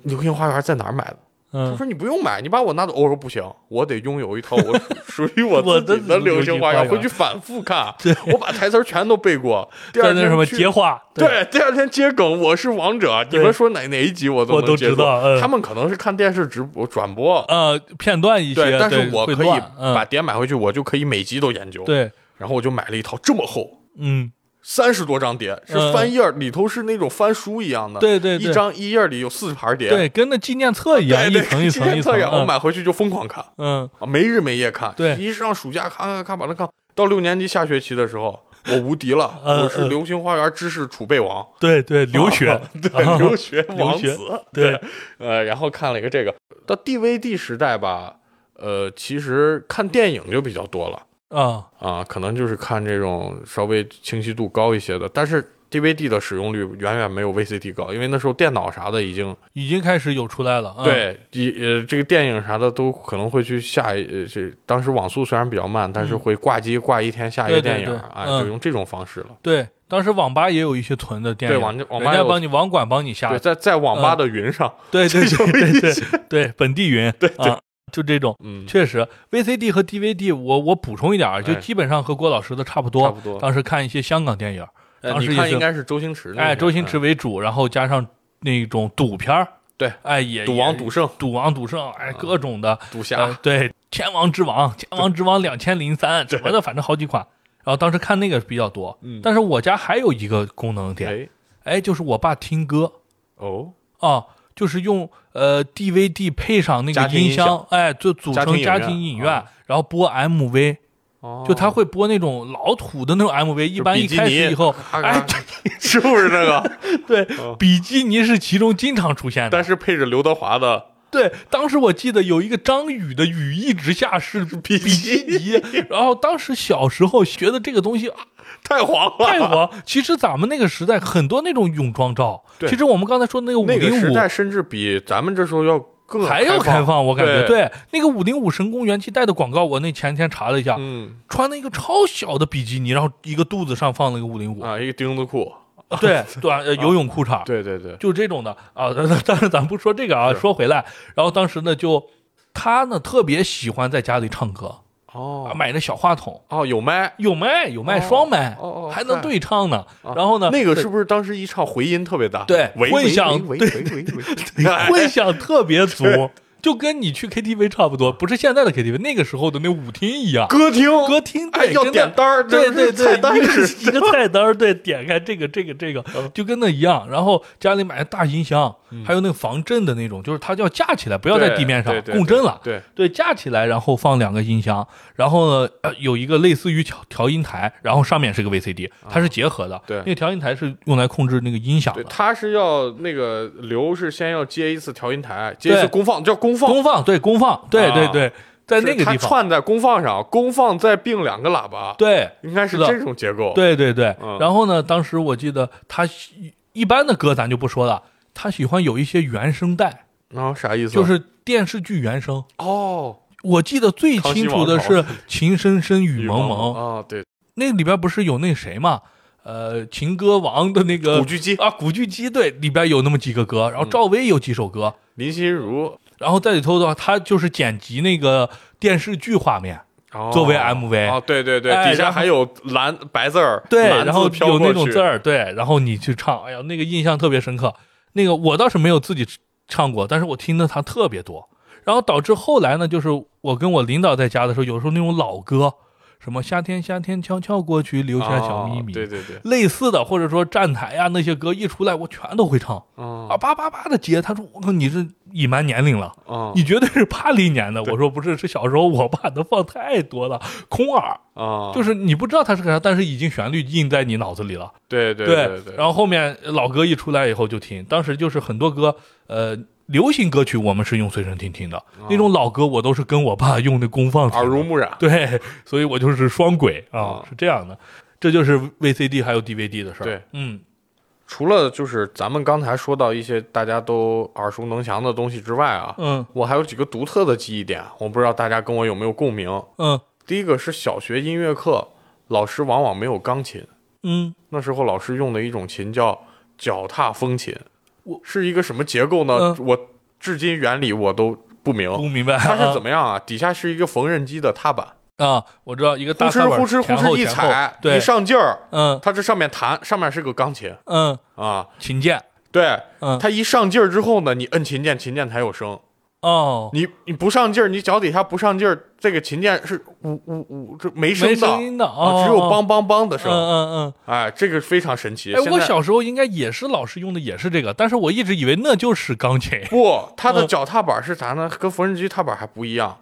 《流星花园》在哪儿买的？他
嗯，
说你不用买，你把我拿走。我说不行，我得拥有一套我 *laughs* 属于我自己的
我的
流星花
流星花
园，
园
回去反
*laughs*
复看。我把台词儿全都背过。第
在
二
那
天
什么
去
接话，
对，第二天接梗，我是王者。你
对
们说哪哪一集我都
我
能
都
接
知
受
道嗯
他们可能是看电视直播转播，
呃，片段一些，
但是我
会
可以
乱
把
嗯
碟买回去，我就可以每集都研究。，
对，
然后我就买了一套这么厚。
嗯
三十多张碟，是
嗯
翻页儿，里头是那种翻书一样的，
对对对
一张一页儿里有四盘碟，
对，跟那纪念册一样，
对
一
对
层一
纪念
层一层
册，呀我
嗯
买回去就疯狂看，
嗯
啊，没日没夜看，
对
一上暑假看看看，把它看到六年级下学期的
*laughs*
时候，我无敌了，
嗯
我是《流星花园》知识储备王，
对对， *laughs* 留学
*laughs* 哦
*laughs* 嗯
对，留学王
留
子，
对，
呃，然后看了一个这个，到 DVD 时代吧，呃，其实看电影就比较多了
啊，
啊，可能就是看这种稍微清晰度高一些的，但是 DVD 的使用率远远没有 VCD 高，因为那时候电脑啥的已经
已经开始有出来了，嗯，
对，一呃，这个电影啥的都可能会去下一，呃，这当时网速虽然比较慢，但是会挂机挂一天下一个
嗯对对
电影
对
啊，哎
嗯
就用这种方式了。
对，当时网吧也有一些囤的电影，
对网网吧
人家
有
帮你网管帮你下
对，，在在网
嗯
吧的云上，
对对
这
对
*laughs* 有
对
一
对对，本地云，对啊，就这种。
嗯，
确实，VCD 和 DVD，我我补充一点啊，就
哎
基本上和郭老师的差不多。
差不多
当时看一些香港电影，
呃
当时
你
也
看
是
应该是周星驰那些，
哎，周星驰
嗯
为主，然后加上那种赌片儿，
对
哎也
赌王
也
赌圣嗯
赌王赌圣，哎各种的
赌
呃
侠，
对，天王之王、天王之王两千零三什么的，反正好几款。然后当时看那个比较多，
嗯
但是我家还有一个功能点，
哎，
哎，就是我爸听歌
哦，
啊，就是用呃 DVD 配上那个
家庭音
箱，
响
哎，就组
家庭
成
影
家
院
庭影院，
啊
然后播 MV，
哦
就他会播那种老土的那种 MV，一般
比
一
基
开
尼
始以后，
咔咔
哎，
是不是那个？ *laughs*
*laughs* 对，比基尼是其中经常出现
哦但
的。
是配着刘德华的，
对，当时我记得有一个张宇的《雨一直下》是比基尼，然后当时小时候觉得这个东西啊
太黄了，
太黄。其实咱们那个时代很多那种泳装照，
对
其实我们刚才说的那个五
那个时
零五
代甚至比咱们这时候要更
还要
开
开放，我感觉
对，
对那个五零五神功元气带的广告，我那前天查了一下，
嗯
穿了一个超小的比基尼，然后一个肚子上放了一个五零五，
啊，一个钉子裤，
*laughs* 对短呃游泳裤衩，
对对对，
就这种的啊。 *laughs* 当然咱不说这个啊，
是
说回来，然后当时呢就他呢特别喜欢在家里唱歌，啊
哦
买那小话筒。
哦，有麦，
有麦有麦双麦
哦哦，
还能
嗨啊
对唱呢。然后呢，
那个是不是当时一唱回音哎特别大？
对
喂
混响
*laughs* 喂喂
对
喂喂喂，
混响特别足，就跟你去 KTV 差不多，不是现在的 KTV，那个时候的那舞厅一样。
歌厅
歌厅
哎
对，
要
真的
点单儿
对
这
对
是
对，
菜单
一个
是嗯
一个菜单儿，对，点开这个这个这个，就跟那一样。然后家里买的大音箱，还有那个防震的那种，就是它要架起来，不要在
对
地面
对
上
对
共振了。
*laughs* 对
对，架起来，然后放两个音箱，然后呢、呃有一个类似于调调音台，然后上面是个 VCD，它是结合的。
啊对
那个调音台是用来控制那个音响
对，
的。
他是要那个刘是先要接一次调音台，接一次
对
功放，叫功放，
功放对功放，对对
啊
对，在那个
是他
地方，
串在功放上，功放再并两个喇叭，，
对
应该是
是的
这种结构。，
对对对
嗯。
然后呢，当时我记得他喜一般的歌咱就不说了，他喜欢有一些原声带，
然后哦啥意思？啊
就是电视剧原声。
哦，
我记得最清楚的是
康熙王
《情深深雨蒙蒙》，
啊，对，
那里边不是有那谁嘛，呃，情歌王的那个
古巨基嗯
啊，古巨基对，里边有那么几个歌，然后赵薇有几首歌，
林心如
然后在里头的话，他就是剪辑那个电视剧画面，
哦
作为 MV
哦，对对对，
哎
底下
然后
还有蓝白字儿，
对，
蓝字
然后
飘
有
过
那种
去
字儿，对，然后你去唱，哎呀，那个印象特别深刻。那个我倒是没有自己唱过，但是我听的它特别多，然后导致后来呢，就是我跟我领导在家的时候，有时候那种老歌，什么夏天夏天悄悄过去，留下小秘密，
哦对对对，
类似的，或者说站台啊那些歌一出来，我全都会唱啊，
啊
叭叭叭的接。他说：“我靠，你这隐瞒年龄了，
啊
你绝对是八零年的。”我说：“不是，是小时候我爸的放太多了，空耳，
啊，
就是你不知道它是个啥，但是已经旋律印在你脑子里了。
对对对对，
然
后
后后面老歌一出来以后就听，当时就是很多歌，呃。流行歌曲我们是用随身听听的，
啊
那种老歌我都是跟我爸用的功放听
耳
的。
濡目染，
*laughs* 对，所以我就是双轨啊，
啊
是这样的，这就是 VCD 还有 DVD 的事儿。
对，
嗯，
除了就是咱们刚才说到一些大家都耳熟能详的东西之外啊，
嗯
我还有几个独特的记忆点，我不知道大家跟我有没有共鸣。
嗯
第一个是小学音乐课，老师往往没有钢琴，
嗯，
那时候老师用的一种琴叫脚踏风琴
我，
是一个什么结构呢？
嗯
我至今原理我都不明。
不明白
它是怎
么
么样啊？底下是一个缝纫机的踏板，
啊？我知道一个
呼
大
哧
踏板
呼哧呼
前后
哧一
前后
踩，
对
一，上劲儿，
嗯
它这上面弹，上面是个钢琴
嗯，
啊。
琴键，
对，
嗯
它一上劲儿之后呢，你摁琴键，琴键才有声。
哦，
你你不上劲儿，你脚底下不上劲儿，这个琴键是呜呜呜，这没声
没声音的
啊
哦
只有
哦
梆梆梆的
嗯
声。
嗯
哎，这个非常神奇。
嗯，哎，
现
我
在
小时候应该也是老师用的也是这个，但是我一直以为那就是钢琴。
不，它的
嗯
脚踏板是啥呢？跟缝纫机踏板还不一样，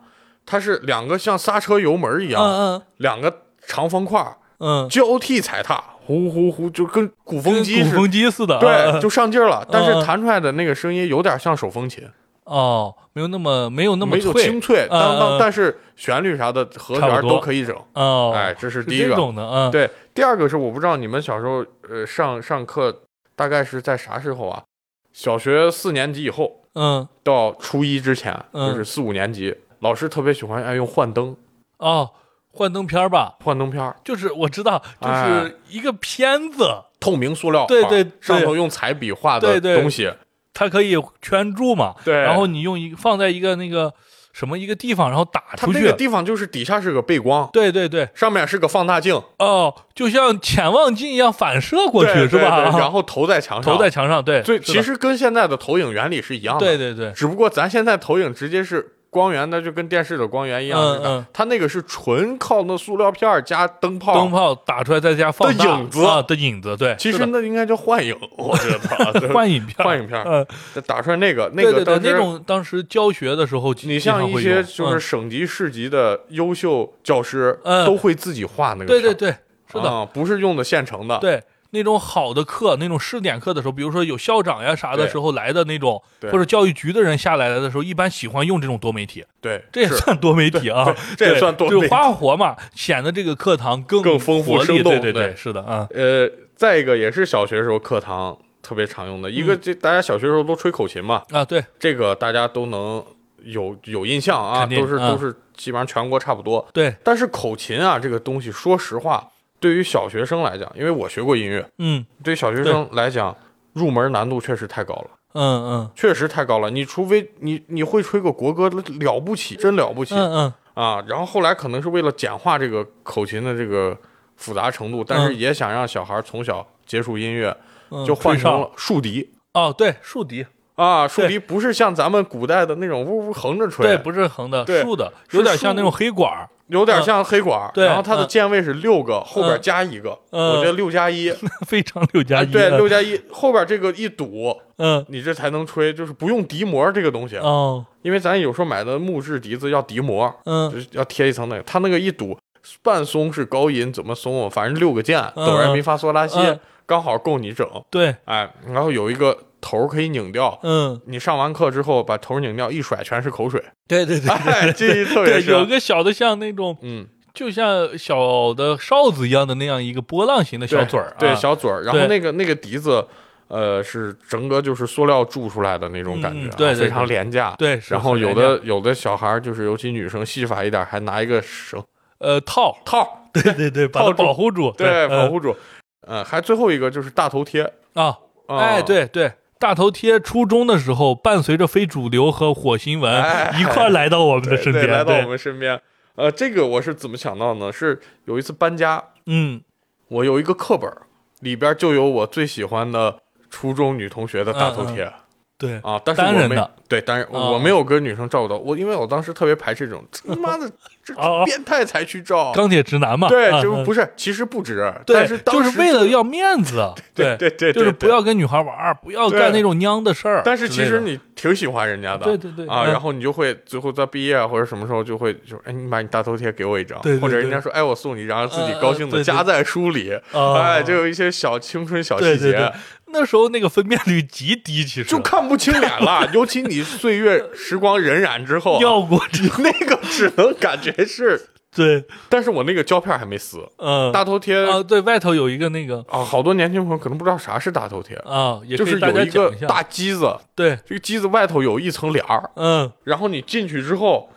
它是两个像刹车油门一样，
嗯
两个长方块儿
嗯嗯，
交替踩踏，呼呼呼，就跟鼓风机
跟
似
鼓
的。
风机似的，嗯
对，
嗯
就上劲儿了，但
嗯
是
嗯
弹出来的那个声音有点像手风琴，
哦，没有那么没有那么
没有
脆，
清脆，
嗯
当
嗯
当，但是旋律啥的和弦
差
儿
不多
都可以整。
哦，
哎，，这是
是
第一
这
个。
种的，嗯，
对，第二个是我不知道你们小时候呃上上课大概是在啥时候啊？小学四年级以后，
嗯，
到初一之前，
嗯
就是四五年级，老师特别喜欢爱用幻灯、
哦，幻灯片儿吧，
幻灯片儿、
就是我知道，就
哎
是一个片子，
透明塑料，
对
啊
对对
上头用彩笔画的
对对
东西，
它可以圈住嘛，
对
然后你用一放在一个那个什么一个地方，然后打
它
出
那
去
个，地方就是底下是个背光，
对对对，
上面是个放大镜，
哦，就像潜望镜一样反射过去
对
是
对
吧？
对然后投在墙上，
投在墙上，对，
最
是的
其实跟现在的投影原理是一样的，
对对对，
只不过咱现在投影直接是。光源那就跟电视的光源一
嗯
样，是吧
嗯
它那个是纯靠那塑料片儿加灯泡，
灯泡打出来再加放大
的影子
啊的影子，对，
其
是
实
的
那应该叫幻影，我觉得啊
*laughs*
对
幻影片儿，
幻影片儿
嗯，
打出来那个那
对对
个
对，
当时
那种当时教学的时候经，
你像
经常
一
会
些
用
就是
嗯
省级、市级的优秀教师，
嗯
都会自己画那个。
对对，对，是的，
啊，不是用的现成的。
对那种好的课，那种试点课的时候，比如说有校长呀啥的
对
时候来的那种，
对
或者教育局的人下来的时候，一般喜欢用这种多媒体，
对，
这也
是
算多媒体啊，
对这也
对
算多媒
就
体
花活嘛，显得这个课堂更
更丰富
活力
生动
对对
对
对，是的啊，
呃，再一个也是小学时候课堂特别常用的
嗯
一个，这大家小学时候都吹口琴嘛，
啊对
这个大家都能有有印象啊，
肯定
都是
嗯
都是基本上全国差不多。
对，
但是口琴啊这个东西，说实话，对于小学生来讲，因为我学过音乐，
嗯
对于小学生来讲，入门难度确实太高了。
嗯嗯
确实太高了，你除非你你会吹个国歌了了不起，真了不起、
嗯嗯，
啊！然后后来可能是为了简化这个口琴的这个复杂程度，但是
嗯
也想让小孩从小接触音乐，
嗯
就换
吹上
成了竖笛
哦对竖笛，
啊，竖笛不是像咱们古代的那种呜呜横着吹，
对不是横的
对
竖的，
是
有点像那种
竖
黑管儿， *laughs*
有点像黑管儿。
对
然后它的
嗯
键位是六个，后边
嗯
加一个，
嗯
我觉得六加一，
非常六加
哎
一，
对，
嗯
六加一，后边这个一堵，
嗯
你这才能吹，就是不用笛膜这个东西，啊
哦
因为咱有时候买的木质笛子要笛膜，
嗯
就是要贴一层那个，他那个一堵半松是高音，怎么松啊？反正六个键，
嗯
哆来咪发嗦拉西，
嗯
刚好够你整。
对
哎，然后有一个头儿可以拧掉，
嗯
你上完课之后把头儿拧掉，一甩全是
*laughs*
口水，
对对对
哎，
对
记
*laughs*
忆特别
对，有
深。
个小的像那种。
嗯，
就像小的哨子一样的那样一个波浪形的
对
小嘴儿、啊，
对小嘴儿，然后
对
那个那个笛子，呃，是整个就是塑料铸出来的那种感觉，
嗯对
啊
对
非常廉价。
对是
然后
很
有
廉
的有的小孩儿就是，尤其女生戏法一点儿，还拿一个绳
呃套，
套儿，
对对对，把它
套住
保护住，
对，
呃
保护住。呃，还最后一个就是大头贴，
啊，
啊
哎，对对，大头贴初中的时候，伴随着非主流和火星文、
哎
一块儿来到我们的身边，
对，来到
对
我们身边。呃，这个我是怎么想到呢？是有一次搬家，
嗯，
我有一个课本儿，里边就有我最喜欢的初中女同学的大头贴。
对
啊，但是
嗯单
我
人
没
的
对单人，
啊
我没有跟女生照顾到我，因为我当时特别排斥这种，这他妈的这
啊啊
变态才去照，
钢铁直男嘛，
对，
啊
就
嗯
不是，其实不止，
对，
但是当
就
时
是为了要面子，对
对对对对
就是不
对
要跟女孩玩儿，不要
对
干那种娘的事儿之类的。
但是其实你挺喜欢人家的，
对对对
啊，
嗯
然后你就会最后在毕业啊或者什么时候就会就哎，你把你大头贴给我一张，
对对
或者
对
人家说哎我送你一张，自己高兴
嗯对对
的夹在书里，
啊
哎，就有一些小青春小
对
细
对
节
对，，那时候那个分辨率极低，其实
就看不清脸了。 *laughs* 尤其你岁月时光荏苒之后啊，
要过这 *laughs*
那个只能感觉是，
对，
但是我那个胶片还没撕，
嗯，
大头贴
啊，对外头有一个那个
啊，好多年轻朋友可能不知道啥是大头贴，
啊，也
就
可
是
以大
有
家
一个
讲一下，
大机子，
对，
这个机子外头有一层帘儿，
嗯，
然后你进去之后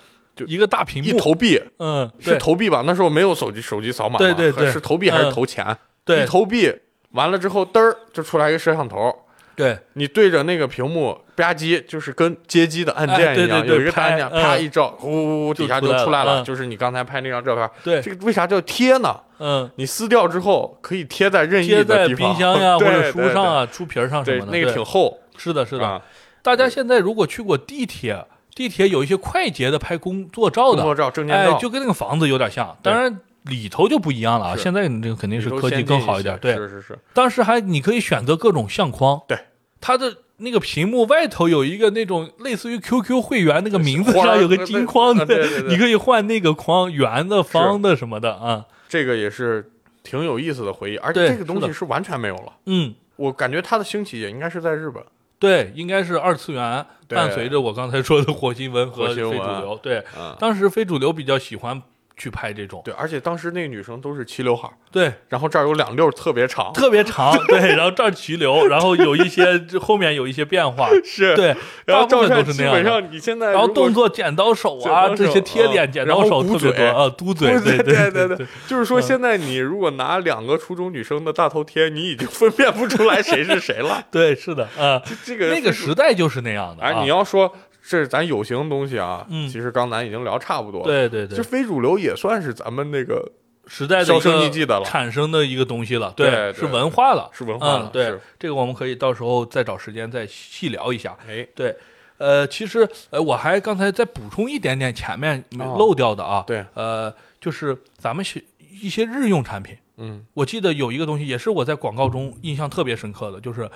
一个大屏
一
幕，
投币。
嗯，
是
对
投币吧？那时候没有手机，手机扫码嘛，
对对对
是投币还是
嗯
投钱？
对
一投币完了之后，嘚儿就出来一个摄像头，
对
你对着那个屏幕吧唧，就是跟接机的按键一样，
哎对对对
有一个大按键，
拍
啪
嗯
一照，呼呼呼，
就
底下
出
就
来
出来
了
了，
嗯
就是你刚才拍那张照片。
对
这个为啥叫贴呢？
嗯，
你撕掉之后可以贴在任意
贴在
的地
冰
方，
箱
*laughs*
呀或
对
者书上，啊、
对
书皮儿上什
对
么的，
对，那个
对
挺厚，
是的，是的
啊。
大家现在如果去过地铁，地铁有一些快捷的拍工作照的，
工作照证件
哎
照，
就跟那个房子有点像，
对
当然里头就不一样了啊。
是
现在你这个肯定是科技更好一点，
比如
对
说先进。是是是，
当时还你可以选择各种相框，
对，
它的那个屏幕外头有一个那种类似于 QQ 会员那个名字
花
上
儿
有个金框的，
对对对对
你可以换那个框，圆的、方的什么的啊，
这个也是挺有意思的回忆，而且
对
这个东
是
西
的
是完全没有了。
嗯。
我感觉它的兴起也应该是在日本，
对，应该是二次元
对
伴随着我刚才说的火星文和
火
非
星
主
文
流。对，
嗯
当时非主流比较喜欢去拍这种，
对，而且当时那个女生都是齐刘海儿，
对，
然后这儿有两溜儿特别长，
特别长， *laughs* 对，然后这儿齐流，然后有一些这后面有一些变化，
*laughs* 是，
对，
然后
大部
照
分都是
片基
那样
本
的。
上你现在
然后
如果
动作剪刀手啊，
剪刀手
这些贴脸
嗯
剪刀手
然后
特
嘟
别多
嘴
啊，嘟嘴，
*laughs* 对
对
对
对，，。
就是说现在你如果拿两个初中女生的大头贴，你已经分辨不出来谁是谁了
*laughs* 对是的啊，
这个
那个时代就是那样的啊
哎，你要说这是咱有形的东西啊，
嗯
其实刚咱已经聊差不多了。，
对对对
这，非主流也算是咱们那个
时代的
销
一
声
个
匿迹的了
产生的一个东西了，
对
是
对
文化了，
是文化了
嗯，对
是，
这个我们可以到时候再找时间再细聊一下。
哎，
对，呃，其实呃，我还刚才再补充一点点前面
哦
漏掉的啊，
对
呃，就是咱们是一些日用产品，
嗯，
我记得有一个东西也是我在广告中印象特别深刻的，就是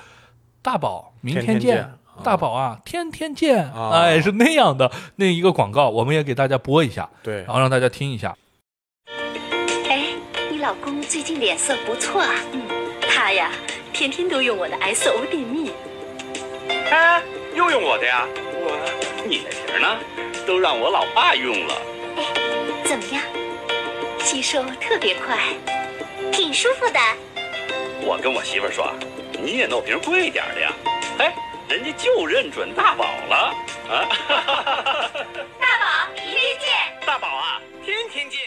大宝明
天
见。
天见
大宝啊，天天见，
啊
哎，是那样的那一个广告，我们也给大家播一下，
对
然后让大家听一下。
哎，你老公最近脸色不错啊。嗯，他呀，天天都用我的 S O 便秘。
哎，又用我的呀？我你的瓶儿呢？都让我老爸用了。
哎怎么样？吸收特别快，挺舒服的。
我跟我媳妇儿说，你也弄瓶贵点儿的呀。哎，人家就认准大宝了啊！
大宝，明天见。
大宝啊，天天见。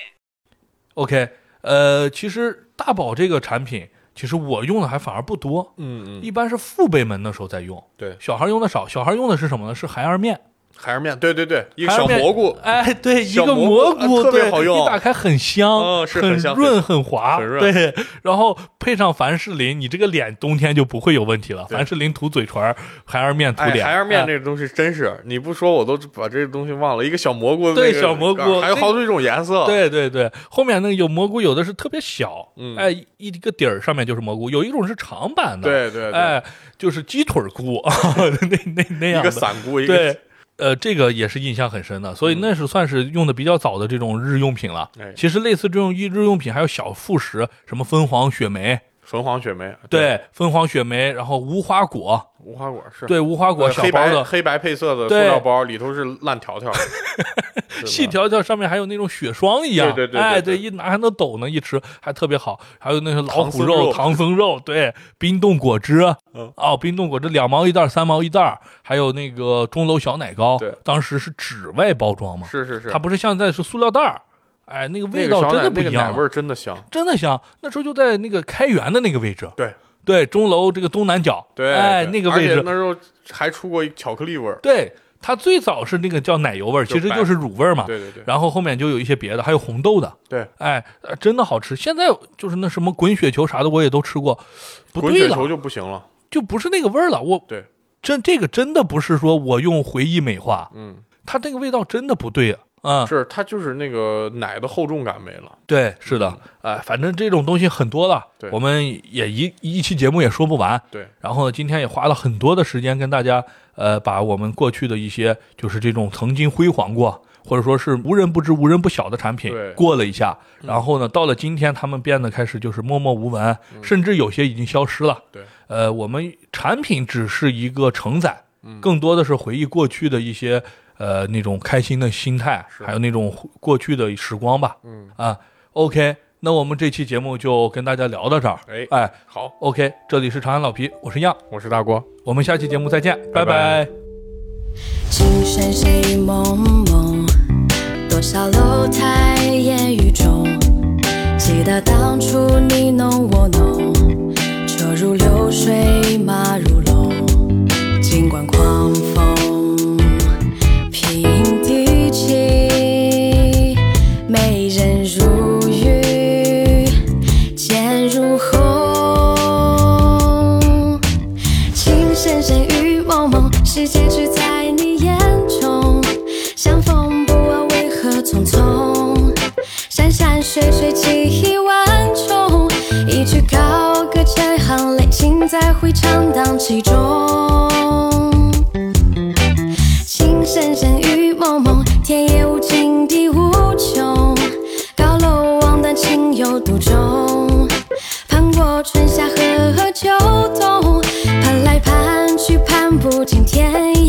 OK，呃，其实大宝这个产品，其实我用的还反而不多，
嗯嗯，
一般是父辈们那时候在用，
对，
小孩用的少。小孩用的是什么呢？是孩儿面，
海儿面，对对对，一个
孩
小
儿面
蘑菇，
哎，对，一
小
个蘑
蘑菇啊特别
对，
好用
一打开很香，
哦是很香
润很滑，
很润
对，然后配上凡士林，你这个脸冬天就不会有问题了。
对
凡士林涂嘴唇儿，孩儿面涂
哎，
脸，
孩儿面
哎
这个东西真是，你不说我都把这个东西忘了。一个小蘑菇的那个，啊
对小蘑菇
还有
这
好多种颜色。，
对对对，后面那个有蘑菇，有的是特别小，
嗯
哎，一一个底儿上面就是蘑菇，有一种是长版的，
对对对
哎，就是鸡腿菇， *laughs* 那那那样的
一个伞菇，一
对
*laughs* 个。
呃，这个也是印象很深的，所以那是算是用的比较早的这种日用品了。
嗯哎
其实类似这种日日用品，还有小副食，什么蜂皇雪梅，
粉黄雪梅，
对，，蜂皇雪梅，然后无花果，
无花果是。
对，无花果
呃
小
黑
包
白
的，
黑白配色的塑
对
料包，里头是烂条条，
*laughs*
是吧
细。条条上面还有那种雪霜一样，
对对对对
哎，
对
对，一拿还能抖呢，一吃还特别好。还有那个老
唐
虎
僧
肉、
肉
唐僧肉，对，冰冻果汁，
嗯
哦，冰冻果汁两毛一袋儿，三毛一袋儿，还有那个钟楼小奶糕，
对
当时是纸外包装嘛，
是是是，
它不是像在是塑料袋儿，哎，那个
那
味
个
道
小
真
奶
的不
那个
一样
奶
了，
味儿真的香。
真的香。那时候就在那个开元的那个位置，
对
对，钟楼这个东南角，
对，
哎，
对
那个
而
位
且
置，
那时候还出过一巧克力味儿。
对，它最早是那个叫奶油味儿，
就
其实
白
就是乳味儿嘛。
对对对
然后后面就有一些别的，还有红豆的，
对，
哎，呃真的好吃。现在就是那什么滚雪球啥的，我也都吃过，不
滚
对
雪
了
球，就不行了。
就不是那个味儿了。我
对，
这这个真的不是说我用回忆美化，
嗯，
它这个味道真的不对啊。啊、
是它就是那个奶的厚重感没了。
对，是的，哎、反正这种东西很多了
对，
我们也一一期节目也说不完。
对，
然后呢，今天也花了很多的时间跟大家，呃，把我们过去的一些就是这种曾经辉煌过，或者说是无人不知、无人不晓的产品
对嗯
过了一下。然后呢，到了今天，他们变得开始就是默默无闻，甚至有些已经消失了。
嗯对，
呃，我们产品只是一个承载，
嗯
更多的是回忆过去的一些呃那种开心的心态，还有那种过去的时光吧。
嗯
啊，OK，那我们这期节目就跟大家聊到这儿。
哎
哎
好，
，OK，这里是长安老皮，我是样，
我是大郭。
我们下期节目再见，
拜拜
拜
情深谁蒙蒙？多少楼台烟雨中，记得当初你侬我侬，车如流水马如龙。尽管狂风平地起，美人如玉，剑如虹。情深深雨蒙蒙，世界只在你眼中。相逢不问为何匆匆，山山水水记忆万重。一曲高歌沉行，泪尽在回肠荡气中。情深深雨蒙蒙，天也无尽地无穷。高楼望断，情有独钟。盼过春夏和秋冬，盼来盼去盼不尽天